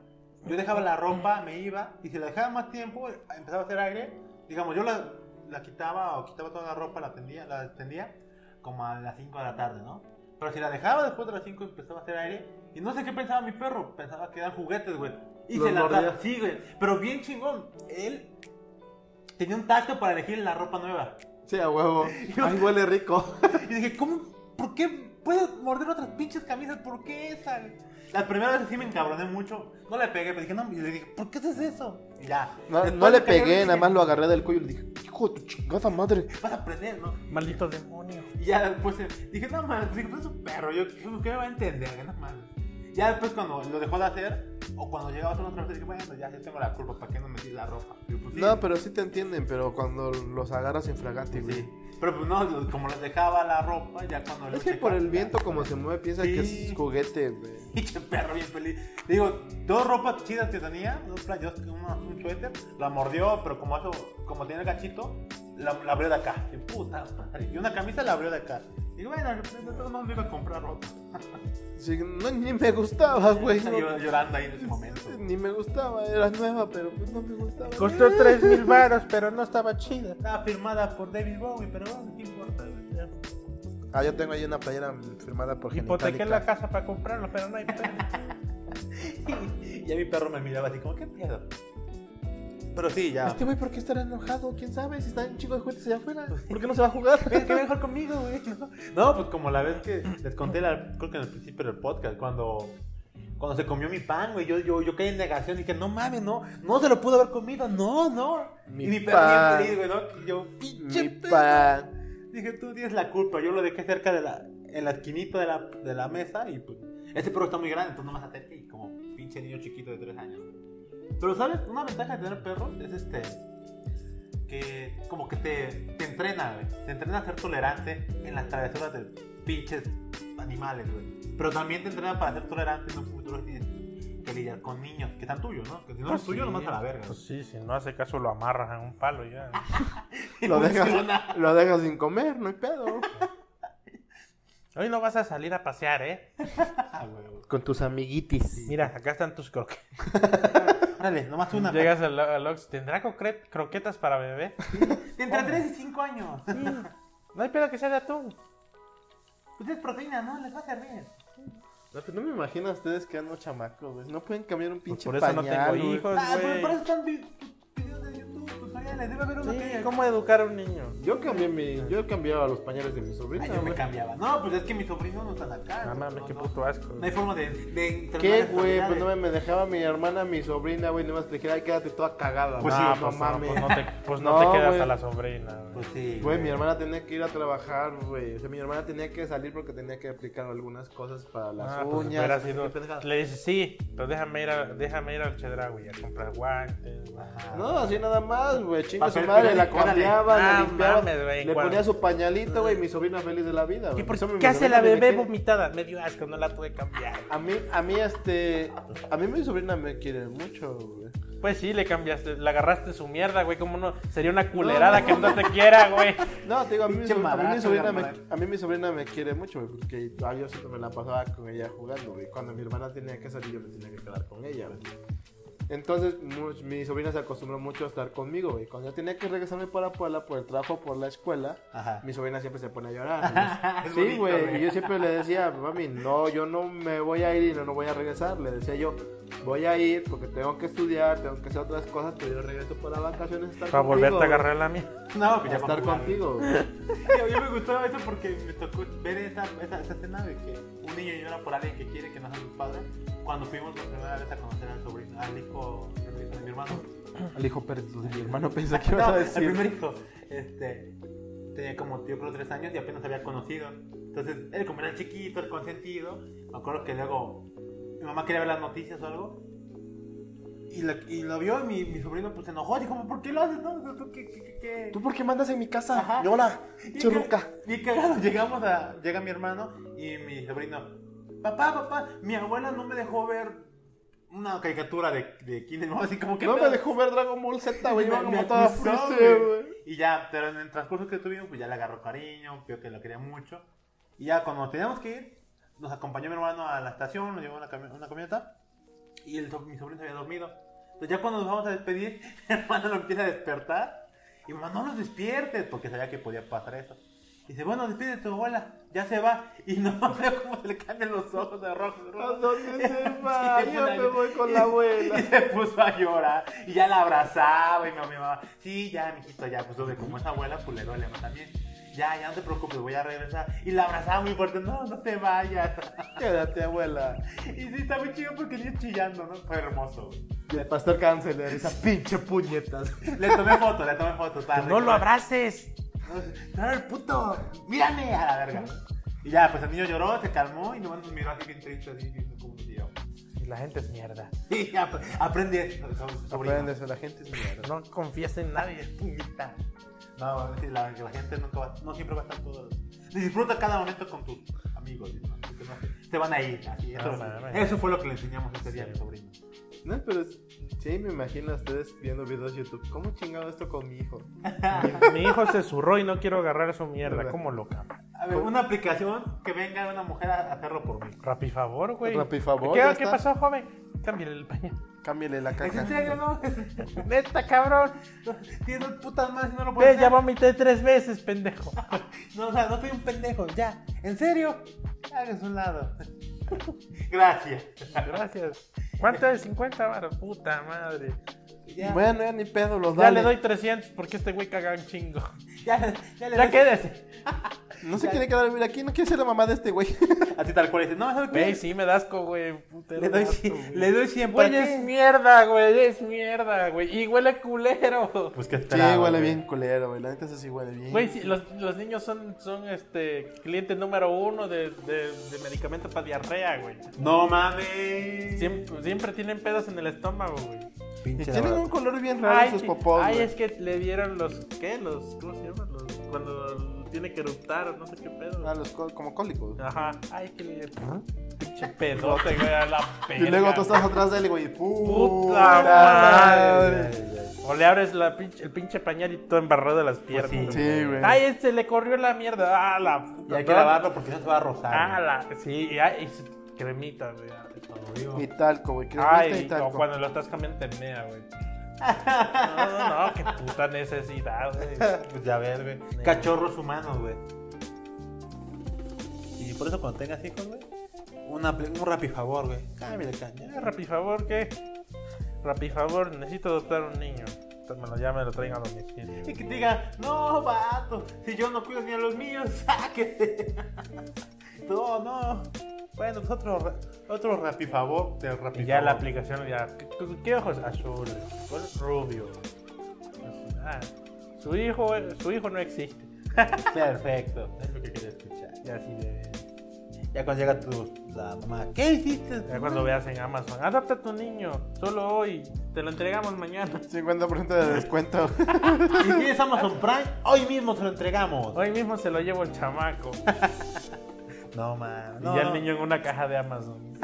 S5: Yo dejaba la ropa, me iba, y si la dejaba más tiempo, empezaba a hacer aire. Digamos, yo la, la quitaba o quitaba toda la ropa, la tendía, la extendía como a las 5 de la tarde, ¿no? Pero si la dejaba después de las 5 empezaba a hacer aire. Y no sé qué pensaba mi perro, pensaba que eran juguetes, güey. Y
S3: Los
S5: se la
S3: mordía.
S5: tra- Sí, güey. Pero bien chingón. Él tenía un tacto para elegir la ropa nueva.
S3: Sí, a huevo. Ay, huele rico.
S5: Y dije, ¿cómo? ¿Por qué puedes morder otras pinches camisas? ¿Por qué esa? La primera vez sí me encabroné mucho. No le pegué, pero dije, no, y le dije, ¿por qué haces eso? Y ya.
S3: No,
S5: Después
S3: no le
S5: me cayó
S3: pegué,
S5: el-
S3: nada más lo agarré del cuello y le dije, hijo de tu chingada madre.
S5: Vas a aprender, ¿no?
S4: Maldito demonio.
S5: Y ya después eh, dije, no mames, dije, tú eres un perro, yo, ¿qué, qué me va a entender? Que no mames. Ya después cuando lo dejó de hacer, o cuando llegaba a hacer otra vez, dije, bueno, pues ya, yo tengo la culpa, ¿para qué no metí la ropa? Y yo, pues, sí.
S3: No, pero sí te entienden, pero cuando los agarras infragante, güey.
S5: Sí. Pero pues no, lo- como les dejaba la ropa, ya cuando lo
S3: Es que
S5: checaba,
S3: por el
S5: ya,
S3: viento como se mueve piensa que
S5: Sí.
S3: es juguete, güey.
S5: Pinche perro bien feliz. Digo, dos ropas chidas que tenía, dos playos, una- un suéter, la mordió, pero como eso, como tiene el cachito, la, la abrió de acá. Y puta madre. Y una camisa la abrió de acá. Y bueno, de todos modos me iba a comprar ropa.
S3: Sí, no, ni me gustaba, güey.
S5: Estaba
S3: no.
S5: yo- llorando ahí en ese momento.
S3: Ni me gustaba, era nueva, pero pues no me gustaba.
S4: Costó 3000 varos, pero no estaba chida.
S5: Estaba firmada por David Bowie, pero bueno, ¿qué importa? güey?
S3: Ah, yo tengo ahí una playera firmada por
S4: Hipotequé
S3: Genitalica.
S4: la casa para comprarlo, pero no hay pedo.
S5: Y ya mi perro me miraba así como, ¿qué pedo? Pero sí, ya.
S3: Este güey, ¿por qué estará enojado? ¿Quién sabe? Si están chicos de juguetes allá afuera, ¿por qué no se va a jugar?
S5: Ven, que mejor conmigo, güey. ¿no? No, pues como la vez que les conté, la- creo que en el principio del podcast, cuando, cuando se comió mi pan, güey, yo, yo, yo caí en negación y dije, no mames, no, no se lo pudo haber comido, no, no.
S3: Mi
S5: y mi
S3: pan.
S5: perro bien feliz, güey, ¿no? Y yo, pinche
S3: Mi
S5: perro.
S3: pan.
S5: Dije, tú tienes la culpa, yo lo dejé cerca de la, en la esquinita de la, de la mesa y pues, este perro está muy grande, entonces no más acerca y como pinche niño chiquito de 3 años. Pero, ¿sabes? Una ventaja de tener perros es este, que como que te, te entrena, güey. Te entrena a ser tolerante en las travesuras de pinches animales, güey. Pero también te entrena para ser tolerante en un futuro que tienes que lidiar con niños que están tuyos, ¿no? Que si no
S4: Pues
S5: es tuyo,
S4: sí.
S5: nomás a la verga.
S4: Pues sí, si no hace caso lo amarras a un palo ya.
S3: Lo
S5: Funciona.
S3: dejas, lo dejas sin comer, no hay pedo.
S4: Hoy no vas a salir a pasear, ¿eh?
S5: Ah, güey, güey.
S3: Con tus amiguitis.
S4: Mira, acá están tus croquetas.
S5: Órale, nomás una.
S4: Llegas al, al Ox, ¿tendrá cocre- croquetas para bebé?
S5: Entre 3 y 5 años.
S4: No hay pedo que sea de atún.
S5: Pues es proteína, ¿no? Les va a servir.
S3: No, pero no me imagino a ustedes que andan chamacos, güey. No pueden cambiar un
S4: Pues
S3: pinche
S4: por eso no
S3: pañal,
S4: tengo
S3: güey.
S4: hijos,
S5: Ah, pero por
S4: Pues, güey.
S5: eso están vi- videos de YouTube, tutoriales. Debe haber uno
S4: Sí,
S5: que...
S4: ¿Cómo educar a un niño?
S3: Yo cambié mi, yo cambiaba los pañales de mi sobrina,
S5: Ay, yo me
S3: güey.
S5: cambiaba. No, pues es que mis sobrinos no están acá.
S4: No Ah, mames,
S5: no,
S4: qué
S5: no.
S4: puto asco.
S5: No hay forma de...
S3: ¿Qué,
S5: de entrenar
S3: güey?
S5: habilidades.
S3: Pues no me, me dejaba mi hermana, mi sobrina, güey. Nomás te dije, ay, quédate toda cagada.
S5: Pues
S3: no,
S5: sí,
S3: no
S4: pues
S3: mames.
S4: pues no te, pues no
S3: No,
S4: te quedas
S3: güey.
S4: a la sobrina, güey.
S5: Pues sí.
S3: Güey, mi hermana tenía que ir a trabajar, güey. O sea, mi hermana tenía que salir porque tenía que aplicar algunas cosas para las
S4: Ah, pues,
S3: uñas.
S4: hubiera
S3: no sé
S4: sido-
S3: qué pendejada.
S4: le dices, sí, pero déjame ir, a- déjame ir al Chedraui a comprar guantes. güey".
S5: Ajá.
S3: No, así nada más, güey. Chinga su
S5: Papel
S3: madre, la
S5: periódico, órale.
S3: cambiaba, la
S4: Ah,
S3: limpiaba.
S4: mames, güey,
S3: le
S4: cuando-
S3: ponía su pañalito, güey. Mi sobrina feliz de la vida, güey.
S4: ¿Qué, por-
S3: Ah, Eso mi
S4: qué hace
S3: sobrina
S4: la
S3: me
S4: bebé
S3: dejé-
S4: vomitada? Me dio asco, no la pude cambiar.
S3: A mí, a mí, este. A mí mi sobrina me quiere mucho, güey.
S4: Pues sí, le cambiaste, le agarraste su mierda, güey. Como no, sería una culerada que no te quiera, güey.
S3: No, te digo, a mí, mi
S5: Pinche
S3: sobr- a mí mi
S5: madrazo,
S3: sobrina me,
S5: carnal.
S3: a mí mi sobrina me quiere mucho, güey, porque ah, yo siempre me la pasaba con ella jugando, güey. Cuando mi hermana tenía que salir, yo me tenía que quedar con ella, güey. Entonces, mu- mi sobrina se acostumbró mucho a estar conmigo, güey. Cuando yo tenía que regresarme para Puebla por el trabajo, por la escuela,
S5: Ajá.
S3: mi sobrina siempre se pone a llorar.
S5: Es
S3: güey. sí,
S5: bonito,
S3: güey.
S5: güey.
S3: Y yo siempre le decía, mami, no, yo no me voy a ir y no, no voy a regresar. Le decía yo, voy a ir porque tengo que estudiar, tengo que hacer otras cosas, pero yo regreso para vacaciones a estar
S4: Para
S3: contigo,
S4: volverte a
S3: güey,
S4: agarrar la mía.
S5: No,
S3: a
S5: pues ya
S3: estar
S5: para jugar.
S3: contigo, güey.
S5: Yo, yo me gustaba eso porque me tocó ver esa, esa, esa escena de que un niño llora por alguien que quiere que no sea su padre. Cuando fuimos la primera vez a conocer al sobrino, al hijo de mi hermano.
S3: Al hijo perdido de mi hermano pensé que ibas
S5: No,
S3: a
S5: el primer
S3: decir.
S5: hijo, este, tenía como yo creo tres años y apenas había conocido. Entonces, él como era chiquito, el consentido, me acuerdo que luego mi mamá quería ver las noticias o algo. Y lo, y lo vio y mi, mi sobrino pues se enojó, dijo, ¿por qué lo haces? No? O sea, ¿Tú qué, qué, qué- qué?
S3: ¿Tú por qué mandas en mi casa?
S5: Ajá.
S3: Yola,
S5: Bien
S3: churruca.
S5: ca- Bien cagado, llegamos a. Llega mi hermano y mi sobrino. Papá, papá, mi abuela no me dejó ver una caricatura de, de Kinder, ¿no? Así como que.
S3: No me dejó ver Dragon Ball Z, güey. Iba
S5: Me-
S3: como
S5: me
S3: toda
S5: acusó,
S3: frisa,
S5: güey.
S3: güey.
S5: Y ya, pero en el transcurso que tuvimos, pues ya le agarró cariño, vio que lo quería mucho. Y ya cuando teníamos que ir, Nos acompañó mi hermano a la estación, nos llevó una, cami- una camioneta y el, so- mi sobrino se había dormido. Entonces ya cuando nos vamos a despedir, mi hermano lo empieza a despertar y mamá, no los despiertes, porque sabía que podía pasar eso. Y dice, bueno, despide tu abuela, ya se va. Y no veo cómo se le cambian los ojos de rojo. de rojo.
S3: ¿A dónde se
S5: Sí,
S3: va?
S5: de
S3: Yo
S5: una-
S3: me voy con la abuela.
S5: Y se puso a llorar. Y ya la abrazaba. Y mi, mi mamá, sí, ya, mijito, ya. Pues que como es abuela, pues le duele más también. Ya, ya no te preocupes, voy a regresar. Y la abrazaba muy fuerte, no, no te vayas.
S3: Quédate, abuela.
S5: Y sí, está muy chido porque niño chillando, ¿no? Fue hermoso, güey.
S3: Y el pastor Canceler, esa pinche puñetas.
S5: Le tomé foto, le tomé foto. para
S4: Pues
S1: No lo
S5: recordar.
S1: abraces.
S5: No, el puto, mírame a la verga. Y ya, pues el niño lloró, se calmó y nomás nos miró así bien triste, así viendo como un tío.
S4: Y la gente es mierda.
S5: Y ya, pues, aprende eso, so- sobrino.
S3: Aprendan eso, la gente es mierda.
S4: No confías en nadie, puñeta.
S5: No, es decir, la, la gente nunca va, no siempre va a estar todo. Disfruta cada momento con tus amigos, ¿no? Porque no- te van a ir. Así, eso,
S4: No, mames.
S5: eso fue lo que le enseñamos ese día a mi sobrino.
S3: No, pero es- sí, me imagino a ustedes viendo videos de YouTube. ¿Cómo chingado esto con mi hijo? Mierda.
S4: Mi hijo se zurró y no quiero agarrar su mierda. ¿Cómo loca?
S5: A ver, una aplicación que venga una mujer a hacerlo por mí.
S4: Rapifavor, güey.
S3: Rapifavor,
S4: ¿Qué,
S3: ya
S4: ¿qué
S3: está.
S4: pasó, joven? Cámbiale el pañal.
S3: Cámbiale la
S5: ¿Es en
S3: caja.
S5: serio, no?
S4: Neta, cabrón.
S5: Tienes dos putas más y no lo puedes
S4: Ve, ya
S5: hacer.
S4: vomité tres veces, pendejo.
S5: No, o sea, no soy un pendejo, ya. ¿En serio? Háganse un lado. Gracias.
S4: Gracias. ¿Cuánto es? 50 varos. Puta madre.
S5: Ya,
S3: Bueno, ya ni pedo,
S5: Pues
S3: los
S4: Ya
S3: dale.
S4: le doy 300 porque este güey caga un chingo.
S5: ya, ya le
S4: Ya
S5: das-
S4: quédese.
S3: No se quiere quedar a vivir aquí, no quiere ser la mamá de este güey.
S5: Así tal cual. Dice, no, ¿sabes qué?
S4: Güey, sí, me das asco, güey. Putero
S5: le, doy,
S4: asco,
S5: cien-
S4: güey.
S5: le doy 100
S4: Güey, es mierda, güey. Es mierda, güey. Y huele culero.
S5: Pues que
S3: Sí,
S5: esperaba.
S3: huele
S5: güey.
S3: bien culero, güey. La neta eso sí huele bien.
S4: Güey, sí, los, los niños son, son este cliente número uno de, de, de medicamentos para diarrea, güey.
S5: No mames.
S4: Siempre, siempre tienen pedos en el estómago, güey.
S3: y
S5: Pinche
S3: tienen
S5: vato.
S3: un color bien raro sus
S4: sí.
S3: popós,
S4: Ay,
S3: güey.
S4: es que le dieron los. ¿Qué? Los, ¿Cómo se llama? Los, cuando tiene que eruptar o no sé qué pedo.
S3: Ah, los col- como cólicos.
S4: Ajá. Ay, que le. Pinche pedote, güey, a la
S3: Y luego tú
S4: verga.
S3: estás atrás de él, güey. Puta
S4: madre.
S3: madre.
S4: O le abres la pinche- el pinche pañal y todo embarrado de las piernas.
S5: sí.
S3: Pues Sí, güey.
S4: Ay, este le corrió la mierda. Ah, la puta.
S5: Y hay que lavarlo porque no se va a rozar.
S4: Ah, la. Sí, y, ay, y se- cremita, güey.
S3: Y talco, güey. cremita
S4: Ay,
S3: y
S4: o
S3: talco.
S4: cuando lo estás cambiando te mea, güey. No, no, no, qué puta necesidad, güey.
S5: Pues ya ves, güey. Cachorros humanos, güey. Y por eso cuando tengas hijos, güey. Una, un rapifavor, güey. Cámbiale,
S4: Eh,
S5: caña.
S4: Rapifavor, ¿qué? Rapifavor, necesito adoptar un niño. Me lo llamen, lo traigan a domicilio.
S5: Y que te diga, no, vato, si yo no cuido ni a los míos, sáquese. no, no. Bueno, pues otro, otro rapifavor te
S4: Y
S5: rapifavor.
S4: ya la aplicación, ya. ¿Qué, qué- qué ojos? Azul. ¿Cuál? Rubio. Ah, su hijo, su hijo no existe.
S5: Perfecto, es lo que quería escuchar.
S4: Ya así de.
S5: Ya cuando llega tu, la mamá, ¿qué hiciste?
S4: Ya cuando veas en Amazon, adopta a tu niño, solo hoy, te lo entregamos mañana.
S3: 50% de descuento.
S5: Si tienes Amazon Prime, hoy mismo te lo entregamos.
S4: Hoy mismo se lo llevo el chamaco.
S5: No, man.
S4: y ya el niño en una caja de Amazon.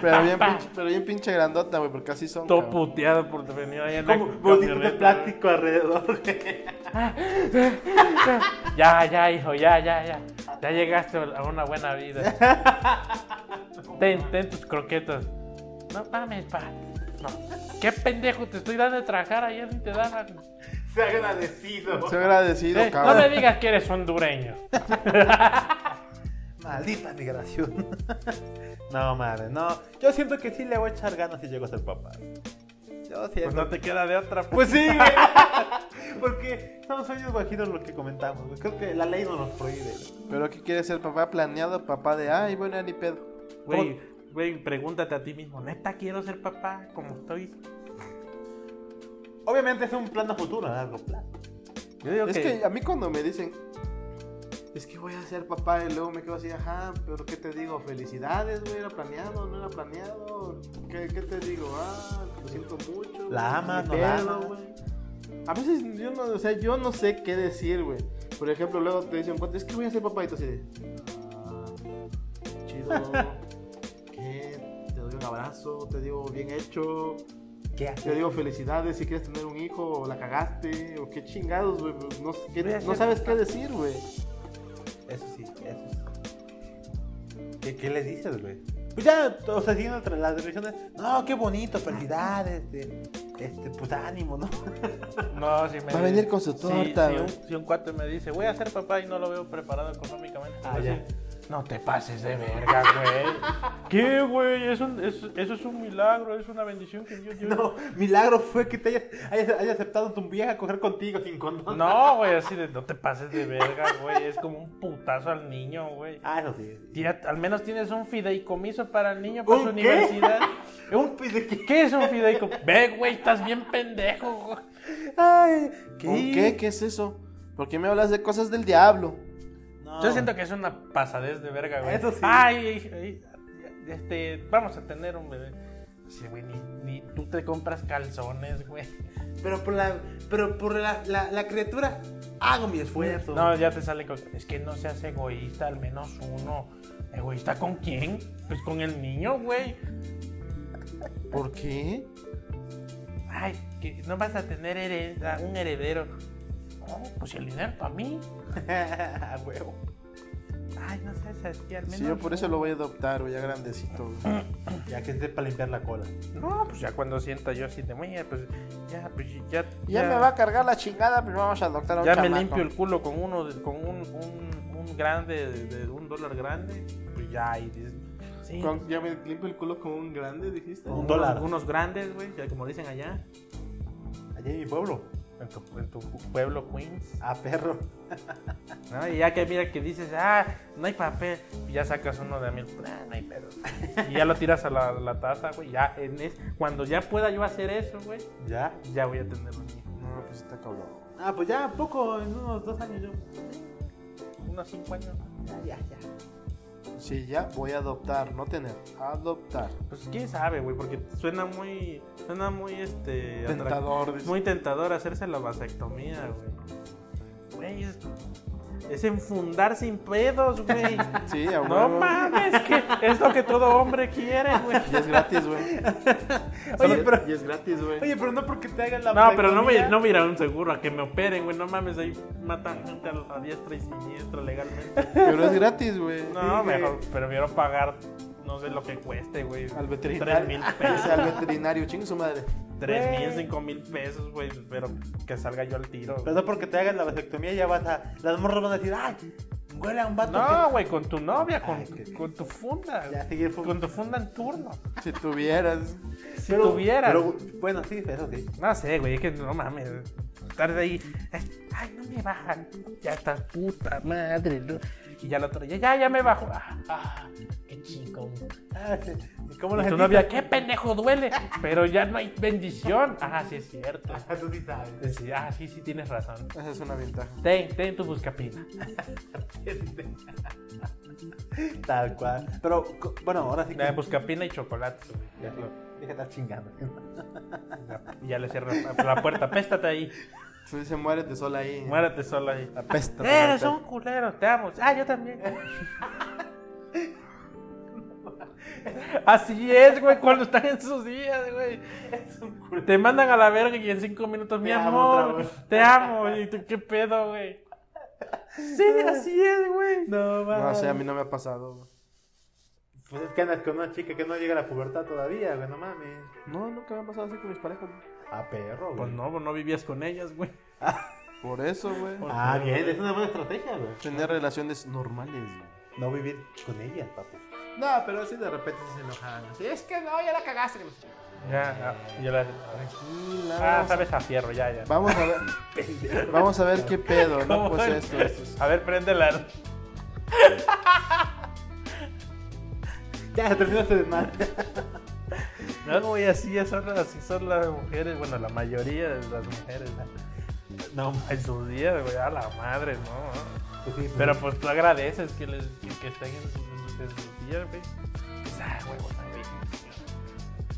S3: pero, bien pinche, pero bien pinche grandota, güey, porque así son.
S4: Todo
S3: cabrón.
S4: puteado por venir ahí en la
S5: Como bolsito de
S4: camioneta.
S5: plástico alrededor, güey.
S4: Ya, ya, hijo, ya, ya, ya. Ya llegaste a una buena vida. Ten, ten tus croquetas. No mames, pa. No. Qué pendejo, te estoy dando de trabajar ayer y te daban.
S5: Se agradecido.
S3: Soy agradecido,
S4: Eh, no
S3: cabrón.
S4: me digas que eres hondureño.
S5: Maldita migración. no, madre, no. Yo siento que sí le voy a echar ganas si llego a ser papá. Yo siento.
S4: Pues no te queda de otra.
S5: Pues sí, güey. Porque son sueños bajitos lo que comentamos. güey. Creo que la ley no nos prohíbe. güey.
S3: Pero ¿qué quiere ser papá planeado? Papá de, ay, bueno, ya ni pedo.
S4: Güey, güey, pregúntate a ti mismo, neta quiero ser papá como estoy.
S5: Obviamente es un plan a futuro, a largo plazo.
S4: Yo digo
S3: Es que a mí cuando me dicen, es que voy a ser papá, y luego me quedo así, ajá, pero ¿qué te digo? Felicidades, güey, era planeado, no era planeado. ¿Qué, qué te digo? Ah, lo siento mucho.
S5: La
S3: güey,
S5: amas,
S3: ni
S5: no la
S3: pedo,
S5: amas.
S3: güey". A veces yo no, o sea, yo no sé qué decir, güey. Por ejemplo, luego te dicen, "Pues, es que voy a ser papá, y tú así de, "Ah, chido, ¿qué? Te doy un abrazo, te digo, bien hecho.
S5: ¿Qué
S3: Te digo felicidades si quieres tener un hijo o la cagaste o qué chingados, güey. pues, No, sé qué-
S4: Voy a
S3: no
S4: ser
S3: sabes qué
S4: papá.
S3: decir, güey.
S5: Eso sí, eso sí. ¿Qué ¿Qué, qué le dices, güey? Pues ya, o sea, siguiendo tra- las tradiciones. No, qué bonito, felicidades. Este, este, pues ánimo, ¿no?
S4: No, si me
S3: Va a venir con su
S4: Sí,
S3: torta,
S4: Si,
S3: güey.
S4: un, si un cuate me dice, voy a ser papá y no lo veo preparado económicamente.
S5: Ah,
S4: voy a
S5: ya.
S4: decir, No te pases de verga, güey. ¿Qué, güey? Es un- es- eso es un milagro, es una bendición que Dios dio.
S5: No, milagro fue que te hayas, hayas, hayas aceptado tu vieja a coger contigo sin condón.
S4: No, güey, así de no te pases de verga, güey. Es como un putazo al niño, güey.
S5: Ah, eso sí.
S4: Tía, al menos tienes un fideicomiso para el niño, para
S5: ¿Un
S4: su
S5: qué?
S4: universidad.
S5: Un pide que.
S4: ¿Qué es un fideicomiso? Ve, güey, estás bien pendejo, güey.
S5: Ay,
S3: ¿Con qué? ¿Qué es eso? ¿Por qué me hablas de cosas del diablo?
S5: No.
S4: Yo siento que es una pasadez de verga, güey.
S5: Eso sí.
S4: Ay, ay, ay, este, vamos a tener un bebé. Sí, güey, ni, ni tú te compras calzones, güey.
S5: Pero por la, pero por la, la, la criatura hago mi esfuerzo.
S4: No, ya te sale con... Es que no seas egoísta, al menos uno. ¿Egoísta con quién? Pues con el niño, güey.
S3: ¿Por qué?
S4: Ay, que no vas a tener hereda- un heredero. No, pues el dinero para mí.
S5: A huevo.
S4: Ay, no seas así, al menos.
S3: Si yo por eso lo voy a adoptar, güey, ya grandecito. güey.
S5: Ya que es para limpiar la cola.
S4: No, pues ya cuando sienta yo así de, "Oye, pues ya, pues ya.
S3: Ya me va a cargar la chingada, pero vamos a adoptar a un
S4: Ya me
S3: chamaco.
S4: limpio el culo con uno, de- con un, un, un grande, de, de un dólar grande, pues ya, y dices, sí,
S3: Con- ya me limpio el culo con un grande, dijiste.
S5: Con-
S4: unos-
S5: un dólar.
S4: Unos grandes, güey, ya como dicen allá,
S5: Allá en mi pueblo.
S4: en tu, en tu pueblo, Queens,
S5: A perro.
S4: ¿no? Y ya que mira que dices, ah, no hay papel, y ya sacas uno de mil, ah, no hay pedo. Y ya lo tiras a la, la taza, güey, ya, en es- cuando ya pueda yo hacer eso, güey,
S5: Ya.
S4: ya voy a tener un hijo.
S3: No, pues está cabrón.
S5: Ah, pues ya poco, en unos dos años yo.
S4: Unos cinco años.
S5: Ya, ya, ya.
S3: Sí, ya voy a adoptar, no tener, adoptar.
S4: Pues quién sabe, güey, porque suena muy, suena muy, este, atractivo.
S3: Tentador,
S4: Es
S3: dice.
S4: muy tentador hacerse la vasectomía, güey. Güey, es, es enfundar sin pedos, güey.
S3: Sí, a
S4: No
S3: huevo.
S4: mames, que es lo que todo hombre quiere, güey.
S3: Y es gratis, güey.
S5: Oye,
S3: Y es-
S5: pero-
S3: Y es gratis, güey.
S5: Oye, pero no porque te hagan la
S4: No, pero no me,
S5: vasectomía.
S4: no me irá a un seguro a que me operen, güey. No mames, ahí matan gente a, la- a diestra y siniestra legalmente.
S3: Pero es gratis, güey.
S4: No,
S5: Sí, güey.
S4: mejor prefiero pagar, no sé lo que cueste, güey.
S3: Al veterinario.
S4: Tres mil pesos.
S3: Dice al veterinario, chingue su madre.
S4: Tres mil,
S5: Güey.
S4: cinco mil pesos, güey. Pero que salga yo al tiro. güey.
S5: Pero no porque te hagan la vasectomía ya vas a. Las morras van a decir, ay, huele a un vato.
S4: No, güey, con tu novia, con,
S5: Ay, qué-
S4: con tu funda.
S5: Ya, sigue el fun-
S4: con tu funda en turno.
S3: Si tuvieras.
S4: Si
S5: Pero-
S4: tuvieras.
S5: pero, bueno, sí, eso sí.
S4: No sé, güey, es que no mames. Estar de ahí. eh, Ay, no me bajan. Ya estás puta madre. ¿no? Y ya la otra, ya, ya, ya me bajo. Ah, ah, qué chico.
S5: Ah, sí. ¿Y ¿Cómo lo
S4: Y tu novia, qué pendejo duele. Pero ya no hay bendición. Ah, sí es cierto.
S5: Eso sí sabes.
S4: Sí, ah, sí, sí, tienes razón.
S3: Esa es una ventaja.
S4: Ten, ten tu buscapina.
S5: Tal cual. Pero, co- bueno, ahora sí que.
S4: La
S3: pues,
S4: buscapina y chocolate. güey.
S5: Ya, lo- Deja de estar chingando.
S4: Y Ya le cierro la puerta. Péstate ahí.
S3: Se dice, muérete sola ahí.
S4: Muérate solo ahí.
S3: Apesta.
S4: Eres un culero, te amo. Ah, yo también. Así es, güey, cuando están en sus días, güey. Te mandan a la verga y en cinco minutos, mi
S5: Te amo otra
S4: amor,
S5: vez.
S4: te amo. Y tú, qué pedo, güey. Sí, así es, güey.
S3: No
S5: No, mames.
S3: sé, a mí no me ha pasado. güey.
S5: Pues es que andas con una chica que no llega a la pubertad todavía, güey, no mames.
S3: No, nunca me ha pasado así con mis parejas. güey.
S5: A perro,
S4: Pues
S5: güey.
S4: no, pues no vivías con ellas, güey.
S3: Por eso, güey.
S5: Ah, bien, es una buena estrategia, güey.
S3: Tener relaciones normales, güey.
S5: No vivir con ellas, papi.
S3: No, pero así de repente se enojan. Así es que no, ya la cagaste.
S4: Ya, ya la...
S3: Tranquila.
S4: Ah,
S3: vamos a-
S4: sabes a fierro, ya, ya.
S3: Vamos a ver. Vamos a ver qué pedo, ¿no?
S4: ¿Cómo
S3: Pues
S4: es?
S3: esto, esto. es-
S4: A ver, préndela.
S5: Ya, se terminó este desmadre.
S4: No, güey, así son, las- así son las mujeres, bueno, la mayoría de las mujeres.
S5: No,
S4: En sus días, güey, a la madre, ¿no?
S5: pues sí,
S4: Pero pues tú agradeces que, les, que, que estén en sus, en sus- en sus días, güey. Pues, ah, güey, bueno, güey.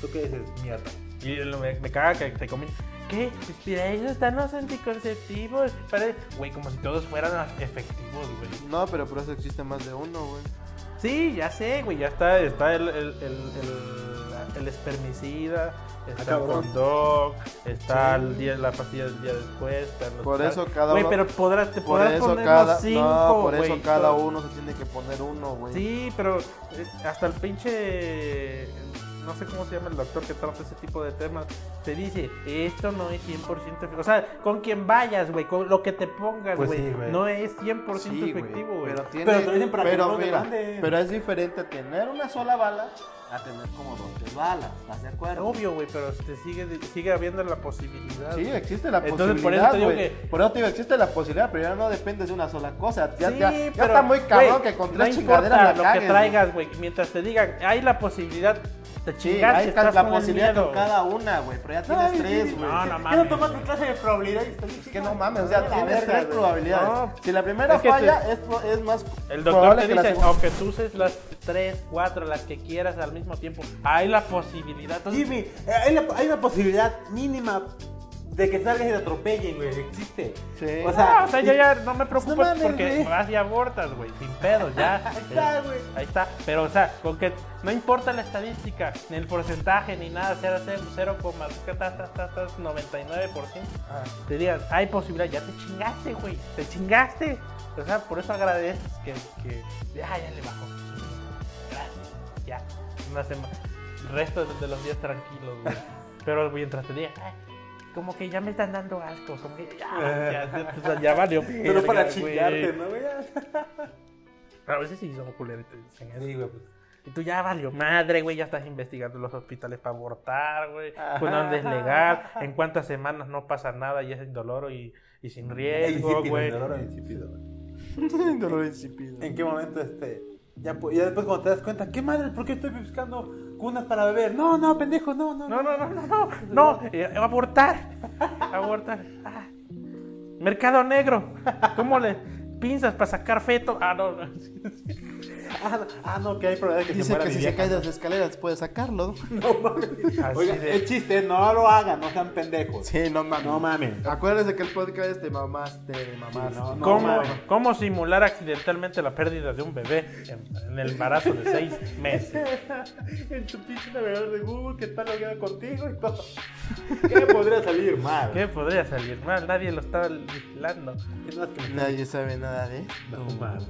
S5: ¿Tú qué dices? Mierda.
S4: Y lo- me, me caga que te comen. ¿Qué? Pues para eso están los anticonceptivos. Para... Güey, como si todos fueran efectivos, güey.
S3: No, pero por eso existe más de uno, güey.
S4: Pues Sí, ya sé, güey, ya está, está el, el, el, el, el espermicida, está el
S3: cabrón.
S4: hot dog, está el día, la pastilla del día después. están los
S3: Por
S4: tacos.
S3: eso cada
S4: Güey,
S3: uno-
S4: pero podrás, te
S3: Por
S4: podrás
S3: eso
S4: poner
S3: cada,
S4: los cinco,
S3: no, por eso
S4: güey.
S3: cada uno se tiene que poner uno, güey.
S4: Sí, pero eh, hasta el pinche. No sé cómo se llama el doctor que trata ese tipo de temas. Te dice, esto no es 100% efectivo. O sea, con quien vayas, güey, con lo que te pongas,
S5: Pues
S4: güey.
S5: sí, güey.
S4: no es 100%
S3: Sí, güey,
S4: efectivo, güey.
S3: Pero, tiene,
S5: Pero te lo dicen para que
S3: pero
S5: no lo
S3: mira,
S5: demanden.
S3: pero es diferente tener una sola bala a tener como dos tres balas, ¿estás de acuerdo?
S4: Obvio, güey, pero te sigue, sigue habiendo la posibilidad.
S3: Sí,
S4: güey.
S3: existe la
S4: Entonces, por eso
S3: posibilidad,
S4: te digo
S3: güey.
S4: que-
S3: Por eso te digo, existe la posibilidad, pero ya no depende de una sola cosa. Ya,
S4: Sí,
S3: ya- ya
S4: pero,
S3: está muy cabrón
S4: güey,
S3: que con
S4: no
S3: tres
S4: importa
S3: chingaderas la
S4: lo
S3: cagues,
S4: que
S3: güey.
S4: traigas, güey. Mientras te digan, hay la posibilidad, te
S3: Sí,
S4: chingaste,
S3: ahí está
S4: estás
S3: la
S4: con el
S3: posibilidad
S4: miedo.
S3: con cada una, güey, pero ya
S5: Ay,
S3: tienes tres,
S5: sí,
S3: güey.
S4: No, no
S5: ¿Qué
S4: mames,
S5: no tomaste
S4: güey.
S5: clase de probabilidad? y estás-
S3: Es que no mames, o sea,
S5: La
S3: tienes
S5: verga,
S3: tres
S5: güey.
S3: probabilidades.
S4: No.
S3: Si la primera
S4: Es que
S3: falla, es, pro- es más
S4: El doctor
S3: probable
S4: te
S3: que la
S4: dice,
S3: segunda.
S4: aunque tú uses las 3, 4, las que quieras al mismo tiempo, hay la posibilidad. Entonces,
S5: Jimmy, eh, hay, la- hay una posibilidad mínima de que salgas y te atropellen, güey. Existe.
S3: Sí.
S5: O
S4: ah,
S5: sea,
S4: o
S5: pues,
S4: sea, yo ya no me preocupo
S3: No mames,
S4: porque
S3: güey.
S4: vas y abortas, güey, sin pedo, ya.
S5: Ahí está, güey.
S4: Ahí está. Pero, o sea, con que no importa la estadística, ni el porcentaje, ni nada, 0, 0, 0, 99%. Te digan, hay posibilidad, ya te chingaste, güey, te chingaste. O sea, por eso agradeces que, que ah, ya le bajó. Gracias, ya. Una semana, el resto de, de los días tranquilos, güey. Pero mientras te digan, "Ay, como que ya me están dando asco, como que ya, ya, Eh, o sea, ya valió.
S5: Pero para
S4: verga, güey.
S5: chingarte, ¿no, güey?
S4: A veces sí son culeros. y te dicen eso.
S5: Sí, güey. pues.
S4: Y tú ya valió madre, güey, ya estás investigando los hospitales para abortar, güey.
S5: Ajá.
S4: Pues dónde es legal, en cuántas semanas no pasa nada y es indoloro y, y sin riesgo,
S5: Insípido,
S4: güey.
S5: dolor insípido, güey.
S3: Dolor insípido.
S5: ¿En qué momento este? Ya, pu- ya después cuando te das cuenta, ¿qué madre? ¿Por qué estoy buscando cunas para beber? No, no, pendejo, no, no.
S4: No, no, no, no, no, no, eh, abortar, abortar. Ah. Mercado negro, ¿cómo le pinzas para sacar feto? Ah, no, no.
S5: Ah, no, ah, no, que hay probabilidad que se
S3: Dice
S5: muera
S3: que
S5: mi
S3: si se
S5: vieja.
S3: cae de las escaleras puede sacarlo.
S5: No mames.
S4: Así
S5: Oiga,
S4: de-
S5: es chiste, no lo hagan, no sean pendejos.
S3: Sí, no mames.
S5: No mames.
S3: Acuérdense que el podcast es te mamaste, mamaste.
S5: No, no
S4: ¿Cómo,
S5: mames.
S4: cómo simular accidentalmente la pérdida de un bebé en, en el embarazo de seis meses?
S5: en tu pinche navegador de Google que está logueado contigo y todo. ¿Qué podría salir mal?
S4: ¿Qué podría salir mal? Nadie lo estaba vigilando.
S5: No, es que me-
S3: Nadie sabe nada de esto.
S5: No mames.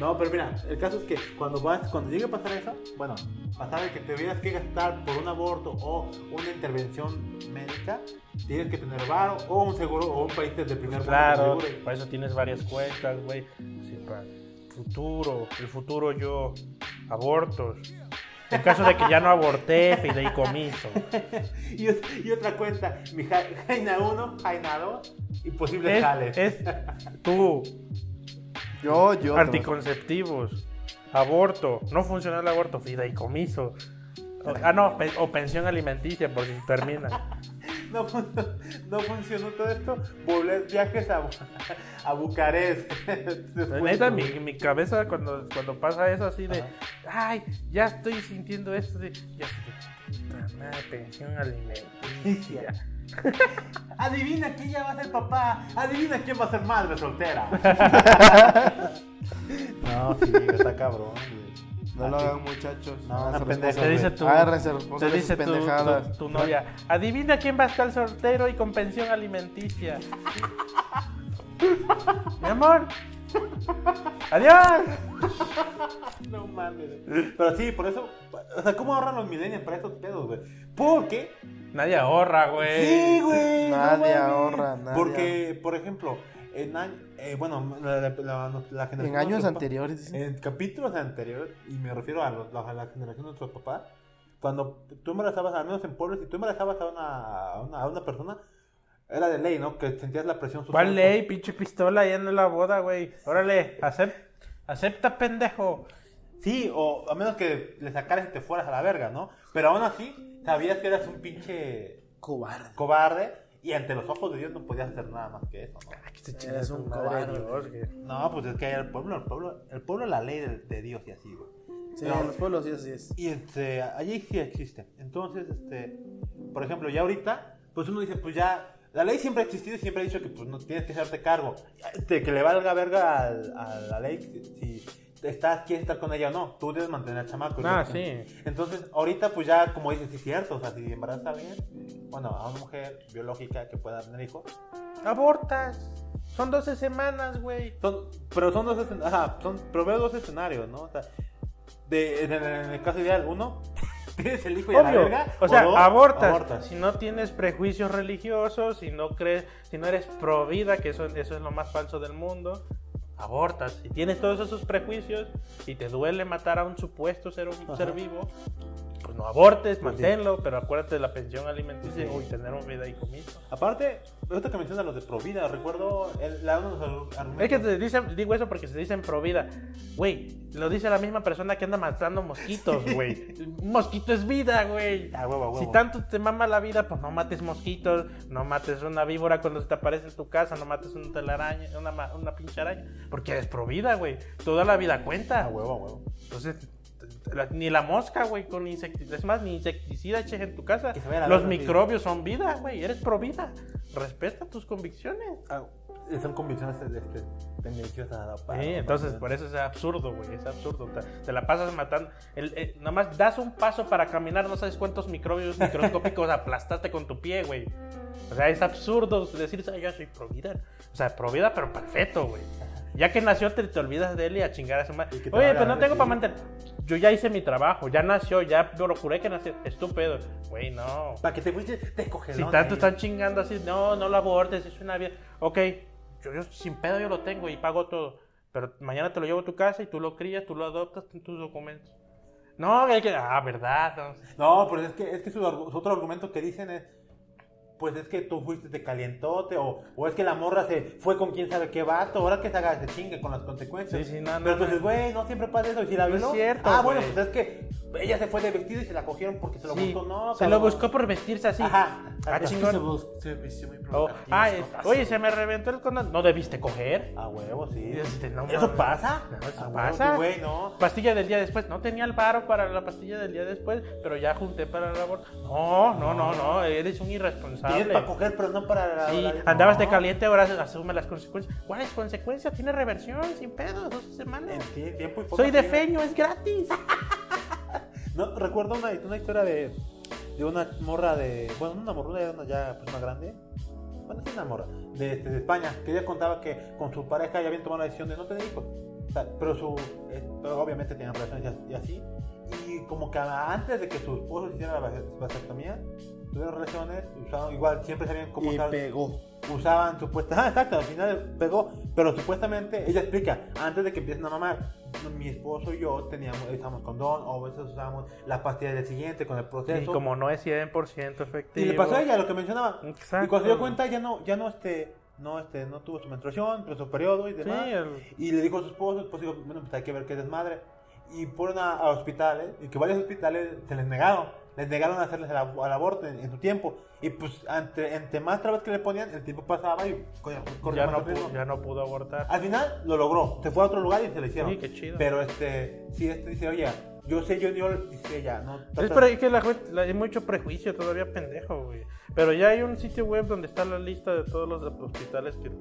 S5: No, pero mira, el caso es que cuando vas, cuando llegue a pasar eso, bueno, pasar de que te tuvieras que gastar por un aborto o una intervención médica, tienes que tener varo o un seguro o un país de primer mundo
S4: Claro,
S5: que asegure.
S4: para eso tienes varias cuentas, güey. Sí, para el futuro, el futuro yo, abortos. En caso de que ya no aborté, fideicomiso.
S5: Y, es- y otra cuenta, mi ja- Jaina 1, Jaina 2, imposibles jales.
S4: Es, es tú,
S3: Yo, yo.
S4: anticonceptivos, aborto, no funciona el aborto, fideicomiso. O- ah, no, pe- o pensión alimenticia, por si termina.
S5: No, fun- no funcionó todo esto, volver viajes a, Bu- a Bucarest.
S4: La Neta, mi, mi cabeza cuando, cuando pasa eso así de,
S5: Ajá.
S4: ay, ya estoy sintiendo esto de, ya estoy, puta madre, pensión alimenticia.
S5: Adivina quién ya va a ser papá. Adivina quién va a ser madre soltera. no, sí, está cabrón. güey.
S3: No lo hagan, muchachos.
S5: No,
S3: Háganse
S5: una pendeja,
S4: Te dice
S3: responsables.
S4: tu,
S3: Agárrense
S4: te
S3: responsables de sus
S4: dice tu,
S3: pendejadas.
S4: tu- tu novia, adivina quién va a estar soltero y con pensión alimenticia. Mi amor. Adiós.
S5: No mames. Pero sí, por eso. O sea, ¿cómo ahorran los milenios para estos pedos, güey? Porque.
S4: Nadie ahorra, güey.
S5: Sí, güey. no
S3: Nadie
S5: mames.
S3: ahorra, nadie
S5: Porque, por ejemplo, en año- eh, bueno, la, la- la- la generación.
S3: En años
S5: de nuestros pa-
S3: anteriores. dicen.
S5: En capítulos anteriores, y me refiero a, los- a la generación de nuestros papás, cuando tú embarazabas, al menos en pueblos, si tú embarazabas a una, a una, a una persona, era de ley, ¿no? Que sentías la presión social.
S4: ¿Cuál ley, pinche pistola ahí en la boda, güey? Órale, acep- acepta, pendejo.
S5: Sí, o a menos que le sacaras y te fueras a la verga, ¿no? Pero aún así, sabías que eras un pinche
S3: Cobarde.
S5: cobarde y ante los ojos de Dios no podías hacer nada más que eso, ¿no?
S3: Eres un cobarde.
S5: No, pues es que el pueblo, el pueblo, el pueblo es la ley de, de Dios y así, güey.
S3: Sí,
S5: No.
S3: en los pueblos sí así es.
S5: Y este, allí sí existe. Entonces, este, por ejemplo, ya ahorita, pues uno dice, pues ya, la ley siempre ha existido y siempre ha dicho que pues no tienes que hacerte cargo. Este, que le valga verga al- a la ley si- si estás, quieres estar con ella o no. Tú debes mantener al chamaco.
S4: Ah,
S5: ¿no?
S4: sí.
S5: Entonces, ahorita, pues ya, como dices, sí es cierto. O sea, si embaraza bien, bueno, a una mujer biológica que pueda tener hijos.
S4: Abortas. Son 12 semanas, güey.
S5: Son, pero son dos escenarios. Ajá, son, pero veo dos escenarios, ¿no? O sea, de, en, el- en el caso ideal, uno, tienes el hijo y a la
S4: Obvio.
S5: verga.
S4: O sea,
S5: dos,
S4: abortas.
S5: abortas.
S4: Si no tienes prejuicios religiosos, si no crees, si no eres pro vida, que eso, eso es lo más falso del mundo, abortas. Si tienes todos esos prejuicios y te duele matar a un supuesto ser, un
S5: Ajá.
S4: ser vivo, pues no abortes,
S5: Pues sí.
S4: manténlo, pero acuérdate de la pensión alimenticia
S5: Sí.
S4: y tener un vida y comida.
S5: Aparte, esto que mencionas, los de Provida, recuerdo el, la, uno de los argu- argumentos.
S4: Es que te dicen, digo eso porque se dicen pro vida. Güey, lo dice la misma persona que anda matando mosquitos, güey. Un mosquito es vida, güey.
S5: Ah, huevo, huevo.
S4: Si tanto te mama la vida, pues no mates mosquitos, no mates una víbora cuando se te aparece en tu casa, no mates una telaraña, una, ma- una pinche araña, porque eres pro vida, güey. Toda la vida cuenta.
S5: Ah, huevo, huevo.
S4: Entonces, t- t- la- ni la mosca, güey, con insecticida, es más, ni insecticida eches en tu casa.
S5: Que se vaya a la
S4: Los
S5: verga, sí.
S4: microbios son vida, güey, eres pro vida. Respeta tus convicciones.
S5: Ah, son convicciones de, de, tendenciosas.
S4: Sí, entonces por eso es absurdo, güey, es absurdo. Te, te la pasas matando. El, eh, nomás das un paso para caminar, no sabes cuántos microbios microscópicos aplastaste con tu pie, güey. O sea, es absurdo decir, "Ay, yo soy provida. O sea, provida, pero perfecto, güey. Ya que nació, te, te olvidas de él y a chingar a su madre.
S5: Y que te
S4: Oye,
S5: valga
S4: pero no
S5: madre,
S4: tengo
S5: sí.
S4: para mantener. Yo ya hice mi trabajo, ya nació, ya procuré que naciera. Estúpido. Güey, no.
S5: Para que te fuiste, te coges.
S4: Si tanto están chingando así, no, no lo abortes, es una vida. Ok, yo, yo sin pedo yo lo tengo y pago todo. Pero mañana te lo llevo a tu casa y tú lo crías, tú lo adoptas en tus documentos. No, hay que. Ah, verdad. no.
S5: No, pero es que, es que su, argu- su otro argumento que dicen es. Pues es que tú fuiste de calientote, o, o es que la morra se fue con quién sabe qué vato, ahora que se haga se chingue con las consecuencias.
S4: Sí, sí, no, no,
S5: Pero
S4: no.
S5: entonces, güey, no siempre pasa eso, y si la
S4: No
S5: violó.
S4: es cierto,
S5: ah, bueno,
S4: güey.
S5: pues es que ella se fue de vestido y se la cogieron porque se lo
S4: Sí,
S5: buscó, no.
S4: se lo
S5: cabrón.
S4: buscó por vestirse así.
S5: Ajá.
S4: Ah, chingón.
S3: Se bus- Se vistió muy
S4: Oh,
S3: provocativo.
S4: ah,
S3: se
S4: es-
S3: pasó.
S4: oye, se me reventó el condón. No debiste coger.
S5: A huevo, sí.
S4: Y este, no
S5: ¿Eso
S4: mames.
S5: pasa?
S4: No, eso
S5: A huevo,
S4: pasa.
S5: sí, Güey, no.
S4: Pastilla del día después. No tenía el varo para la pastilla del día después, pero ya junté para el aborto. No, no, no, no. Eres un irresponsable.
S5: Tienes para coger, pero no para la.
S4: Sí,
S5: la-
S4: andabas
S5: no.
S4: de caliente, ahora asume las consecuencias. ¿Cuáles consecuencias? Tiene reversión, sin pedo, 12 semanas.
S5: En ti- tiempo y poca
S4: Soy de
S5: pena.
S4: feño, es gratis.
S5: No, recuerdo una, una historia de, de una morra de. Bueno, no una morra, era una ya pues, más grande. Bueno, sí, una morra. De, este, de España, que ella contaba que con su pareja ya habían tomado la decisión de no tener hijos. O sea, pero su. eh, pero obviamente tenían relaciones y así. Y como que antes de que su esposo se hiciera la vas- vasectomía, tuvieron relaciones, usaron, igual siempre sabían cómo
S3: Y
S5: usar-
S3: pegó.
S5: usaban supuestas. Ah, exacto, al final pegó. Pero supuestamente, ella explica, antes de que empiecen a mamar, mi esposo y yo teníamos, usábamos condón, o a veces usábamos las pastillas del siguiente con el proceso.
S4: Y como no es 100% efectivo.
S5: Y le pasó a ella lo que mencionaba.
S4: Exacto.
S5: Y cuando se dio cuenta, ya no, ya no este, no este, no tuvo su menstruación, pero su periodo y
S4: Sí,
S5: demás.
S4: el-
S5: Y le dijo a su esposo, el esposo dijo, bueno, pues hay que ver qué desmadre. Y fueron a, a hospitales, y que varios hospitales se les negaron. Les negaron a hacerles el, ab- al aborto en, en su tiempo. Y pues, entre, entre más trabas que le ponían, el tiempo pasaba y corría- corría
S4: ya,
S5: más
S4: no
S5: riesgo.
S4: pudo, ya no pudo abortar.
S5: Al final lo logró. Se fue a otro lugar y se le hicieron.
S4: Sí, qué chido.
S5: Pero este, sí, este dice, oye, yo sé, yo, yo, dice ella, no.
S4: Es, por ahí que la gente- la- hay mucho prejuicio todavía pendejo, güey. Pero ya hay un sitio web donde está la lista de todos los hospitales que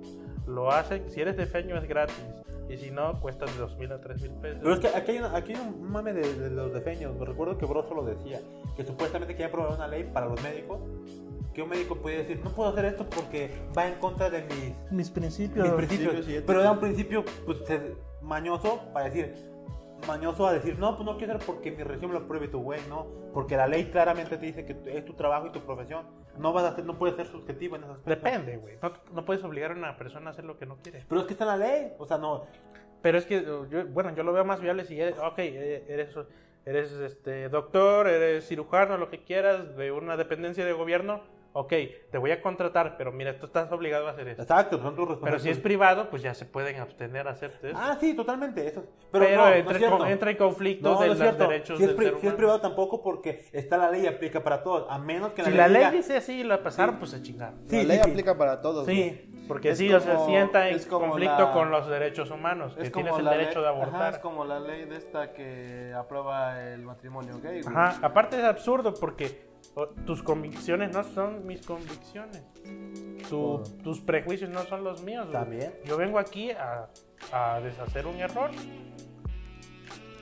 S4: lo hacen. Si eres de feño es gratis. Y si no, cuesta de 2.000 a 3.000 pesos.
S5: Pero es que aquí hay, una- aquí hay un mame de, de los defeños. Me recuerdo que Broso lo decía. Que supuestamente quería probar una ley para los médicos. Que un médico podía decir, no puedo hacer esto porque va en contra de mis, mis
S4: mis principios.
S5: principios.
S3: sí, ya
S5: Pero
S3: te-
S5: era un principio pues, se- mañoso para decir, mañoso a decir, no, pues no quiero hacer porque mi región me lo pruebe tu güey, no. Porque la ley claramente te dice que es tu trabajo y tu profesión. No vas a ser, no puedes ser subjetivo en esas cosas.
S4: Depende, güey. No, no puedes obligar a una persona a hacer lo que no quiere.
S5: Pero es que está en la ley. O sea, no.
S4: Pero es que, yo- bueno, yo lo veo más viable si eres, ok, eh, eres, eres este, doctor, eres cirujano, lo que quieras, de una dependencia de gobierno, ok, te voy a contratar, pero mira, tú estás obligado a hacer eso.
S5: Exacto, son tus
S4: Pero si es
S5: responsabilidades.
S4: privado, pues ya se pueden abstener a hacerte eso.
S5: Ah, sí, totalmente. Eso. Pero,
S4: pero
S5: no, no es
S4: entra,
S5: cierto.
S4: con- entra en conflicto
S5: No,
S4: de
S5: no
S4: los
S5: es cierto.
S4: derechos
S5: si, es
S4: del
S5: pri-
S4: ser
S5: si es
S4: humano.
S5: privado tampoco porque está la ley y aplica para todos, a menos que la
S4: Si
S5: ley
S4: la ley
S5: diga-
S4: dice así y la pasaron, pues se chingaron.
S5: Sí,
S3: la
S5: sí,
S3: ley
S5: sí.
S3: aplica para todos. güey.
S5: Sí.
S4: Porque
S3: Es
S4: sí, o sea,
S3: como-
S4: sí entra en
S3: es como
S4: conflicto
S3: la-
S4: con los derechos humanos, que tienes el
S3: la
S4: derecho
S3: ley-
S4: de
S3: ajá,
S4: abortar.
S3: es como la ley de esta que aprueba el matrimonio gay. güey.
S4: Ajá, aparte es absurdo porque o, tus convicciones no son mis convicciones.
S3: Oh.
S4: Tu- Tus prejuicios no son los míos. güey.
S5: También.
S4: Yo vengo aquí a, a deshacer un error.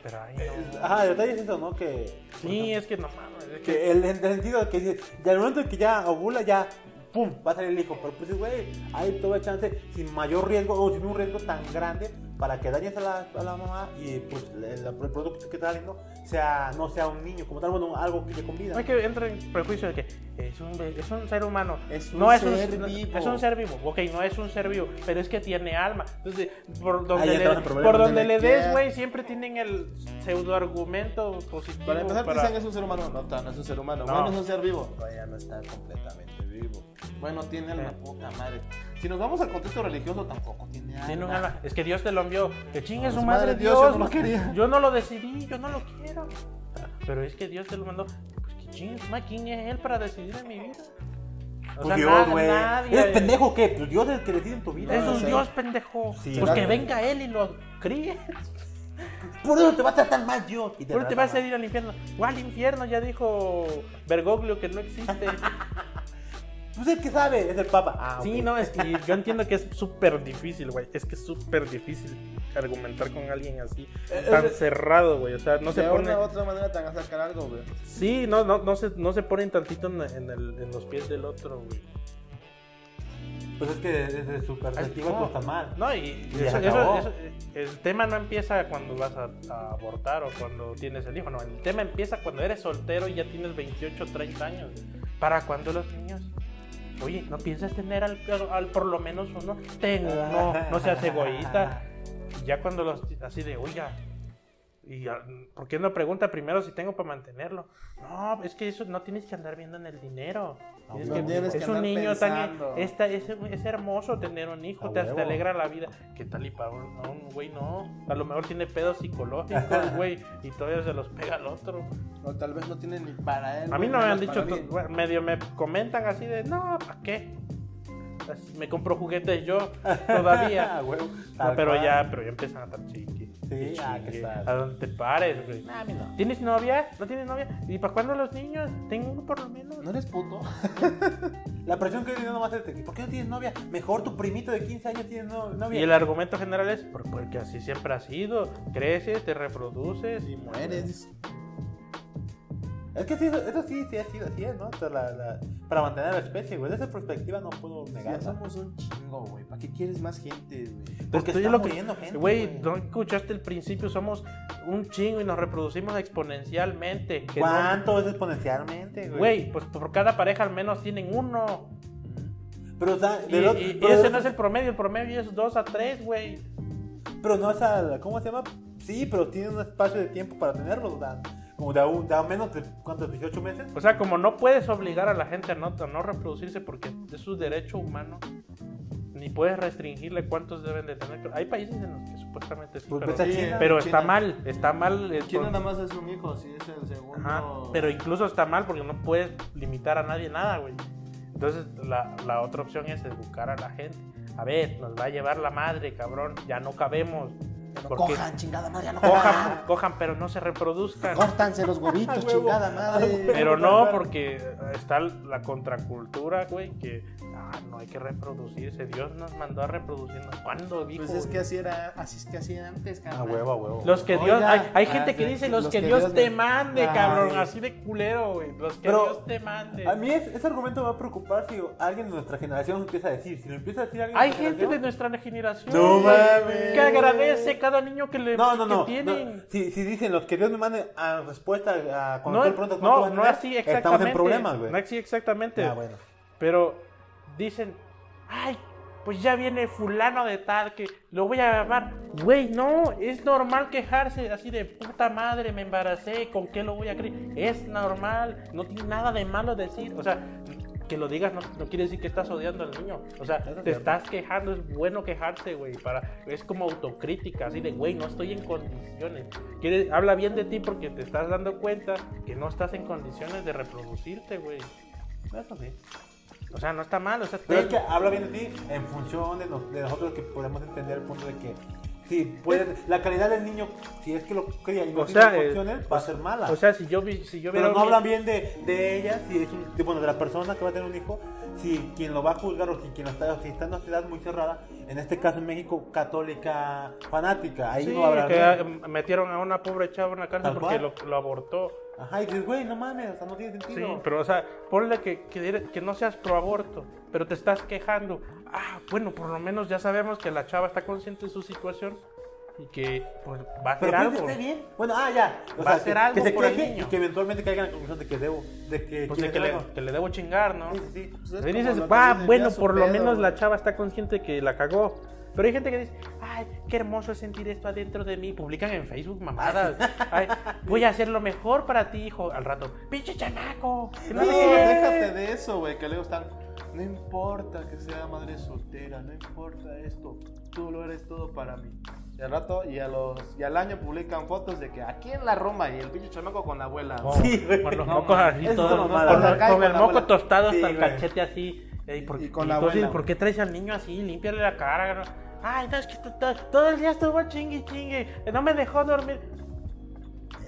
S4: pero ahí
S3: Eh,
S4: no.
S5: Ajá, el detalle es eso, ¿no? Que,
S4: Sí, es que no mames. Es que
S5: que el, el sentido que dice, del momento en que ya ovula, ya, pum, va a salir el hijo. Pero pues, güey, hay toda chance, sin mayor riesgo, o sin un riesgo tan grande, para que dañes a la, a la mamá y pues el, el producto que está saliendo sea, no sea un niño como tal, bueno, algo que le convida.
S4: Es que entra en prejuicio de que es un, es un ser humano.
S3: Es un
S4: no
S3: ser vivo.
S4: Es un ser vivo. Ok, no es un ser vivo, pero es que tiene alma. Entonces, por donde
S5: entra
S4: le,
S5: el problema,
S4: por
S5: donde
S4: donde
S3: le
S4: le des,
S3: queda.
S4: güey, siempre tienen el pseudo argumento positivo.
S3: Para empezar,
S4: para-
S3: piensan que es un ser humano. No, todavía no es un ser humano.
S4: No.
S3: Bueno, es un ser vivo. Todavía no está completamente vivo. Bueno, tiene alma,
S4: Sí.
S3: puta madre. Si nos vamos al contexto religioso, tampoco tiene alma.
S4: Tiene un alma. Es que Dios te lo envió. Que chingue
S3: No,
S4: su
S3: su
S4: madre,
S3: madre,
S4: Dios.
S3: Dios, yo no lo quería.
S4: Yo no lo decidí, yo no lo quiero. Pero es que Dios te lo mandó. Pues que chingue su madre, ¿quién es él para decidir en mi vida? O
S5: Pues
S4: sea,
S5: Dios,
S4: na-
S5: güey.
S4: nadie-
S5: ¿Eres pendejo o qué? Pues Dios es el que decide en tu vida.
S4: Es
S3: No,
S4: un
S3: sí.
S4: Dios pendejo.
S5: Sí,
S4: pues
S5: claro.
S4: que venga él y lo críe.
S5: Por eso te va a tratar mal Dios. Y
S4: Pero te
S5: trata
S4: vas a
S5: mal.
S4: ir al infierno. O al infierno, ya dijo Bergoglio que no existe.
S5: Pues el que sabe, es el Papa. Ah,
S4: Sí,
S5: ok.
S4: no, es que yo entiendo que es súper difícil, güey. Es que es súper difícil argumentar con alguien así,
S5: Eh,
S4: tan cerrado, güey. O sea, no se
S3: de
S4: pone.
S3: una u otra manera te van a sacar algo, güey.
S4: Sí, no, no, no se, no se ponen tantito en, en el- en los pies del otro, güey.
S5: Pues es que desde su perspectiva
S4: no.
S5: pues está mal.
S4: No, y
S5: Y ya
S4: eso-
S5: se
S4: eso-
S5: acabó.
S4: eso- eh, el tema no empieza cuando vas a, a abortar o cuando tienes el hijo, no, el tema empieza cuando eres soltero y ya tienes 28, 30 años. ¿Para cuándo los niños? Oye, ¿no piensas tener al, al- por lo menos uno? Tengo uno, no seas
S5: Ah,
S4: egoísta. Y ya cuando los, así de, oiga, y, ah, ¿por qué no pregunta primero si tengo para mantenerlo? No, es que eso no tienes que andar viendo en el dinero. Tienes
S3: no
S4: que-
S3: tienes
S4: es
S3: que
S4: un
S3: andar
S4: niño tan...
S3: pensando.
S4: esta- es, es hermoso tener un hijo,
S5: A
S4: te, te
S5: huevo.
S4: alegra la vida. ¿Qué tal y para un, a un güey no? A lo mejor tiene pedos psicológicos, güey, y todavía se los pega al otro.
S3: O tal vez no tienen ni para él.
S4: A mí
S3: güey,
S4: no me han
S3: menos
S4: dicho,
S3: para mí.
S4: to- bueno, medio me comentan así de, no, ¿para qué? Así, Me compro juguetes yo todavía.
S5: Ah, huevo.
S4: No,
S5: Tal
S4: pero
S5: cual.
S4: ya, pero ya empiezan a estar chiqui.
S5: Sí, ah, que
S4: Chingue,
S5: tal.
S4: A donde te pares, güey.
S5: Nah, a mí no.
S4: ¿Tienes novia? ¿No tienes novia? ¿Y para cuándo los niños? Tengo uno por lo menos.
S3: ¿No eres puto?
S5: La presión que tiene nomás es de que, ¿por qué no tienes novia? Mejor tu primito de 15 años tiene no- novia.
S4: Y el argumento general es "Por- porque así siempre ha sido. Creces, te reproduces.
S3: Y mueres.
S5: Es que sí, eso, eso sí, sí ha sido así, es, ¿no? O sea, la- la- Para mantener a la especie, güey. Desde esa perspectiva no puedo
S3: Ya
S5: negarla.
S3: somos un chingo, güey. ¿Para qué quieres más gente, güey?
S5: Porque
S4: Pues Estoy
S5: está
S4: lo que-
S5: muriendo gente,
S4: Güey,
S5: güey.
S4: ¿no escuchaste el principio? Somos un chingo y nos reproducimos exponencialmente. que no-
S5: ¿Cuánto es exponencialmente, güey?
S4: Güey, pues por cada pareja al menos tienen uno.
S5: Pero, o sea,
S4: Y,
S5: del otro-
S4: y- y
S5: pero-
S4: ese no es el promedio, el promedio es dos a tres, güey.
S5: Pero no es al. ¿Cómo se llama? Sí, pero tiene un espacio de tiempo para tenerlos, o sea, Como de, a un- de a menos de, ¿cuántos? 18 meses.
S4: O sea, como no puedes obligar a la gente a no, a no reproducirse porque es su derecho humano, ni puedes restringirle cuántos deben de tener. Hay países en los que supuestamente sí,
S5: Pues
S4: pero,
S5: vete a
S3: sí,
S5: China.
S4: pero está
S3: China.
S4: mal, está mal. eh,
S3: ¿Quién
S4: con-
S3: nada más es un hijo? Si es el segundo.
S4: Ajá, pero incluso está mal porque no puedes limitar a nadie nada, güey. Entonces, la, la otra opción es educar a la gente. A ver, nos va a llevar la madre, cabrón, ya no cabemos.
S7: No
S4: Porque
S7: cojan, chingada madre, ya no cojan.
S4: cojan, cojan, pero no se reproduzcan.
S7: Córtanse los huevitos, chingada madre.
S4: Pero no,
S3: Pues
S4: porque está la contracultura, güey, que ah, no hay que reproducirse. Dios nos mandó a reproducirnos. ¿Cuándo, dijo?
S3: Pues es que
S4: güey?
S3: así era, así es que así era antes, cabrón.
S5: A Ah, huevo, a huevo.
S4: Ah, Los que Dios.
S3: Oiga,
S4: Hay, hay
S3: ah,
S4: gente que
S3: sí,
S4: dice los,
S3: los
S4: que,
S3: que
S4: Dios,
S3: Dios
S4: te
S3: me-
S4: mande,
S5: Ay.
S4: cabrón. Así de culero, güey. Los que
S5: Pero-
S4: Dios te mande.
S5: A mí es- ese argumento me va a preocupar si alguien de nuestra generación lo empieza a decir. Si lo empieza a decir alguien
S4: Hay
S5: de nuestra
S4: gente de
S5: generación-
S4: nuestra generación.
S5: No
S4: güey,
S5: mames.
S4: Que agradece cada niño que le
S5: No, no,
S4: que
S5: no.
S4: tienen.
S5: no. Si, si dicen los que Dios me mande a respuesta a cuando
S4: No,
S5: tú le preguntas cuánto
S4: no,
S5: van a
S4: no
S5: tener,
S4: así exactamente.
S5: Estamos en problemas, güey.
S4: No así exactamente.
S5: Ah, bueno.
S4: Pero dicen, ay, pues ya viene fulano de tal que lo voy a llamar. Güey, no, es normal quejarse así de puta madre, me embaracé, ¿con qué lo voy a creer? Es normal, no tiene nada de malo decir. O sea, que lo digas no, no quiere decir que estás odiando al niño. O sea, te estás quejando, es bueno quejarse, güey. Para, es como autocrítica, así de, güey, no estoy en condiciones. Quiere, habla bien de ti porque te estás dando cuenta que no estás en condiciones de reproducirte, güey.
S5: Eso sí.
S4: O sea, no está mal, o sea,
S5: Pero
S4: ten-
S5: es que habla bien de ti en función de, nos- de nosotros que podemos entender el punto de que Sí, puede, la calidad del niño, si es que lo cría y no
S4: O
S5: tiene
S4: sea, eh,
S5: opciones, va a ser mala.
S4: O sea, si yo, vi- si yo
S5: pero
S4: viera
S5: no
S4: un-
S5: hablan bien de, de ella, si es un- de, bueno, de la persona que va a tener un hijo, si quien lo va a juzgar o si quien lo está, o si está en una ciudad muy cerrada, en este caso en México, católica, fanática, ahí
S4: Sí,
S5: no habrá.
S4: que ah, metieron a una pobre chava en la cárcel
S5: Tal
S4: porque
S5: cual.
S4: lo, lo abortó.
S5: Ajá, y dices, güey, no mames, o sea, no tiene
S4: Sí,
S5: sentido.
S4: pero o sea, ponle que, que, eres- que no seas pro aborto, pero te estás quejando. Ah, bueno, por lo menos ya sabemos que la chava está consciente de su situación y que pues va a hacer
S5: Pero que
S4: algo.
S5: esté bien. Bueno, ah, ya.
S4: Va a hacer algo
S5: que se
S4: por el
S5: queje
S4: niño.
S5: y que eventualmente caiga en la conclusión de que debo. De que,
S4: Pues de que
S5: quiere
S4: le,
S5: hacer algo.
S4: que le debo chingar, ¿no?
S5: Sí, sí, sí.
S4: Y dices, va, bueno, por lo menos la chava está consciente que la cagó. Pero hay gente que dice, ay, qué hermoso es sentir esto adentro de mí. Publican en Facebook mamadas. Ay, voy a hacer lo mejor para ti, hijo. Al rato, pinche chamaco. que
S3: No,
S4: no sé qué".
S3: déjate de eso, güey, que luego están. No importa que sea madre soltera, no importa esto, tú lo eres todo para mí. Y al rato y, a los, y al año publican fotos de que aquí en la Roma y el pinche chamaco con la abuela.
S4: Oh,
S5: Sí, güey.
S4: Con los
S5: No,
S4: mocos
S5: mames.
S4: así
S5: Eso es
S4: todos,
S5: una
S4: con,
S5: mamada.
S4: los-
S3: Acá y
S4: con
S3: con
S4: el
S3: la
S4: moco
S3: abuela.
S4: tostado
S5: Sí,
S4: hasta el
S5: güey.
S4: cachete así. Ey, ¿por
S3: Y
S4: qué-
S3: con la
S4: entonces,
S3: abuela,
S4: ¿por qué traes al niño así? Límpiale la cara. ¿no? Ay, no, es que to- to- todo el día estuvo chingue, chingue. No me dejó dormir.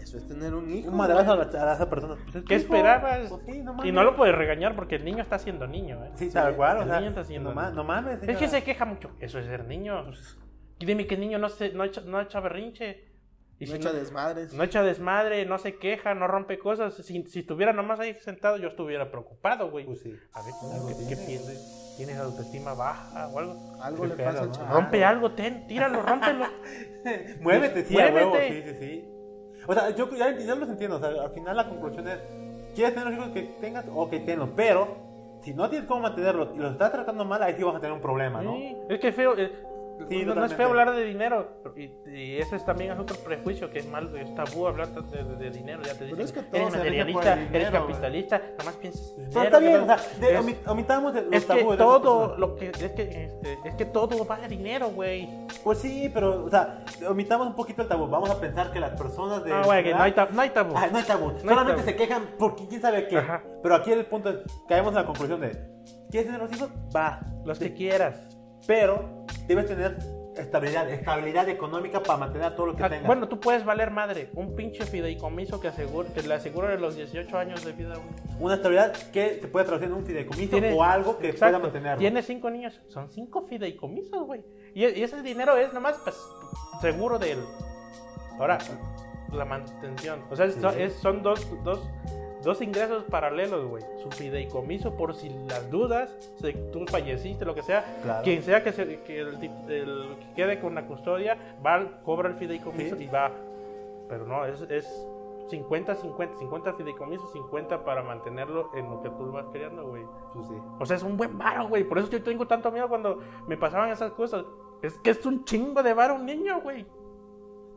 S3: Eso es tener un hijo.
S5: Un madrazo a, la- a esa persona. Pues,
S4: ¿Qué
S5: es tu hijo.
S4: esperabas?
S5: Pues sí,
S4: y
S5: mames.
S4: no lo puedes regañar porque el niño está siendo niño. ¿eh?
S5: Sí, tal cual. O
S4: El
S5: sea,
S4: niño está haciendo-
S5: no, ma- no mames.
S4: Es que
S5: señora.
S4: se queja mucho. Eso es ser niño. pues, Y dime que el niño no, se, no, echa, no echa berrinche. Y
S8: No
S4: si
S8: echa desmadres.
S4: no echa desmadre, no se queja, no rompe cosas. Si, si estuviera nomás ahí sentado, yo estuviera preocupado, güey.
S5: Pues sí.
S4: A ver, ¿qué, qué piensas? ¿Tienes autoestima baja o algo?
S8: Algo le
S5: Qué
S8: pasa
S5: pedo,
S8: al
S5: ¿no?
S8: chaval.
S4: Rompe algo, ten, tíralo, rómpelo.
S5: Muévete, sí,
S4: Muévete.
S5: a huevo. Sí, sí, sí. O sea, yo ya, ya los entiendo. O sea, al final la conclusión es: ¿quieres tener los hijos que tengas? Ok, tenlos. Pero. Si no tienes cómo mantenerlos y los estás tratando mal, ahí sí vas a tener un problema, ¿no?
S4: Sí, es que es feo. eh,
S5: Sí,
S4: no, no es
S5: totalmente.
S4: feo hablar de dinero. Y, y ese es también es otro prejuicio que es malo, es tabú hablar de, de- de dinero. Ya te
S3: Pero
S4: dicen,
S3: es que todo
S4: eres
S3: se rige por el
S4: materialista,
S3: dinero,
S4: eres
S3: güey.
S4: capitalista, nada más piensas en
S5: Pero
S4: dinero.
S5: está bien, o sea, de-
S4: es-
S5: omit- omitamos de- los
S4: es que
S5: tabúes de esas
S4: todo
S5: personas.
S4: lo que es que este, es que todo vale dinero, güey.
S5: Pues sí, pero, o sea, omitamos un poquito el tabú. Vamos a pensar que las personas de.
S4: No, Ah, güey, que no hay, tab- no hay tabú.
S5: Ah, no hay tabú.
S4: hay
S5: Solamente
S4: tabú.
S5: se quejan porque quién sabe qué.
S4: Ajá.
S5: Pero aquí el punto es: caemos en la conclusión de: ¿quieres tener los hijos? Va.
S4: Los
S5: Sí.
S4: que quieras.
S5: Pero debes tener estabilidad, estabilidad económica para mantener a todo lo que
S4: Ah,
S5: tengas.
S4: Bueno, tú puedes valer madre. Un pinche fideicomiso que, asegura, que le asegura de los 18 años de vida. güey.
S5: una estabilidad que se puede traducir en un fideicomiso
S4: Tiene-
S5: o algo que
S4: Exacto.
S5: pueda mantenerlo.
S4: Tiene cinco niños. Son cinco fideicomisos, güey. Y, e, y ese dinero es nomás pues, seguro de él. Ahora, la mantención. O sea, son, es- son dos, dos, dos ingresos paralelos, güey. Su fideicomiso por si las dudas, si tú falleciste, lo que sea.
S5: Claro.
S4: Quien sea que, se- que el, tip- el que quede con la custodia, va, al- cobra el fideicomiso
S5: Sí.
S4: y va. Pero no, es... es 50-50, 50 fideicomisos, 50 para mantenerlo en lo que tú vas creando, güey.
S5: Pues sí.
S4: O sea, es un buen varo, güey. Por eso yo tengo tanto miedo cuando me pasaban esas cosas. Es que es un chingo de varo un niño, güey.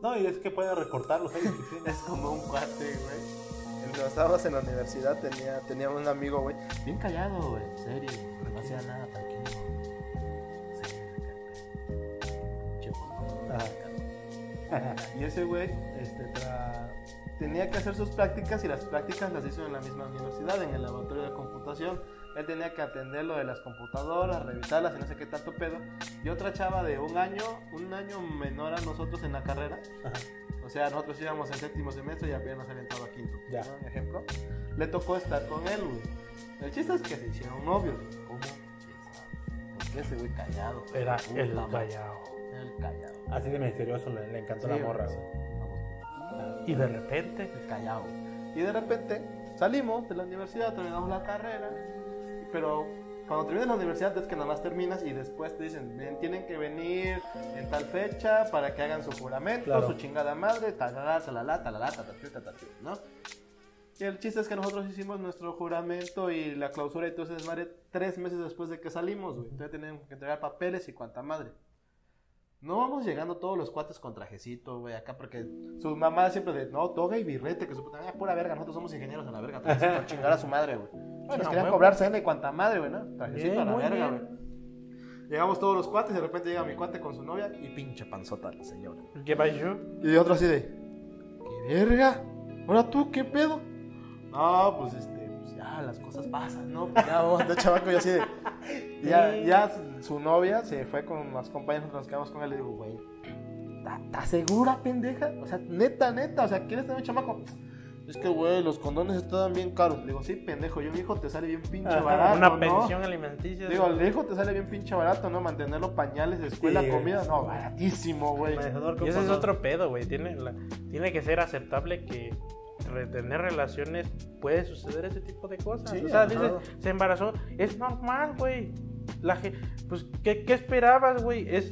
S5: No, y es que puede recortar los años que tiene.
S3: Es como un cuate, güey. Mientras estábamos en la universidad tenía, teníamos un amigo, güey. Bien callado, güey, en serio. No hacía nada, tranquilo. Sí, acá. Che, güey. Y ese güey este, tra- tenía que hacer sus prácticas y las prácticas las hizo en la misma universidad, en el laboratorio de computación. Él tenía que atender lo de las computadoras, revisarlas y no sé qué tanto pedo. Y otra chava de un año, un año menor a nosotros en la carrera. O sea, nosotros íbamos en séptimo semestre y apenas había entrado a quinto.
S5: Ya.
S3: ¿no? Un ejemplo. Le tocó estar con él, güey. El chiste es que se hicieron novios. güey. ¿Cómo? ¿Quién sabe? ¿Por qué ese güey callado?
S4: Era
S3: Puta
S4: el oh.
S3: madre.
S4: callao.
S3: El callado.
S5: Así de misterioso le, le encantó la
S3: Sí,
S5: morra.
S3: sí.
S5: güey.
S4: Y de repente,
S3: Callao. Y de repente salimos de la universidad, terminamos la carrera, pero cuando terminas la universidad es que nada más terminas y después te dicen, "Ven, tienen que venir en tal fecha para que hagan su juramento,
S5: Claro.
S3: su chingada madre, talala, talala, talala, tatatú, tatatú", ¿no? Y el chiste es que nosotros hicimos nuestro juramento y la clausura y todo ese desmadre tres meses después de que salimos, güey. Entonces teníamos que entregar papeles y cuanta madre. No vamos llegando todos los cuates con trajecito, güey, acá, porque su mamá siempre de, no, toga y birrete, que su puta, ah, pura verga, nosotros somos ingenieros a la verga, todos por chingar a su madre, güey. Bueno, nos
S4: no,
S3: querían
S4: güey.
S3: cobrar cena y cuanta madre, güey, ¿no? Trajecito
S4: Bien,
S3: a la
S4: muy
S3: verga,
S4: bien.
S3: güey. Llegamos todos los cuates y de repente llega mi cuate con su novia y pinche panzota la señora.
S4: ¿qué pasó?
S3: Y otro así de, ¿qué verga? ¿Ahora tú qué pedo? No, pues este, pues ya las cosas pasan, ¿no? Pues ya vamos, de chavaco, yo así de. Ya, ya su novia se fue con las compañeras, nos quedamos con él y le digo, güey,
S1: ¿Estás segura, pendeja? O sea, neta, neta, o sea, ¿quieres tener un chamaco? Es que, güey, los condones estaban bien caros.
S3: Le digo, sí, pendejo, yo mi hijo te sale bien pinche
S5: Ajá,
S3: barato.
S4: Una
S3: Ah, ¿no?
S4: pensión alimenticia.
S3: Digo, al hijo te sale bien pinche barato, ¿no? Mantenerlo pañales, escuela,
S5: Sí, güey.
S3: comida. No, baratísimo, güey.
S5: Manejador con
S4: Y ese es
S5: condón.
S4: otro pedo, güey. Tiene, la- tiene que ser aceptable que re- tener relaciones puede suceder ese tipo de cosas.
S3: Sí,
S4: o sea,
S3: ajá.
S4: dices, se embarazó. Es normal, güey. La ge- pues, ¿qué, qué esperabas, güey? Es,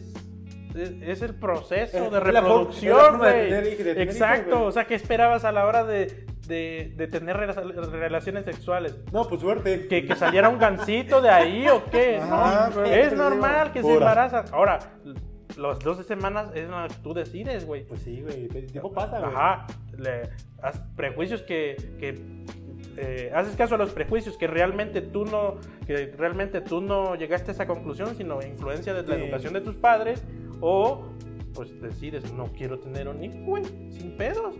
S4: es, es el proceso de
S5: Es la for- es la
S4: reproducción,
S5: forma de
S4: güey.
S5: tener hij- de tener hijos,
S4: Exacto.
S5: güey.
S4: o sea, ¿qué esperabas a la hora de, de, de tener rela- relaciones sexuales?
S5: No, pues suerte.
S4: que, que saliera un gancito de ahí o qué. ¿no?
S3: Ajá, pero Ah, pues, te
S4: es
S3: digo,
S4: normal que se
S5: pura.
S4: embarazan. Ahora, las 12 semanas es la que tú decides, güey.
S5: Pues sí, güey. El tiempo pasa, güey.
S4: Ajá, le- haz prejuicios que, que, eh, haces caso a los prejuicios que realmente tú no que realmente tú no llegaste a esa conclusión, sino influencia de la
S5: Sí.
S4: educación de tus padres o pues decides no quiero tener un hijo, güey, sin pedos.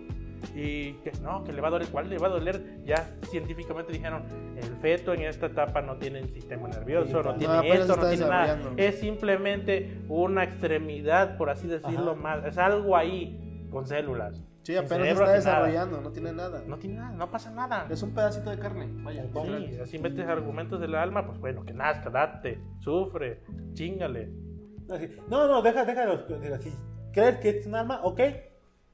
S4: Y que no, que le va a doler, ¿cuál le va a doler? Ya científicamente dijeron, el feto en esta etapa no tiene el sistema nervioso, no
S5: No,
S4: tiene
S1: apenas
S4: esto, no
S1: está
S4: tiene nada.
S1: desarrollando.
S4: Es simplemente una extremidad, por así decirlo,
S5: Ajá.
S4: más. Es algo ahí con células.
S1: Sí,
S4: Sin
S1: apenas
S4: cerebro,
S1: está
S4: sin nada.
S1: desarrollando, no tiene nada.
S4: No tiene nada, no pasa nada.
S1: Es un pedacito de carne. Vaya,
S4: Sí, así metes argumentos del alma, pues bueno, que nazca, date, sufre, chingale.
S5: Así, No, no, deja, deja los- de- Si crees que es un alma, ok.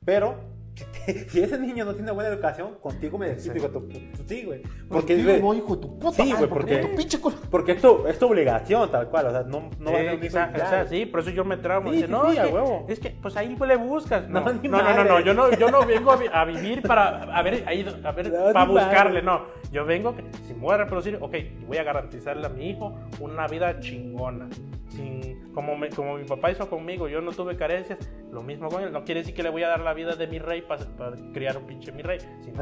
S5: Pero si, te- si ese niño no tiene buena educación, contigo me despido. tu- tu- tu- Sí, güey. Porque,
S1: Contigo
S5: güey,
S1: voy, hijo de tu puta
S5: Sí,
S1: madre,
S5: güey,
S1: porque
S5: porque-
S1: tu pinche culo.
S5: porque es, tu, es tu obligación, tal cual. O sea, no, no vas
S4: Eh,
S5: a ser un hijo
S4: quizá-
S5: y ya,
S4: o sea,
S5: güey.
S4: sí, por eso yo me traumo.
S5: Sí,
S4: Dice,
S5: sí,
S4: no,
S5: sí,
S4: es,
S5: a
S4: que,
S5: huevo.
S4: es que, pues ahí le buscas. No,
S5: No,
S4: no,
S5: ni
S4: no, no, no,
S5: madre.
S4: Yo, no yo no vengo a, vi- a vivir para a ver, ahí- a ver
S5: No, ni
S4: para
S5: madre.
S4: buscarle, no. Yo vengo, que, si me voy a reproducir, ok, voy a garantizarle a mi hijo una vida chingona. Sin, como, me- como mi papá hizo conmigo, yo no tuve carencias, lo mismo con él. No quiere decir que le voy a dar la vida de mi rey para, para criar un pinche mi rey. sino-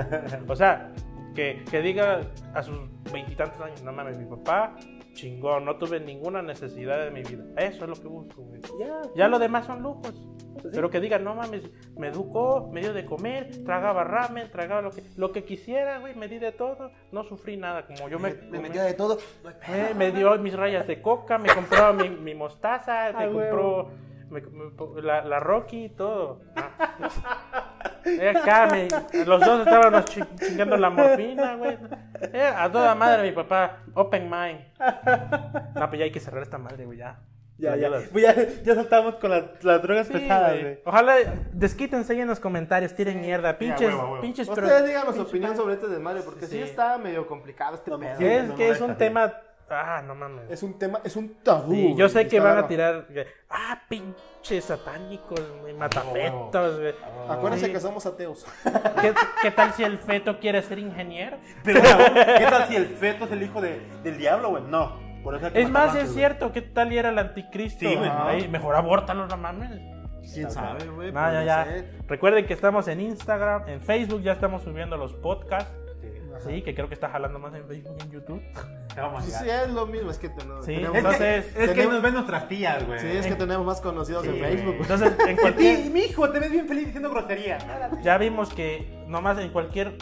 S4: o sea, que, que diga a sus veintitantos años, no mames, mi papá, chingón, no tuve ninguna necesidad de mi vida. Eso es lo que busco, güey.
S5: Ya.
S4: Ya lo demás son lujos.
S5: Pues sí.
S4: Pero que digan, no mames, me educó, me dio de comer, tragaba ramen, tragaba lo que, lo que quisiera, güey, me di de todo, no sufrí nada, como yo me...
S1: Me, me metía de todo.
S4: Eh, me dio mis rayas de coca, me compró mi, mi mostaza,
S5: Ah,
S4: me compró me- me- la, la Rocky y todo. Ah. Eh, acá me- los dos estábamos chi- chingando la morfina, güey. Eh, a toda madre, mi papá, open mind. No, pues ya hay que cerrar esta madre, güey, ya.
S5: Ya,
S4: Ya
S5: ya,
S4: las-
S5: Pues ya, ya soltamos con las, las drogas
S4: Sí,
S5: pesadas,
S4: güey.
S5: güey.
S4: Ojalá desquítense ahí en los comentarios, tiren mierda, pinches,
S5: huevo, huevo.
S4: pinches, pero
S3: Ustedes díganos su opinión sobre este desmadre, porque sí,
S4: Sí.
S3: está medio complicado este pedo.
S5: sí.
S4: es
S5: no,
S4: que
S5: no,
S4: es un
S5: déjate.
S4: tema, ah, no mames.
S1: Es un tema, es un tabú.
S4: Sí, yo sé
S1: güey,
S4: que
S1: está
S4: van a
S1: raro.
S4: tirar. que, Ah, pinches satánicos, güey, matafetos, güey.
S1: Acuérdense
S4: Sí.
S1: que somos ateos.
S4: ¿Qué, qué tal si el feto quiere ser ingeniero?
S5: Pero, güey, ¿Qué tal si el feto es el hijo de- del diablo, güey? No. Por eso hay que
S4: Es
S5: matar
S4: más, es
S5: güey.
S4: cierto, ¿qué tal y era el anticristo?
S5: Sí, güey.
S4: Ahí, mejor abórtalo, no mames.
S3: ¿Quién sabe, güey?
S4: No, ya,
S3: Puede
S4: ya.
S3: ser.
S4: Recuerden que estamos en Instagram, en Facebook, ya estamos subiendo los podcasts. Sí, que creo que está jalando más en Facebook que en YouTube.
S5: Oh my
S3: Sí,
S5: God.
S3: sí, es lo mismo, es que tenemos,
S4: Sí,
S3: tenemos
S5: Es
S3: más,
S5: que,
S4: Entonces,
S5: es que
S3: tenemos-
S5: nos ven nuestras tías, güey.
S3: sí, es que tenemos más conocidos en Facebook. güey.
S4: Entonces, en
S5: Y
S4: cualquier,
S5: mi hijo, te ves bien feliz diciendo grosería.
S4: ya vimos que nomás en cualquier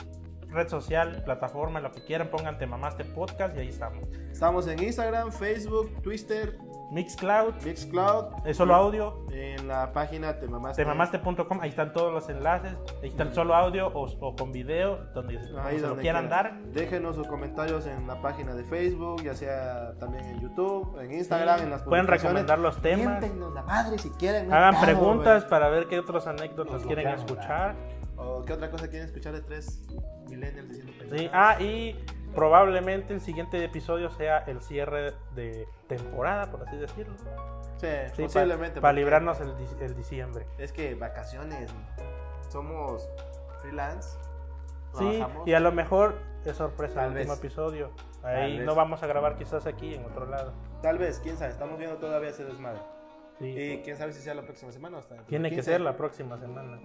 S4: red social, plataforma, lo que quieran, pongan Te Mamaste Podcast y ahí estamos.
S3: Estamos en Instagram, Facebook, Twitter,
S4: Mixcloud,
S3: Mixcloud,
S4: eh, solo audio,
S3: en la página te mamaste.
S4: temamaste.com, ahí están todos los enlaces, ahí está el solo audio o, o con video, donde,
S3: Ahí
S4: como se lo
S3: donde
S4: quieran dar.
S3: quieran. Déjenos sus comentarios en la página de Facebook, ya sea también en YouTube, en Instagram, en las
S4: Pueden
S3: publicaciones.
S4: recomendar los temas,
S1: Miéntenos la madre si quieren. no hay
S4: hagan
S1: pedo,
S4: preguntas para ver qué otros anécdotas
S5: Nos
S4: quieren
S5: bloqueamos,
S4: escuchar.
S3: ¿O qué otra cosa quieren escuchar de tres millennials diciendo
S4: Sí,
S3: pendejadas?
S4: Ah, y probablemente el siguiente episodio sea el cierre de temporada, por así decirlo.
S3: Sí,
S4: Sí,
S3: posiblemente.
S4: Para,
S3: porque
S4: librarnos el, dic- el diciembre.
S3: Es que vacaciones. Somos freelance.
S4: Sí,
S3: trabajamos.
S4: y a lo mejor es sorpresa
S3: Tal
S4: el último
S3: vez.
S4: episodio.
S3: Tal
S4: Ahí
S3: vez.
S4: no vamos a grabar quizás aquí, en otro lado.
S3: Tal vez, quién sabe. Estamos viendo todavía ese desmadre.
S4: Sí.
S3: Y quién sabe si sea la próxima semana o hasta. dentro de
S4: Tiene que
S3: 15.
S4: ser la próxima semana.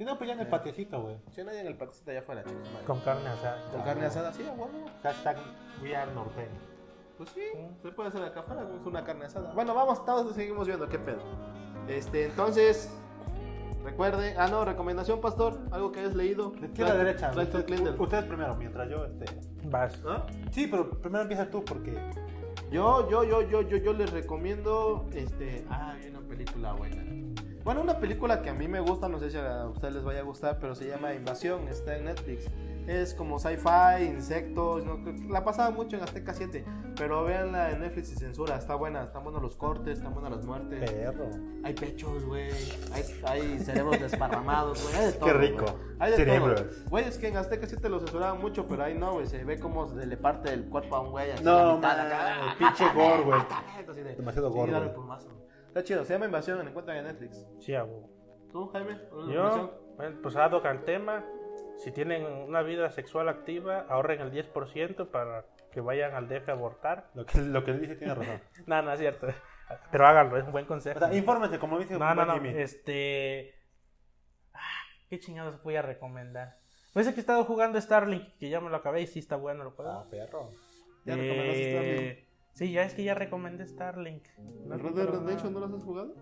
S5: Y no, pues ya en el patiecito, güey.
S3: Si nadie en el patecito allá afuera, chicos. madre.
S4: Con carne asada.
S3: Con carne asada, sí, a huevo.
S5: Hashtag We Are Norteño.
S3: Pues sí, se puede hacer acá afuera, es una carne asada. Bueno, vamos, todos seguimos viendo, qué pedo. Este, entonces, recuerde, ah no, recomendación, pastor, algo que hayas leído.
S5: De izquierda a derecha.
S3: Trae tu
S5: Ustedes,
S3: Kindle.
S5: ustedes primero, mientras yo, este...
S4: Vas.
S3: ¿Ah?
S5: Sí, pero primero empieza tú, porque...
S3: Yo, yo, yo, yo, yo, yo les recomiendo, este, ah, hay una película buena. Bueno, una película que a mí me gusta, no sé si a ustedes les vaya a gustar, pero se llama Invasión, está en Netflix. Es como sci-fi, insectos, no, la pasaba mucho en Azteca 7, pero véanla en Netflix y censura, está buena, están buenos los cortes, están buenas las muertes.
S5: Perro.
S3: Hay pechos, güey. Hay, hay cerebros desparramados, güey. Hay de todo.
S1: Qué rico.
S3: güey. Hay de
S1: Cerebros.
S3: todo. Güey, es que en Azteca sí te lo censuraban mucho, pero ahí no, güey. Se ve cómo se le parte el cuerpo a un güey. así, la
S5: No,
S3: mitad,
S5: man,
S3: acá.
S5: pinche gore, güey.
S3: Así de-
S5: Demasiado
S3: sí,
S5: gore,
S3: dale
S5: güey.
S3: plumazo. Está chido, se llama Invasión, la encuentran en Netflix.
S4: Sí, a huevo.
S3: ¿Tú, Jaime? ¿Una recomendación?
S4: Yo, bueno, pues ad hoc al tema, si tienen una vida sexual activa, ahorren el 10% para que vayan al DF a abortar.
S5: Lo que, lo que él dice tiene razón.
S4: No, no es cierto. Pero háganlo, es un buen
S5: O
S4: consejo.
S5: sea, infórmense, como dice
S4: No, no, no.
S5: Jimmy.
S4: Este. ah, ¿Qué chingados voy a recomendar? Me dice que he estado jugando Starlink, que ya me lo acabé y sí está bueno el juego.
S5: Ah, perro.
S3: ¿Ya recomendaste Starlink?
S4: Eh, Sí, ya es que ya recomendé Starlink. No
S3: ¿El Red Dead
S4: recuerdo
S3: Redemption no
S4: nada.
S3: las has jugado?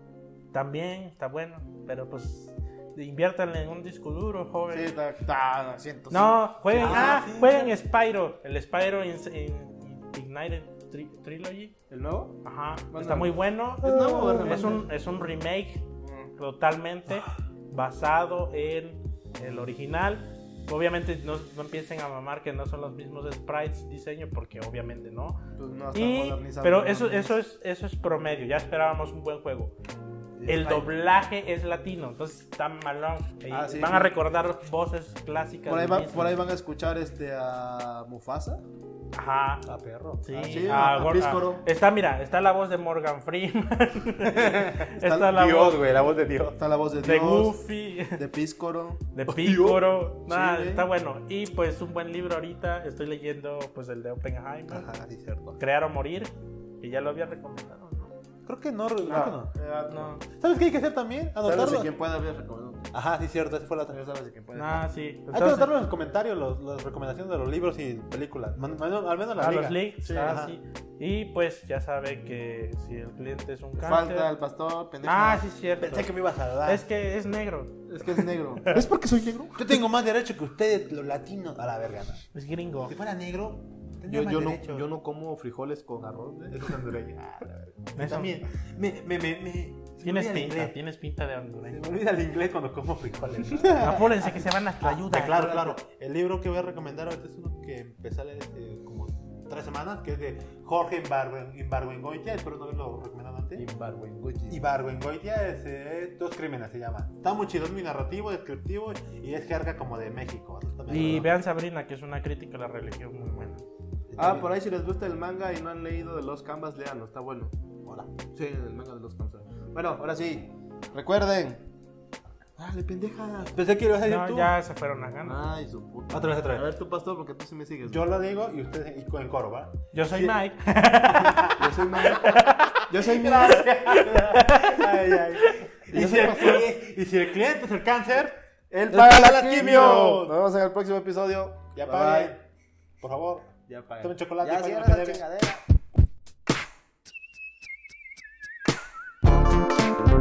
S4: También está bueno, pero pues inviértanle en un disco duro, joven.
S3: Sí, está, está a 105.
S4: Pues, No, jueguen,
S3: Ah,
S4: ah, jueguen Spyro, el Spyro in, in- Ignited Tri- Trilogy.
S3: ¿El nuevo?
S4: Ajá,
S3: Bueno.
S4: está muy bueno.
S3: ¿Es nuevo o es
S4: Es un, es un remake totalmente basado en el original. Obviamente no, no empiecen a mamar que no son los mismos sprites diseño, porque obviamente no.
S3: Pues no, está
S4: Y-
S3: modernizado.
S4: pero
S3: no,
S4: eso,
S3: no.
S4: eso, es, eso es promedio, ya esperábamos un buen juego. El
S3: Ay,
S4: doblaje es latino, entonces está malón. Y
S3: Ah, sí.
S4: van a recordar voces clásicas.
S3: Por ahí,
S4: del
S3: va-
S4: mismo.
S3: por ahí van a escuchar este, a Mufasa.
S4: Ajá.
S5: Ah, perro.
S4: Sí,
S3: Ah, sí,
S4: ah,
S3: a
S4: Gor-
S3: Píscoro.
S4: ah, está, mira, está la voz de Morgan Freeman. está,
S3: Está
S4: la
S1: Dios,
S4: voz
S1: güey, la voz de Dios.
S3: Está la voz de Dios.
S4: de Goofy,
S3: De Píscoro.
S4: de Pícoro. Nah,
S3: Sí.
S4: está bueno. Y pues un buen libro ahorita. Estoy leyendo pues el de Oppenheimer.
S3: Ajá, sí, cierto.
S4: Crear o morir. Que ya lo había recomendado, ¿no?
S5: Creo que no, creo que
S3: No,
S5: no.
S3: eh, no.
S4: No.
S5: ¿Sabes qué hay que hacer también?
S3: Sabes de
S5: Anotarlo.
S3: quién puede haber recomendado.
S5: Ajá, sí, cierto, esa fue la otra.
S3: Ya sabes de quién puede haber.
S4: Nah, sí.
S5: Hay que
S4: Entonces,
S5: anotarlo Ah, en los comentarios, los- las recomendaciones de los libros y películas. Man- man- al menos la
S4: a los
S5: liga.
S4: leaks.
S3: Sí,
S4: ah,
S5: ajá.
S4: sí. Y pues ya sabe que si el cliente es un
S3: Te
S4: cáncer.
S3: Falta el pastor, pendejo.
S4: Ah, sí, es cierto.
S5: Pensé que me ibas a dar.
S4: Es que es negro.
S3: Es que es negro. ¿Es porque soy negro?
S5: Yo tengo más derecho que ustedes, los latinos, a la verga. ¿no?
S4: Es gringo.
S5: Si fuera negro, tendría
S3: Yo,
S5: más
S3: yo, no,
S5: derecho.
S3: yo no como frijoles con arroz. ¿eh?
S1: Es hondureño. Ah,
S4: Eso.
S5: También. Me, me, me, me- se me
S4: Tienes
S5: olvida el
S4: pinta,
S5: inglés.
S4: tienes pinta de
S5: Se
S4: hondureño.
S5: me olvida el inglés cuando como frijoles. ¿no?
S4: Apúrense que se van a ayuda.
S5: Ah, claro, claro. El libro que voy a recomendar ahorita es uno que empecé a leer hace como tres semanas, que es de Jorge Imbargüen- Imbargüengoitia. Espero no haberlo recomendado antes.
S3: Imbargüengochi.
S5: Ibargüengoitia es eh, Dos Crímenes, se llama. Está muy chido, es muy narrativo, descriptivo y es jerga como de México. Ah, Está
S4: Y
S5: medio-
S4: vean Sabrina, que es una crítica a la religión muy buena.
S3: Ah, por ahí si les gusta el manga y no han leído de los canvas, leanlo, está bueno.
S5: Hola.
S3: Sí, el manga de los canvas. Bueno, ahora sí, recuerden. Dale, pendeja.
S5: Pensé que ibas a decir
S4: Ah, No,
S5: tú.
S4: ya se fueron las ganas.
S3: Ay, su puta.
S5: Otra vez, otra
S3: A
S5: vez.
S3: ver, tú, pastor, porque tú sí me sigues.
S5: Yo lo digo y ustedes y co- en coro, ¿va?
S4: Yo soy Mike.
S3: Yo soy Mike. Yo soy Mike.
S5: Ay, ay.
S3: ¿Y
S5: Y, si
S3: qué
S5: el,
S3: pasó?
S5: y si el cliente es el cáncer,
S3: Él
S5: paga la
S3: quimio.
S5: quimio.
S3: Nos vemos en el próximo episodio.
S5: ya
S3: Bye,
S5: paguen.
S3: bye.
S5: Por favor.
S3: Ya paga.
S5: Tomen chocolate y
S3: Ya
S5: paguen
S3: cierra
S5: lo que
S3: esa
S5: deben.
S3: chingadera.